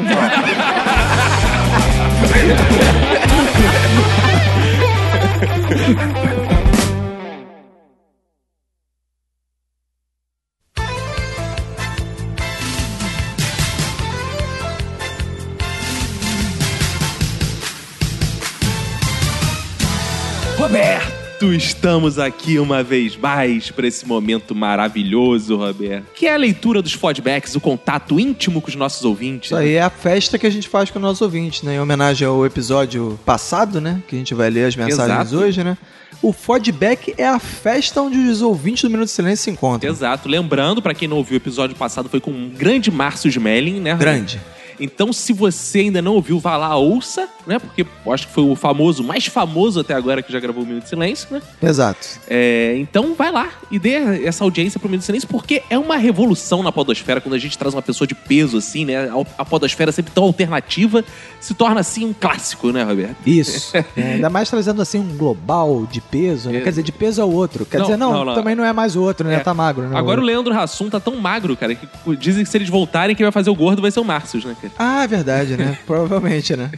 [SPEAKER 1] Roberto, estamos aqui uma vez mais para esse momento maravilhoso, Roberto. Que é a leitura dos feedbacks, o contato íntimo com os nossos ouvintes.
[SPEAKER 8] é a festa que a gente faz com os nossos ouvintes, né? Em homenagem ao episódio passado, né? Que a gente vai ler as
[SPEAKER 1] mensagens Exato.
[SPEAKER 8] hoje, né? O Fodback é a festa onde os ouvintes do Minuto de Silêncio se encontram.
[SPEAKER 1] Exato. Lembrando, pra quem não ouviu o episódio passado, foi com um grande Márcio Smelling, né? Roberto? Então, se você ainda não ouviu, vá lá, ouça. né? Porque eu acho que foi o famoso, mais famoso até agora que já gravou o Minuto de Silêncio, né?
[SPEAKER 18] Exato.
[SPEAKER 1] É, então vai lá e dê essa audiência pro Minuto de Silêncio, porque é uma revolução na podosfera quando a gente traz uma pessoa de peso assim, né? A- A podosfera sempre tão alternativa se torna assim um clássico, né, Roberto?
[SPEAKER 8] Isso. É, ainda mais trazendo assim um global de peso, né? Quer dizer, de peso ao outro. Quer
[SPEAKER 1] Não,
[SPEAKER 8] dizer, não,
[SPEAKER 1] não, não.
[SPEAKER 8] também não é mais o outro, né?
[SPEAKER 1] É.
[SPEAKER 8] Tá magro, né?
[SPEAKER 1] Agora o Leandro Hassum tá tão magro, cara, que dizem que se eles voltarem, quem vai fazer o gordo vai ser o Márcios, né, cara?
[SPEAKER 8] Ah, é verdade, né? Provavelmente, né?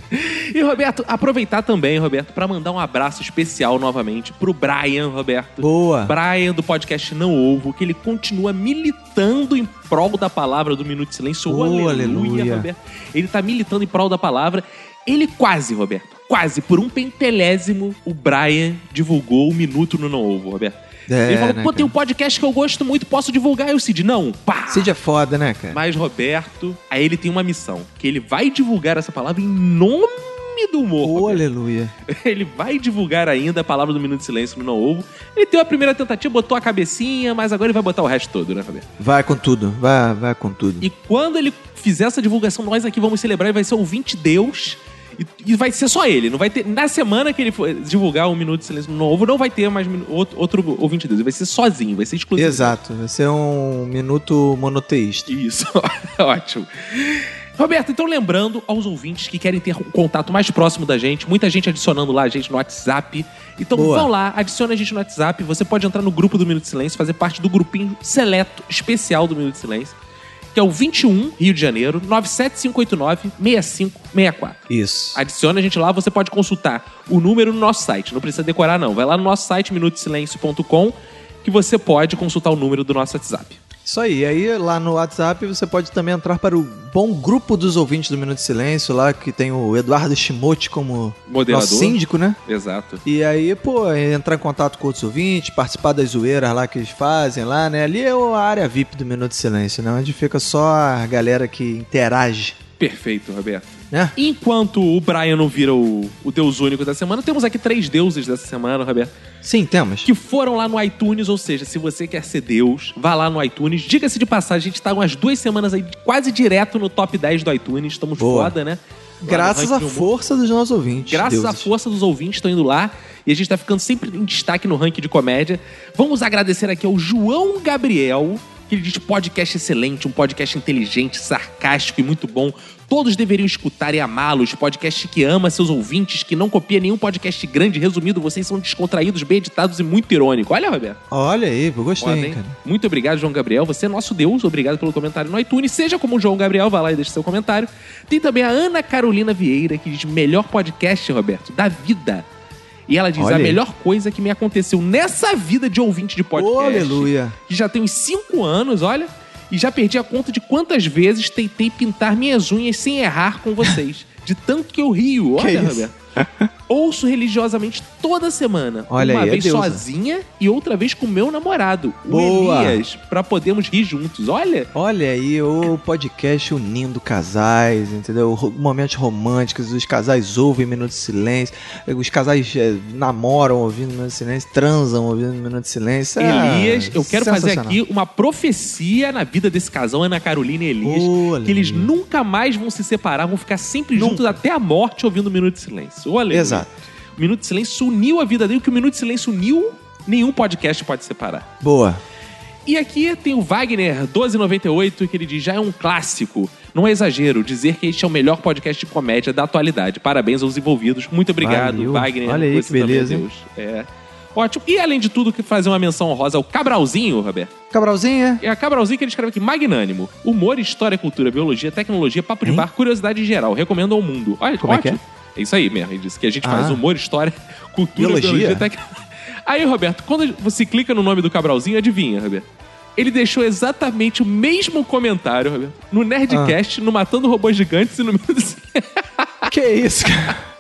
[SPEAKER 1] E, Roberto, aproveitar também, Roberto, pra mandar um abraço especial novamente pro Brian, Roberto.
[SPEAKER 8] Boa.
[SPEAKER 1] Brian, do podcast Não Ovo, que ele continua militando em prol da palavra do Minuto de Silêncio.
[SPEAKER 8] Oh, aleluia.
[SPEAKER 1] Roberto. Ele tá militando em prol da palavra. Ele quase, Roberto, quase, por um pentelésimo, o Brian divulgou o Minuto no Não Ovo, Roberto.
[SPEAKER 8] É,
[SPEAKER 1] ele falou,
[SPEAKER 8] né,
[SPEAKER 1] pô, tem um podcast que eu gosto muito, posso divulgar? Eu, Cid, não, pá!
[SPEAKER 8] Cid é foda, né, cara?
[SPEAKER 1] Mas Roberto, aí ele tem uma missão, que ele vai divulgar essa palavra em nome do humor.
[SPEAKER 8] aleluia.
[SPEAKER 1] Ele vai divulgar ainda a palavra do Minuto de Silêncio no Não Ovo. Ele deu a primeira tentativa, botou a cabecinha, mas agora ele vai botar o resto todo, né, Roberto?
[SPEAKER 8] Vai com tudo, vai, vai com tudo.
[SPEAKER 1] E quando ele fizer essa divulgação, nós aqui vamos celebrar e vai ser o 20 Deus. E, e vai ser só ele. Não vai ter. Na semana que ele for divulgar o Minuto de Silêncio no Não Ovo, não vai ter mais minu- outro, outro ouvinte Deus. Ele vai ser sozinho, vai ser exclusivo.
[SPEAKER 8] Exato, vai ser um minuto monoteísta.
[SPEAKER 1] Isso, ótimo. Roberto, então lembrando aos ouvintes que querem ter um contato mais próximo da gente, muita gente adicionando lá a gente no WhatsApp. Então
[SPEAKER 8] Boa.
[SPEAKER 1] vão lá, adicione a gente no WhatsApp. Você pode entrar no grupo do Minuto de Silêncio, fazer parte do grupinho seleto especial do Minuto de Silêncio, que é o 21 Rio de Janeiro, 97589-6564.
[SPEAKER 8] Isso.
[SPEAKER 1] Adicione a gente lá, você pode consultar o número no nosso site. Não precisa decorar, não. Vai lá no nosso site, minutosilencio.com, que você pode consultar o número do nosso WhatsApp.
[SPEAKER 8] Isso aí, aí lá no WhatsApp você pode também entrar para o bom grupo dos ouvintes do Minuto de Silêncio, lá que tem o Eduardo Shimote como
[SPEAKER 1] Moderador.
[SPEAKER 8] nosso síndico, né?
[SPEAKER 1] Exato.
[SPEAKER 8] E aí, pô, entrar em contato com outros ouvintes, participar das zoeiras lá que eles fazem lá, né? Ali é a área VIP do Minuto de Silêncio, né? Onde fica só a galera que interage.
[SPEAKER 1] Perfeito, Roberto.
[SPEAKER 8] Né?
[SPEAKER 1] Enquanto o Brian não vira o, o deus único da semana, temos aqui três deuses dessa semana, Roberto.
[SPEAKER 8] Sim, temos.
[SPEAKER 1] Que foram lá no iTunes, ou seja, se você quer ser deus, vá lá no iTunes. Diga-se de passagem, a gente tá umas duas semanas aí quase direto no top 10 do iTunes. Estamos
[SPEAKER 8] Boa.
[SPEAKER 1] foda, né? Lá no
[SPEAKER 8] Graças à
[SPEAKER 1] ranking do mundo.
[SPEAKER 8] força dos nossos ouvintes.
[SPEAKER 1] Graças à
[SPEAKER 8] deuses.
[SPEAKER 1] força dos ouvintes, estão indo lá. E a gente tá ficando sempre em destaque no ranking de comédia. Vamos agradecer aqui ao João Gabriel, que ele diz podcast excelente, um podcast inteligente, sarcástico e muito bom. Todos deveriam escutar e amá-los. Podcast que ama seus ouvintes, que não copia nenhum podcast grande. Resumido, vocês são descontraídos, bem editados e muito irônico. Olha, Roberto.
[SPEAKER 8] Olha aí, eu gostei,
[SPEAKER 1] Foda,
[SPEAKER 8] hein,
[SPEAKER 1] hein?
[SPEAKER 8] cara.
[SPEAKER 1] Muito obrigado, João Gabriel. Você é nosso Deus. Obrigado pelo comentário no iTunes. Seja como o João Gabriel, vai lá e deixa seu comentário. Tem também a Ana Carolina Vieira, que diz: melhor podcast, Roberto, da vida. E ela diz:
[SPEAKER 8] Olha
[SPEAKER 1] a
[SPEAKER 8] aí.
[SPEAKER 1] melhor coisa que me aconteceu nessa vida de ouvinte de podcast.
[SPEAKER 8] Aleluia.
[SPEAKER 1] Que já tem uns 5 anos, olha. E já perdi a conta de quantas vezes tentei pintar minhas unhas sem errar com vocês. De tanto que eu rio, olha,
[SPEAKER 8] isso?
[SPEAKER 1] Roberto. Ouço religiosamente toda semana.
[SPEAKER 8] Olha
[SPEAKER 1] uma
[SPEAKER 8] aí, é
[SPEAKER 1] vez
[SPEAKER 8] deusa.
[SPEAKER 1] sozinha e outra vez com meu namorado,
[SPEAKER 8] Boa.
[SPEAKER 1] o Elias, pra podermos rir juntos. Olha,
[SPEAKER 8] Olha aí o podcast unindo casais, entendeu? Ro- Momentos românticos, os casais ouvem Minuto de Silêncio, os casais eh, namoram ouvindo Minuto de Silêncio, transam ouvindo Minuto de Silêncio. É
[SPEAKER 1] Elias, eu quero fazer
[SPEAKER 8] sensacional.
[SPEAKER 1] aqui uma profecia na vida desse casal, Ana Carolina e Elias, que eles nunca mais vão se separar, vão ficar sempre juntos até a morte ouvindo o Minuto de Silêncio. Olha.
[SPEAKER 8] Exato.
[SPEAKER 1] O Minuto de Silêncio uniu a vida dele, que o Minuto de Silêncio uniu, nenhum podcast pode separar.
[SPEAKER 8] Boa.
[SPEAKER 1] E aqui tem o Wagner 1298, que ele diz: já é um clássico. Não é exagero dizer que este é o melhor podcast de comédia da atualidade. Parabéns aos envolvidos. Muito obrigado,
[SPEAKER 8] Valeu.
[SPEAKER 1] Wagner.
[SPEAKER 8] Olha aí,
[SPEAKER 1] Você
[SPEAKER 8] que beleza,
[SPEAKER 1] também é
[SPEAKER 8] hein?
[SPEAKER 1] Deus. É. Ótimo. E além de tudo, que fazer uma menção honrosa ao Cabralzinho, Roberto.
[SPEAKER 8] Cabralzinha?
[SPEAKER 1] É a Cabralzinho que ele escreve aqui: magnânimo. Humor, história, cultura, biologia, tecnologia, papo de bar, curiosidade em geral. Recomendo ao mundo. Olha,
[SPEAKER 8] Como é que
[SPEAKER 1] ótimo. É isso aí mesmo. Ele disse que a gente
[SPEAKER 8] Ah.
[SPEAKER 1] faz humor, história, cultura,
[SPEAKER 8] Biologia?
[SPEAKER 1] biologia, tecnologia. Aí, Roberto, quando você clica no nome do Cabralzinho, adivinha, Roberto? Ele deixou exatamente o mesmo comentário, Roberto, no Nerdcast,
[SPEAKER 8] Ah.
[SPEAKER 1] no Matando Robôs Gigantes e no
[SPEAKER 8] Que isso, cara?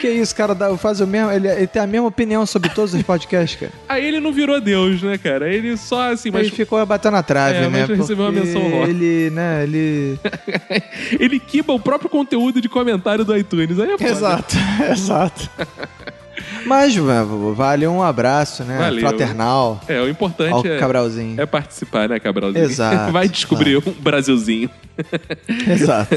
[SPEAKER 8] Que isso, cara? dá- Faz o mesmo, ele, ele tem a mesma opinião sobre todos os podcasts, cara.
[SPEAKER 1] Aí ele não virou Deus, né, cara? Ele só assim, mas.
[SPEAKER 8] Ele ficou batendo a trave,
[SPEAKER 1] É,
[SPEAKER 8] né?
[SPEAKER 1] mas recebeu uma
[SPEAKER 8] Porque
[SPEAKER 1] menção honrosa.
[SPEAKER 8] Ele, né, ele...
[SPEAKER 1] Ele quiba o próprio conteúdo de comentário do iTunes. Aí é foda.
[SPEAKER 8] Exato, exato. Mas v- vale um abraço, né?
[SPEAKER 1] Valeu.
[SPEAKER 8] Fraternal.
[SPEAKER 1] É, o importante
[SPEAKER 8] Ao
[SPEAKER 1] é.
[SPEAKER 8] Cabralzinho.
[SPEAKER 1] É participar, né, Cabralzinho?
[SPEAKER 8] Exato,
[SPEAKER 1] Vai descobrir um Brasilzinho.
[SPEAKER 8] Exato.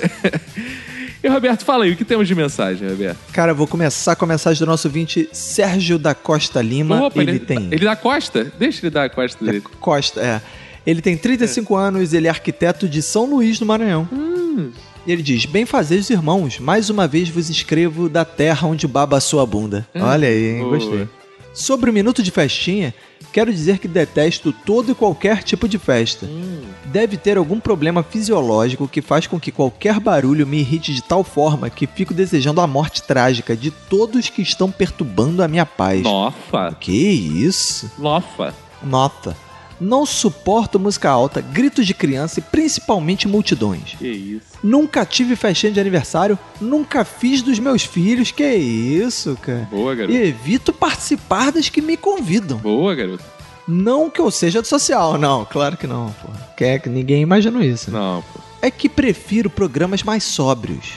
[SPEAKER 1] E Roberto, fala aí, o que temos de mensagem, Roberto?
[SPEAKER 8] Cara, eu vou começar com a mensagem do nosso ouvinte Sérgio da Costa Lima.
[SPEAKER 1] Opa,
[SPEAKER 8] ele, tem.
[SPEAKER 1] Ele tá- dá costa? Deixa ele dar a costa dele.
[SPEAKER 8] Costa, é. Ele tem 35 anos, ele é arquiteto de São Luís, no Maranhão.
[SPEAKER 19] Hum.
[SPEAKER 8] E ele diz: Bem fazeres, irmãos, mais uma vez vos escrevo da terra onde baba a sua bunda.
[SPEAKER 19] Hum.
[SPEAKER 8] Olha aí, hein?
[SPEAKER 19] Boa.
[SPEAKER 8] Gostei. Sobre o minuto de festinha, quero dizer que detesto todo e qualquer tipo de festa.
[SPEAKER 19] Hum.
[SPEAKER 8] Deve ter algum problema fisiológico que faz com que qualquer barulho me irrite de tal forma que fico desejando a morte trágica de todos que estão perturbando a minha paz.
[SPEAKER 1] Nossa!
[SPEAKER 8] Que isso?
[SPEAKER 1] Nossa!
[SPEAKER 8] Nota. Não suporto música alta, gritos de criança e principalmente multidões.
[SPEAKER 1] Que isso?
[SPEAKER 8] Nunca tive festinha de aniversário, nunca fiz dos meus filhos. Que isso, cara.
[SPEAKER 1] Boa, garoto.
[SPEAKER 8] E evito participar das que me convidam.
[SPEAKER 1] Boa, garoto.
[SPEAKER 8] Não que eu seja do social, não, claro que não, pô. Quer que ninguém imaginou isso.
[SPEAKER 1] Não, pô.
[SPEAKER 8] É que prefiro programas mais sóbrios,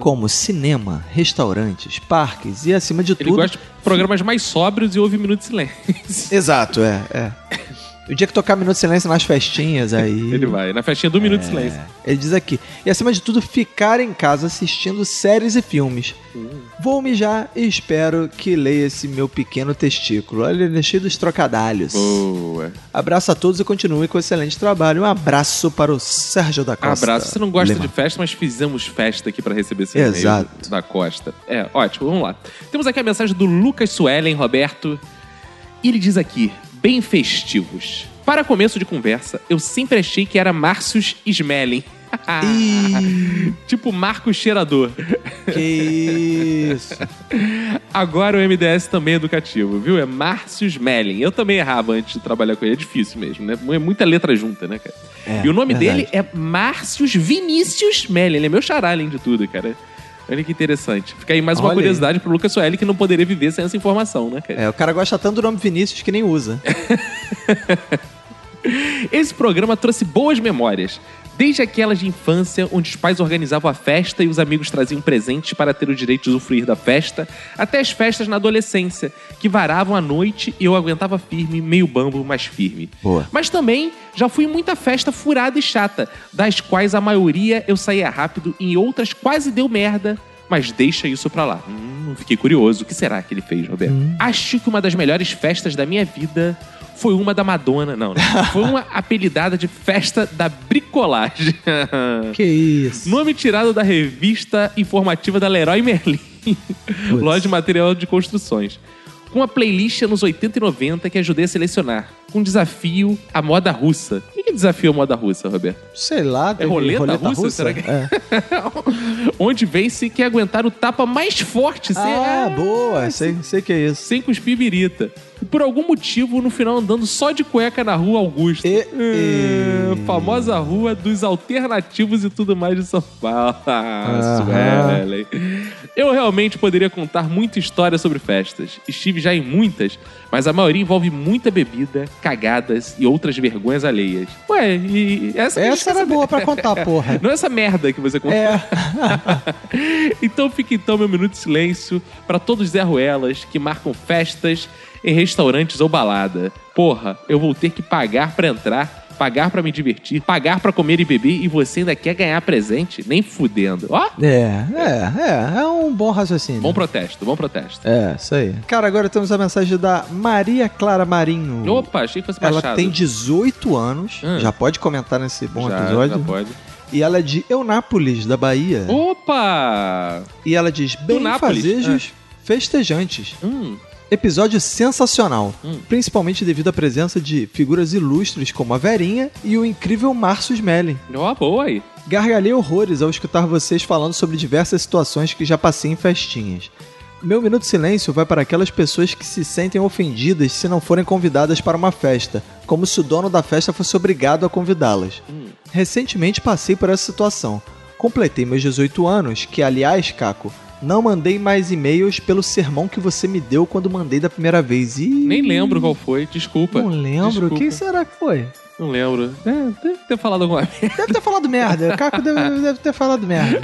[SPEAKER 8] como cinema, restaurantes, parques e acima de
[SPEAKER 1] Ele
[SPEAKER 8] tudo.
[SPEAKER 1] gosta de programas mais sóbrios e ouve Minuto de Silêncio.
[SPEAKER 8] Exato, é, é. O dia que tocar Minuto de Silêncio nas festinhas aí.
[SPEAKER 1] Ele vai, na festinha do
[SPEAKER 8] É.
[SPEAKER 1] Minuto de Silêncio.
[SPEAKER 8] Ele diz aqui. E acima de tudo, ficar em casa assistindo séries e filmes.
[SPEAKER 1] Hum.
[SPEAKER 8] Vou mijar e espero que leia esse meu pequeno testículo. Olha, ele é cheio dos trocadalhos.
[SPEAKER 1] Boa.
[SPEAKER 8] Abraço a todos e continue com o excelente trabalho. Um abraço para o Sérgio da Costa.
[SPEAKER 1] Abraço. Você não gosta
[SPEAKER 8] Lima.
[SPEAKER 1] de festa, mas fizemos festa aqui pra receber esse
[SPEAKER 8] Exato.
[SPEAKER 1] e-mail da Costa. É, ótimo, vamos lá. Temos aqui a mensagem do Lucas Suelen, Roberto. E ele diz aqui, bem festivos. Para começo de conversa, eu sempre achei que era Márcios Smelling. tipo Marco Cheirador.
[SPEAKER 8] Que isso.
[SPEAKER 1] Agora o MDS também é educativo, viu? É Márcio Smelling. Eu também errava antes de trabalhar com ele. É difícil mesmo, né? É muita letra junta, né, cara?
[SPEAKER 8] É,
[SPEAKER 1] e o nome
[SPEAKER 8] verdade.
[SPEAKER 1] dele é Márcios Vinícius Smelling. Ele é meu xará, além de tudo, cara. Olha que interessante. Fica aí mais uma
[SPEAKER 8] Olha aí.
[SPEAKER 1] curiosidade pro Lucas Sueli, que não poderia viver sem essa informação, né, cara?
[SPEAKER 8] É, o cara gosta tanto do nome Vinícius que nem usa.
[SPEAKER 1] Esse programa trouxe boas memórias. Desde aquelas de infância, onde os pais organizavam a festa e os amigos traziam presentes para ter o direito de usufruir da festa, até as festas na adolescência, que varavam à noite e eu aguentava firme, meio bambo, mas firme.
[SPEAKER 8] Boa.
[SPEAKER 1] Mas também já fui em muita festa furada e chata, das quais a maioria eu saía rápido e em outras quase deu merda, mas deixa isso pra lá. Hum, fiquei curioso, o que será que ele fez, Roberto? Acho que uma das melhores festas da minha vida foi uma da Madonna, não, não. foi uma apelidada de festa da bricolagem.
[SPEAKER 8] que isso.
[SPEAKER 1] Nome tirado da revista informativa da Leroy Merlin, loja de material de construções. Com uma playlist anos 80 e 90 que ajudei a selecionar. Com desafio à moda russa. O que que é desafio à moda russa, Roberto?
[SPEAKER 8] Sei lá. teve
[SPEAKER 1] É roleta russa? Será que-
[SPEAKER 8] É.
[SPEAKER 1] Onde vence quer aguentar o tapa mais forte. Sem...
[SPEAKER 8] Ah, boa. Sei, sei que é isso.
[SPEAKER 1] Sem cuspir birita. E por algum motivo, no final, andando só de cueca na rua Augusta. É, Famosa rua dos alternativos e tudo mais de São Paulo. Ah,
[SPEAKER 8] Aham.
[SPEAKER 1] Suelen. Eu realmente poderia contar muita história sobre festas. Estive já em muitas, mas a maioria envolve muita bebida, cagadas e outras vergonhas alheias. Ué, e essa...
[SPEAKER 8] Essa era boa pra contar, porra.
[SPEAKER 1] Não é essa merda que você contou.
[SPEAKER 8] É.
[SPEAKER 1] então fica então meu minuto de silêncio pra todos Zé Ruelas que marcam festas em restaurantes ou balada. Porra, eu vou ter que pagar pra entrar, pagar pra me divertir, pagar pra comer e beber e você ainda quer ganhar presente? Nem fudendo. Ó,
[SPEAKER 8] É, é, é, é um bom raciocínio.
[SPEAKER 1] bom protesto, bom protesto.
[SPEAKER 8] É, isso aí. Cara, agora temos a mensagem da Maria Clara Marinho.
[SPEAKER 1] Opa, achei que fosse
[SPEAKER 8] Ela
[SPEAKER 1] baixado.
[SPEAKER 8] tem 18 anos,
[SPEAKER 1] Hum.
[SPEAKER 8] já pode comentar nesse bom
[SPEAKER 1] Já,
[SPEAKER 8] episódio.
[SPEAKER 1] já pode.
[SPEAKER 8] E ela é de Eunápolis, da Bahia.
[SPEAKER 1] Opa!
[SPEAKER 8] E ela diz: bem
[SPEAKER 1] Eunápolis, Ah.
[SPEAKER 8] fazejos festejantes.
[SPEAKER 1] Hum,
[SPEAKER 8] Episódio sensacional, principalmente devido à presença de figuras ilustres como a Verinha e o incrível Márcio Smelling.
[SPEAKER 1] Ó, boa aí.
[SPEAKER 8] Gargalhei horrores ao escutar vocês falando sobre diversas situações que já passei em festinhas. Meu minuto de silêncio vai para aquelas pessoas que se sentem ofendidas se não forem convidadas para uma festa, como se o dono da festa fosse obrigado a convidá-las. Recentemente passei por essa situação. Completei meus 18 anos, que aliás, Caco, não mandei mais e-mails pelo sermão que você me deu quando mandei da primeira vez. Ih,
[SPEAKER 1] Nem lembro qual foi, desculpa.
[SPEAKER 8] Não lembro.
[SPEAKER 1] Desculpa.
[SPEAKER 8] Quem será que foi?
[SPEAKER 1] Não lembro. É, deve ter falado alguma merda.
[SPEAKER 8] Deve ter falado merda. O Caco deve, deve ter falado merda.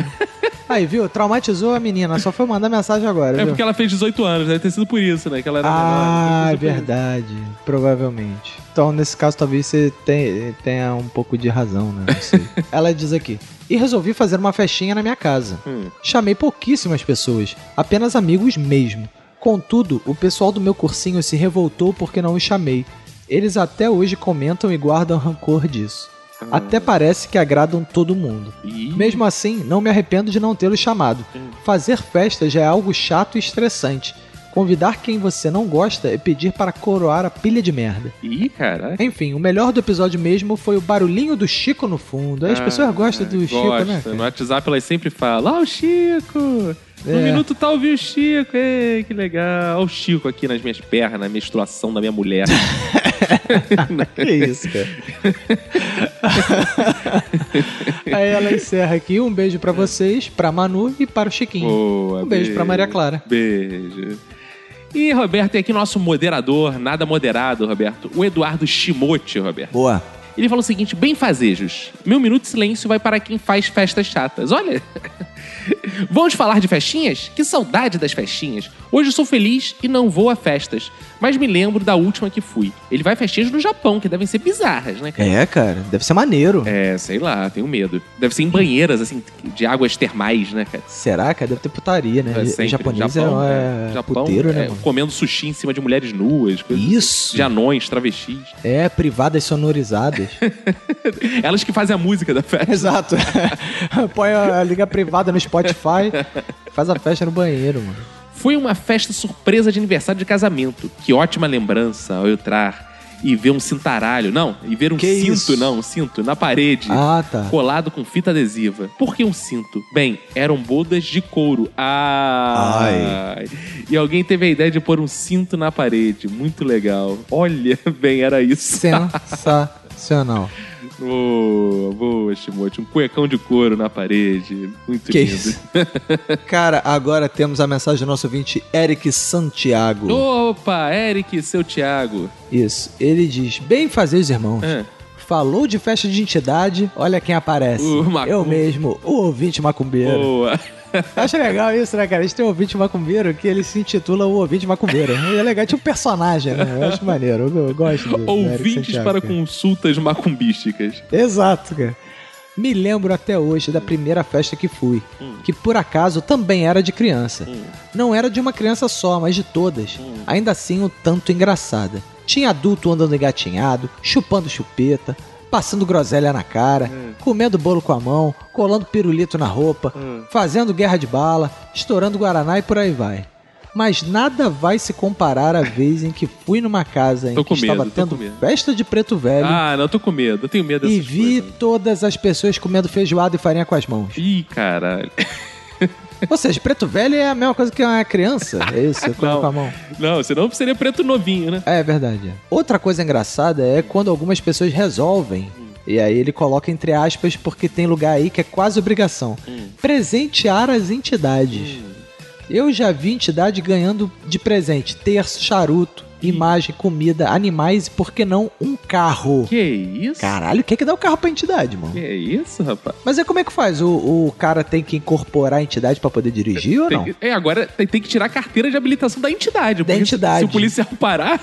[SPEAKER 11] Aí, viu? Traumatizou a menina, só foi mandar mensagem agora.
[SPEAKER 1] É
[SPEAKER 11] viu?
[SPEAKER 1] porque ela fez 18 anos, deve ter sido por isso, né? Que ela era
[SPEAKER 11] Ah, é
[SPEAKER 1] menor, né? deve ter sido por
[SPEAKER 11] verdade. Provavelmente. Então, nesse caso, talvez você tenha, tenha um pouco de razão, né? Não sei. Ela diz aqui. E resolvi fazer uma festinha na minha casa. Chamei pouquíssimas pessoas, apenas amigos mesmo. Contudo, o pessoal do meu cursinho se revoltou porque não os chamei. Eles até hoje comentam e guardam rancor disso. Até parece que agradam todo mundo. Mesmo assim, não me arrependo de não tê-los chamado. Fazer festa já é algo chato e estressante. Convidar quem você não gosta é pedir para coroar a pilha de merda.
[SPEAKER 1] Ih, cara.
[SPEAKER 11] Enfim, o melhor do episódio mesmo foi o barulhinho do Chico no fundo. Aí As
[SPEAKER 1] Ah,
[SPEAKER 11] pessoas gostam do Chico, né?
[SPEAKER 1] No WhatsApp elas sempre falam, ah, o Chico! No
[SPEAKER 11] É.
[SPEAKER 1] minuto tal vi o Chico, ei, que legal. Olha o Chico aqui nas minhas pernas, na menstruação da minha mulher.
[SPEAKER 11] que isso, cara. Aí ela encerra aqui. Um beijo pra vocês, pra Manu e para o Chiquinho.
[SPEAKER 1] Boa,
[SPEAKER 11] um beijo, pra Maria Clara.
[SPEAKER 1] Beijo. E, Roberto, tem aqui nosso moderador, nada moderado, Roberto, o Eduardo Shimote, Roberto.
[SPEAKER 11] Boa.
[SPEAKER 1] Ele fala o seguinte: bem fazejos. Meu minuto de silêncio vai para quem faz festas chatas. Olha. Vamos falar de festinhas? Que saudade das festinhas. Hoje eu sou feliz e não vou a festas. Mas me lembro da última que fui. Ele vai a festinhas no Japão, que devem ser bizarras, né? cara?
[SPEAKER 11] É, cara, deve ser maneiro.
[SPEAKER 1] É, sei lá, tenho medo. Deve ser em banheiras, assim, de águas termais, né, cara?
[SPEAKER 11] Será, cara? Deve ter putaria, né?
[SPEAKER 1] É, sempre.
[SPEAKER 11] Japonês
[SPEAKER 1] Japão,
[SPEAKER 11] é,
[SPEAKER 1] né?
[SPEAKER 11] é
[SPEAKER 1] Japão,
[SPEAKER 11] puteiro, né,
[SPEAKER 1] é,
[SPEAKER 11] mano?
[SPEAKER 1] Comendo sushi em cima de mulheres nuas. coisas
[SPEAKER 11] Isso.
[SPEAKER 1] De anões, travestis.
[SPEAKER 11] É, privadas sonorizadas.
[SPEAKER 1] Elas que fazem a música da festa.
[SPEAKER 11] Exato. Põe a liga privada no Spotify, faz a festa no banheiro, mano.
[SPEAKER 1] Foi uma festa surpresa de aniversário de casamento. Que ótima lembrança ao entrar e ver um cintaralho. Não, e ver um cinto, não, um cinto, na parede.
[SPEAKER 11] Ah, tá.
[SPEAKER 1] Colado com fita adesiva. Por que um cinto? Bem, eram bodas de couro. Ah! E alguém teve a ideia de pôr um cinto na parede. Muito legal. Olha, bem, era isso.
[SPEAKER 11] Sensacional.
[SPEAKER 1] Boa, boa, Shimote. Um cuecão de couro na parede. Muito
[SPEAKER 11] Que
[SPEAKER 1] lindo.
[SPEAKER 11] isso? Cara, agora temos a mensagem do nosso ouvinte Eric Santiago.
[SPEAKER 1] Opa, Eric, seu Thiago.
[SPEAKER 11] Isso. Ele diz: Bem fazer os irmãos.
[SPEAKER 1] É.
[SPEAKER 11] Falou de festa de entidade, olha quem aparece.
[SPEAKER 1] O macumba.
[SPEAKER 11] Eu mesmo, o ouvinte macumbeiro.
[SPEAKER 1] Boa.
[SPEAKER 11] Acho legal isso, né, cara? A gente tem um ouvinte macumbeiro que ele se intitula o ouvinte macumbeiro. E é legal, é tipo um personagem, né? Eu acho maneiro, eu, eu gosto do- do Eric
[SPEAKER 1] Ouvintes
[SPEAKER 11] Santiago,
[SPEAKER 1] para
[SPEAKER 11] cara.
[SPEAKER 1] consultas macumbísticas.
[SPEAKER 11] Exato, cara. Me lembro até hoje da primeira festa que fui,
[SPEAKER 1] Hum.
[SPEAKER 11] que por acaso também era de criança. Não era de uma criança só, mas de todas.
[SPEAKER 1] Hum.
[SPEAKER 11] Ainda assim, um tanto engraçada. Tinha adulto andando engatinhado, chupando chupeta, passando groselha na cara,
[SPEAKER 1] Hum.
[SPEAKER 11] comendo bolo com a mão, colando pirulito na roupa,
[SPEAKER 1] Hum.
[SPEAKER 11] fazendo guerra de bala, estourando guaraná e por aí vai. Mas nada vai se comparar à vez em que fui numa casa em
[SPEAKER 1] Tô
[SPEAKER 11] que
[SPEAKER 1] com medo,
[SPEAKER 11] estava
[SPEAKER 1] tô
[SPEAKER 11] tendo
[SPEAKER 1] com medo.
[SPEAKER 11] festa de preto velho
[SPEAKER 1] Ah, não, eu tô com medo. Eu tenho medo
[SPEAKER 11] e
[SPEAKER 1] dessas
[SPEAKER 11] vi todas as pessoas comendo feijoada e farinha com as mãos.
[SPEAKER 1] Ih, caralho.
[SPEAKER 11] Ou seja, preto velho é a mesma coisa que uma criança. É isso, é comendo com a mão.
[SPEAKER 1] Não, senão seria preto novinho, né?
[SPEAKER 11] É verdade. Outra coisa engraçada é quando algumas pessoas resolvem. E aí ele coloca entre aspas, porque tem lugar aí que é quase obrigação. Presentear as entidades. Eu já vi entidade ganhando de presente terço, charuto, imagem, comida, animais e, por que não, um carro.
[SPEAKER 1] Que isso?
[SPEAKER 11] Caralho, quem é que dá o carro pra entidade, mano?
[SPEAKER 1] Que isso, rapaz?
[SPEAKER 11] Mas aí como é que faz? O, o cara tem que incorporar a entidade pra poder dirigir ou não?
[SPEAKER 1] Tem, é, agora tem, tem que tirar a carteira de habilitação da entidade. Da
[SPEAKER 11] entidade.
[SPEAKER 1] Se, o policial parar.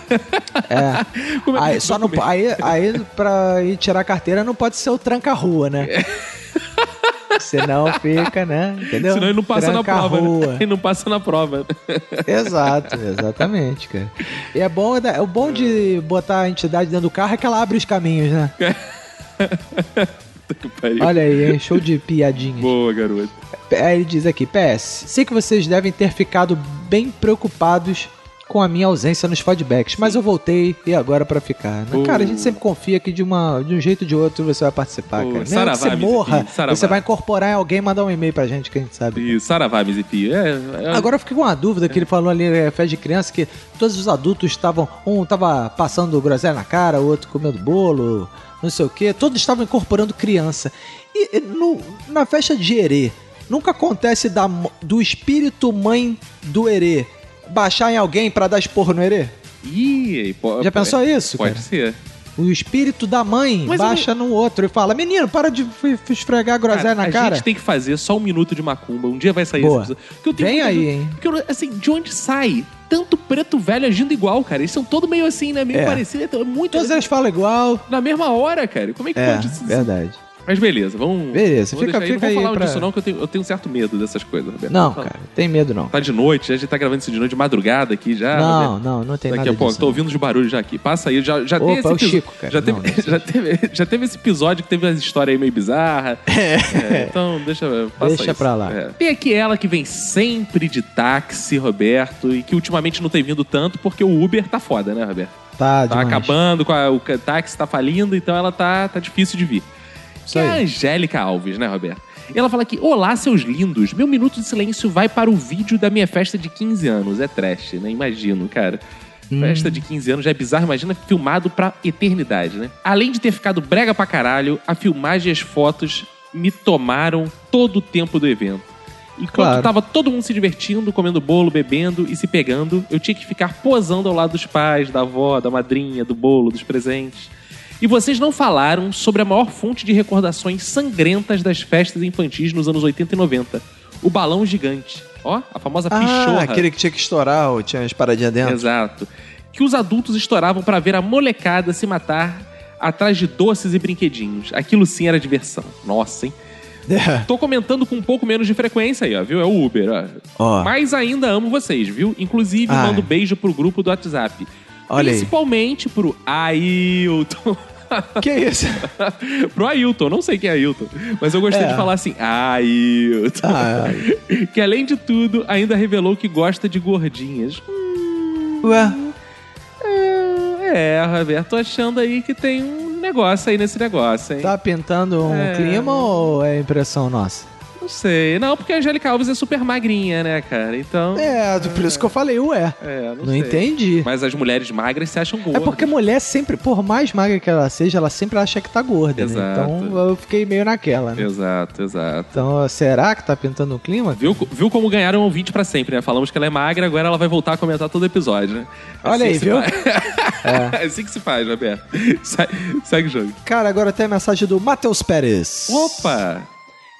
[SPEAKER 11] É.
[SPEAKER 1] Como é que
[SPEAKER 11] aí, só não, aí, aí pra ir tirar a carteira não pode ser o tranca-rua, né?
[SPEAKER 1] É.
[SPEAKER 11] Senão fica, né? Entendeu?
[SPEAKER 1] Senão ele não passa na prova. né?
[SPEAKER 11] Tranca-rua.
[SPEAKER 1] Ele não passa na prova. né?
[SPEAKER 11] Exato, exatamente, cara. E é bom, é o bom de botar a entidade dentro do carro é que ela abre os caminhos, né?
[SPEAKER 1] Que pariu.
[SPEAKER 11] Olha aí, hein? show de piadinha.
[SPEAKER 1] Boa, garoto.
[SPEAKER 11] Aí ele diz aqui, PS, sei que vocês devem ter ficado bem preocupados com a minha ausência nos feedbacks, mas eu voltei e agora pra ficar. né?
[SPEAKER 1] Uh.
[SPEAKER 11] Cara, a gente sempre confia que de, uma, de um jeito ou de outro você vai participar, cara. Mesmo
[SPEAKER 1] saravá,
[SPEAKER 11] que você
[SPEAKER 1] Mizipim,
[SPEAKER 11] morra,
[SPEAKER 1] saravá.
[SPEAKER 11] você vai incorporar em alguém e mandar um e-mail pra gente, que a gente sabe.
[SPEAKER 1] E saravá, Mizipi. É, é-
[SPEAKER 11] Agora eu fiquei com uma dúvida que ele falou ali, é, festa de criança, que todos os adultos estavam, um tava passando groselha na cara, o outro comendo bolo, não sei o quê, todos estavam incorporando criança. E e no- na festa de herê, nunca acontece da mo- do espírito mãe do herê baixar em alguém pra dar esporro no herê?
[SPEAKER 1] Ih, po-
[SPEAKER 11] Já pensou isso,
[SPEAKER 1] Pode
[SPEAKER 11] cara?
[SPEAKER 1] ser.
[SPEAKER 11] O espírito da mãe
[SPEAKER 1] Mas eu
[SPEAKER 11] baixa no outro e fala: Menino, para de f- f- esfregar a groselha na
[SPEAKER 1] a
[SPEAKER 11] cara.
[SPEAKER 1] gente tem que fazer só um minuto de macumba. Um dia vai sair
[SPEAKER 11] Boa.
[SPEAKER 1] esse episódio. Porque eu tenho
[SPEAKER 11] Vem
[SPEAKER 1] muita
[SPEAKER 11] aí,
[SPEAKER 1] dúvida.
[SPEAKER 11] hein?
[SPEAKER 1] Porque, eu não- assim, de onde sai tanto preto velho agindo igual, cara? Eles são todos meio assim, né? Meio
[SPEAKER 11] É.
[SPEAKER 1] parecido. então É muito...
[SPEAKER 11] Todos eles falam igual. Tá,
[SPEAKER 1] Na mesma hora, cara. Como é que
[SPEAKER 11] É,
[SPEAKER 1] pode isso?
[SPEAKER 11] verdade.
[SPEAKER 1] Mas beleza, vamos...
[SPEAKER 11] Beleza,
[SPEAKER 1] vamos
[SPEAKER 11] fica- fica
[SPEAKER 1] deixar Não vou
[SPEAKER 11] aí
[SPEAKER 1] falar
[SPEAKER 11] pra-
[SPEAKER 1] disso não, que eu tenho, eu tenho um certo medo dessas coisas, Roberto.
[SPEAKER 11] Não,
[SPEAKER 1] Fala.
[SPEAKER 11] cara, tem medo não.
[SPEAKER 1] Tá de noite, a gente tá gravando isso de noite, de madrugada aqui já.
[SPEAKER 11] Não,
[SPEAKER 1] Roberto.
[SPEAKER 11] não, não tem
[SPEAKER 1] Ah, Daqui
[SPEAKER 11] nada
[SPEAKER 1] a pouco,
[SPEAKER 11] disso,
[SPEAKER 1] tô ouvindo os barulhos já aqui. Passa aí, já, já
[SPEAKER 11] Opa,
[SPEAKER 1] teve esse
[SPEAKER 11] é o
[SPEAKER 1] episo-
[SPEAKER 11] Chico, cara.
[SPEAKER 1] Já teve, já, teve, já teve esse episódio que teve as histórias aí meio bizarras. É, então, deixa. Passa
[SPEAKER 11] Deixa
[SPEAKER 1] isso.
[SPEAKER 11] pra lá.
[SPEAKER 1] É. Tem aqui ela que vem sempre de táxi, Roberto, e que ultimamente não tem vindo tanto porque o Uber tá foda, né, Roberto?
[SPEAKER 11] Tá,
[SPEAKER 1] Tá
[SPEAKER 11] demais.
[SPEAKER 1] acabando, com a- o ca- táxi tá falindo, então ela tá, tá difícil de vir. Que é a Angélica Alves, né, Roberto? E ela fala aqui: Olá, seus lindos. Meu minuto de silêncio vai para o vídeo da minha festa de 15 anos. É trash, né? Imagino, cara. Festa de 15 anos já é bizarro, imagina filmado pra eternidade, né? Além de ter ficado brega pra caralho, a filmagem e as fotos me tomaram todo o tempo do evento. Enquanto
[SPEAKER 11] Claro.
[SPEAKER 1] tava todo mundo se divertindo, comendo bolo, bebendo e se pegando, eu tinha que ficar posando ao lado dos pais, da avó, da madrinha, do bolo, dos presentes. E vocês não falaram sobre a maior fonte de recordações sangrentas das festas infantis nos anos 80 e 90. O balão gigante. Ó, a famosa
[SPEAKER 11] Ah,
[SPEAKER 1] pichorra.
[SPEAKER 11] aquele que tinha que estourar, ou tinha umas paradinhas dentro.
[SPEAKER 1] Exato. Que os adultos estouravam pra ver a molecada se matar atrás de doces e brinquedinhos. Aquilo sim era diversão. Nossa, hein? Tô comentando com um pouco menos de frequência aí, ó, viu? É o Uber, ó.
[SPEAKER 11] Ó.
[SPEAKER 1] Mas ainda amo vocês, viu? Inclusive,
[SPEAKER 11] Ah.
[SPEAKER 1] mando beijo pro grupo do WhatsApp.
[SPEAKER 11] Olha aí.
[SPEAKER 1] Principalmente pro Ailton.
[SPEAKER 11] Que isso?
[SPEAKER 1] pro Ailton, não sei quem é Ailton, mas eu gostei
[SPEAKER 11] É.
[SPEAKER 1] de falar assim, Ailton.
[SPEAKER 11] Ah,
[SPEAKER 1] que além de tudo, ainda revelou que gosta de gordinhas.
[SPEAKER 11] Ué?
[SPEAKER 1] É, Roberto, tô achando aí que tem um negócio aí nesse negócio, hein?
[SPEAKER 11] Tá pintando um
[SPEAKER 1] É.
[SPEAKER 11] clima ou é impressão nossa?
[SPEAKER 1] Não sei. Não, porque a Angélica Alves é super magrinha, né, cara? Então.
[SPEAKER 11] É, por isso que eu falei, ué.
[SPEAKER 1] É,
[SPEAKER 11] Não
[SPEAKER 1] não, sei.
[SPEAKER 11] entendi.
[SPEAKER 1] Mas as mulheres magras se acham
[SPEAKER 11] É
[SPEAKER 1] gordas.
[SPEAKER 11] porque mulher sempre, por mais magra que ela seja, ela sempre acha que tá gorda, né?
[SPEAKER 1] Exato.
[SPEAKER 11] Então eu fiquei meio naquela, né?
[SPEAKER 1] Exato, exato.
[SPEAKER 11] Então, será que tá pintando o clima?
[SPEAKER 1] Viu, viu como ganharam um ouvinte pra sempre, né? Falamos que ela é magra, agora ela vai voltar a comentar todo episódio, né?
[SPEAKER 11] Olha aí,
[SPEAKER 1] que se
[SPEAKER 11] viu?
[SPEAKER 1] faz. É. assim que se faz, Roberto. Sai- segue o jogo.
[SPEAKER 11] Cara, agora tem a mensagem do Matheus Pérez.
[SPEAKER 1] Opa!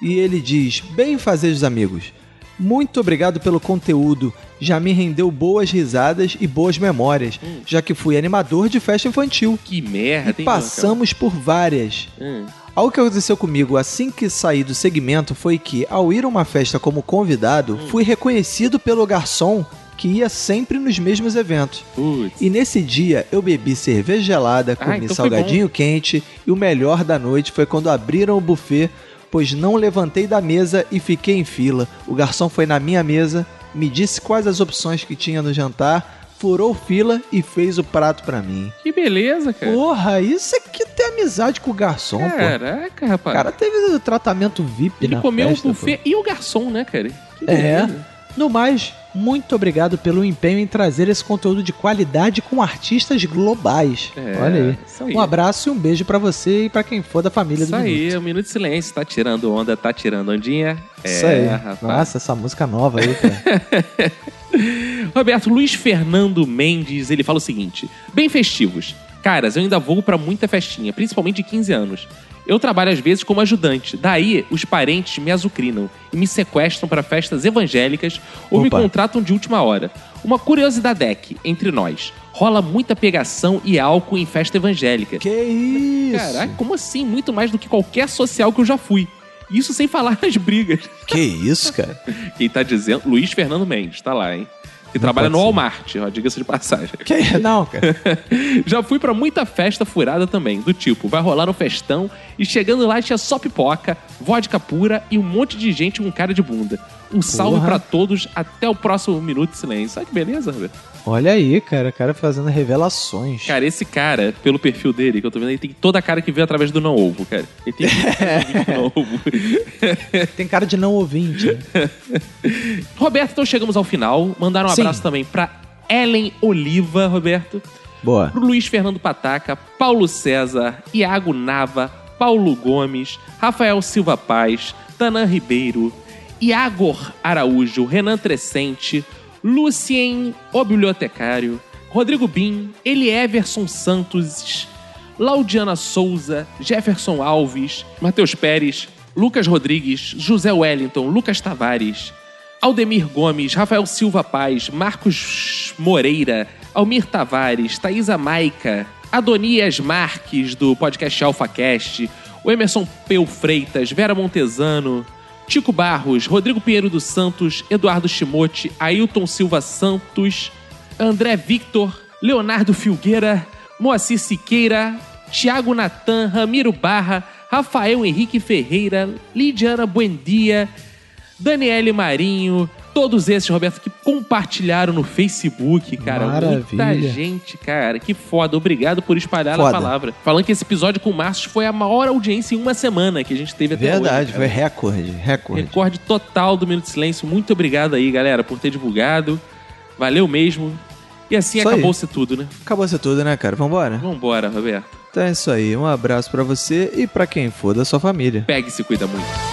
[SPEAKER 11] E ele diz: Bem fazer os amigos. Muito obrigado pelo conteúdo. Já me rendeu boas risadas e boas memórias, já que fui animador de festa infantil.
[SPEAKER 1] Que merda,
[SPEAKER 11] E
[SPEAKER 1] hein,
[SPEAKER 11] passamos por várias.
[SPEAKER 1] Hum.
[SPEAKER 11] Algo que aconteceu comigo assim que saí do segmento foi que, ao ir a uma festa como convidado, fui reconhecido pelo garçom que ia sempre nos mesmos eventos.
[SPEAKER 1] Putz.
[SPEAKER 11] E nesse dia eu bebi cerveja gelada,
[SPEAKER 1] Ah,
[SPEAKER 11] comi
[SPEAKER 1] então foi
[SPEAKER 11] salgadinho quente e o melhor da noite foi quando abriram o buffet, pois não levantei da mesa e fiquei em fila. O garçom foi na minha mesa, me disse quais as opções que tinha no jantar, furou fila e fez o prato pra mim.
[SPEAKER 1] Que beleza, cara.
[SPEAKER 11] Porra, isso é que ter amizade com o garçom, pô.
[SPEAKER 1] Caraca,
[SPEAKER 11] O
[SPEAKER 1] rapaz.
[SPEAKER 11] cara teve o tratamento VIP
[SPEAKER 1] É, Ele
[SPEAKER 11] na
[SPEAKER 1] comeu
[SPEAKER 11] festa,
[SPEAKER 1] o
[SPEAKER 11] pô.
[SPEAKER 1] buffet e o garçom, né, cara? Que
[SPEAKER 11] É.
[SPEAKER 1] beleza.
[SPEAKER 11] No mais, muito obrigado pelo empenho em trazer esse conteúdo de qualidade com artistas globais.
[SPEAKER 1] É,
[SPEAKER 11] Olha
[SPEAKER 1] isso
[SPEAKER 11] aí.
[SPEAKER 1] aí.
[SPEAKER 11] Um abraço e um beijo pra você e pra quem for da família
[SPEAKER 1] Isso
[SPEAKER 11] do Minuto.
[SPEAKER 1] aí, um minuto de silêncio. Tá tirando onda, tá tirando ondinha. É,
[SPEAKER 11] Isso aí.
[SPEAKER 1] rapaz.
[SPEAKER 11] Nossa, essa música nova aí, cara.
[SPEAKER 1] Roberto, Luiz Fernando Mendes, ele fala o seguinte: bem festivos. Caras, eu ainda vou pra muita festinha, principalmente de 15 anos. Eu trabalho às vezes como ajudante, daí os parentes me azucrinam e me sequestram pra festas evangélicas ou me
[SPEAKER 11] Opa.
[SPEAKER 1] contratam de última hora. Uma curiosidade é que, entre nós, rola muita pegação e álcool em festa evangélica.
[SPEAKER 11] Que isso?
[SPEAKER 1] Caraca, como assim? Muito mais do que qualquer social que eu já fui. Isso sem falar nas brigas.
[SPEAKER 11] que isso, cara?
[SPEAKER 1] Quem tá dizendo? Luiz Fernando Mendes, tá lá, hein? Que trabalha
[SPEAKER 11] pode
[SPEAKER 1] no
[SPEAKER 11] ser.
[SPEAKER 1] Walmart, ó, diga-se de passagem.
[SPEAKER 11] Que não, cara.
[SPEAKER 1] Já fui pra muita festa furada também, do tipo, vai rolar um festão e chegando lá tinha só pipoca, vodka pura e um monte de gente com cara de bunda. Um salve
[SPEAKER 11] Porra.
[SPEAKER 1] pra todos, até o próximo Minuto de Silêncio. Olha que beleza, Roberto.
[SPEAKER 11] Olha aí, cara. O cara fazendo revelações.
[SPEAKER 1] Cara, esse cara, pelo perfil dele, que eu tô vendo, ele tem toda a cara que veio através do não ovo, cara. Ele tem muita cara que veio do não ovo.
[SPEAKER 11] Tem cara de não ouvinte. né?
[SPEAKER 1] Roberto, então chegamos ao final. Mandar um
[SPEAKER 11] Sim.
[SPEAKER 1] abraço também pra Ellen Oliva, Roberto.
[SPEAKER 11] Boa.
[SPEAKER 1] Pro Luiz Fernando Pataca, Paulo César, Iago Nava, Paulo Gomes, Rafael Silva Paz, Tanan Ribeiro, Iagor Araújo, Renan Trescente, Lucien, o Bibliotecário, Rodrigo Bim, Elieverson Santos, Laudiana Souza, Jefferson Alves, Matheus Pérez, Lucas Rodrigues, José Wellington, Lucas Tavares, Aldemir Gomes, Rafael Silva Paz, Marcos Moreira, Almir Tavares, Thaisa Maica, Adonias Marques, do podcast AlphaCast, o Emerson Peu Freitas, Vera Montesano, Tico Barros, Rodrigo Pinheiro dos Santos, Eduardo Chimote, Ailton Silva Santos, André Victor, Leonardo Filgueira, Moacir Siqueira, Tiago Natan, Ramiro Barra, Rafael Henrique Ferreira, Lidiana Buendia, Daniele Marinho, todos esses, Roberto, que compartilharam no Facebook, cara. Muita
[SPEAKER 11] Maravilha.
[SPEAKER 1] gente, cara. Que foda. Obrigado por espalhar a
[SPEAKER 11] Foda.
[SPEAKER 1] palavra. Falando que esse episódio com o Márcio foi a maior audiência em uma semana que a gente teve até hoje,
[SPEAKER 11] Verdade,
[SPEAKER 1] cara.
[SPEAKER 11] foi recorde, recorde.
[SPEAKER 1] Recorde total do Minuto de Silêncio. Muito obrigado aí, galera, por ter divulgado. Valeu mesmo. E assim
[SPEAKER 11] Isso aí.
[SPEAKER 1] acabou-se tudo, né?
[SPEAKER 11] Acabou isso tudo, né, cara? Vambora?
[SPEAKER 1] Vambora, Roberto.
[SPEAKER 11] Então é isso aí. Um abraço pra você e pra quem for da sua família.
[SPEAKER 1] Pega e se cuida muito.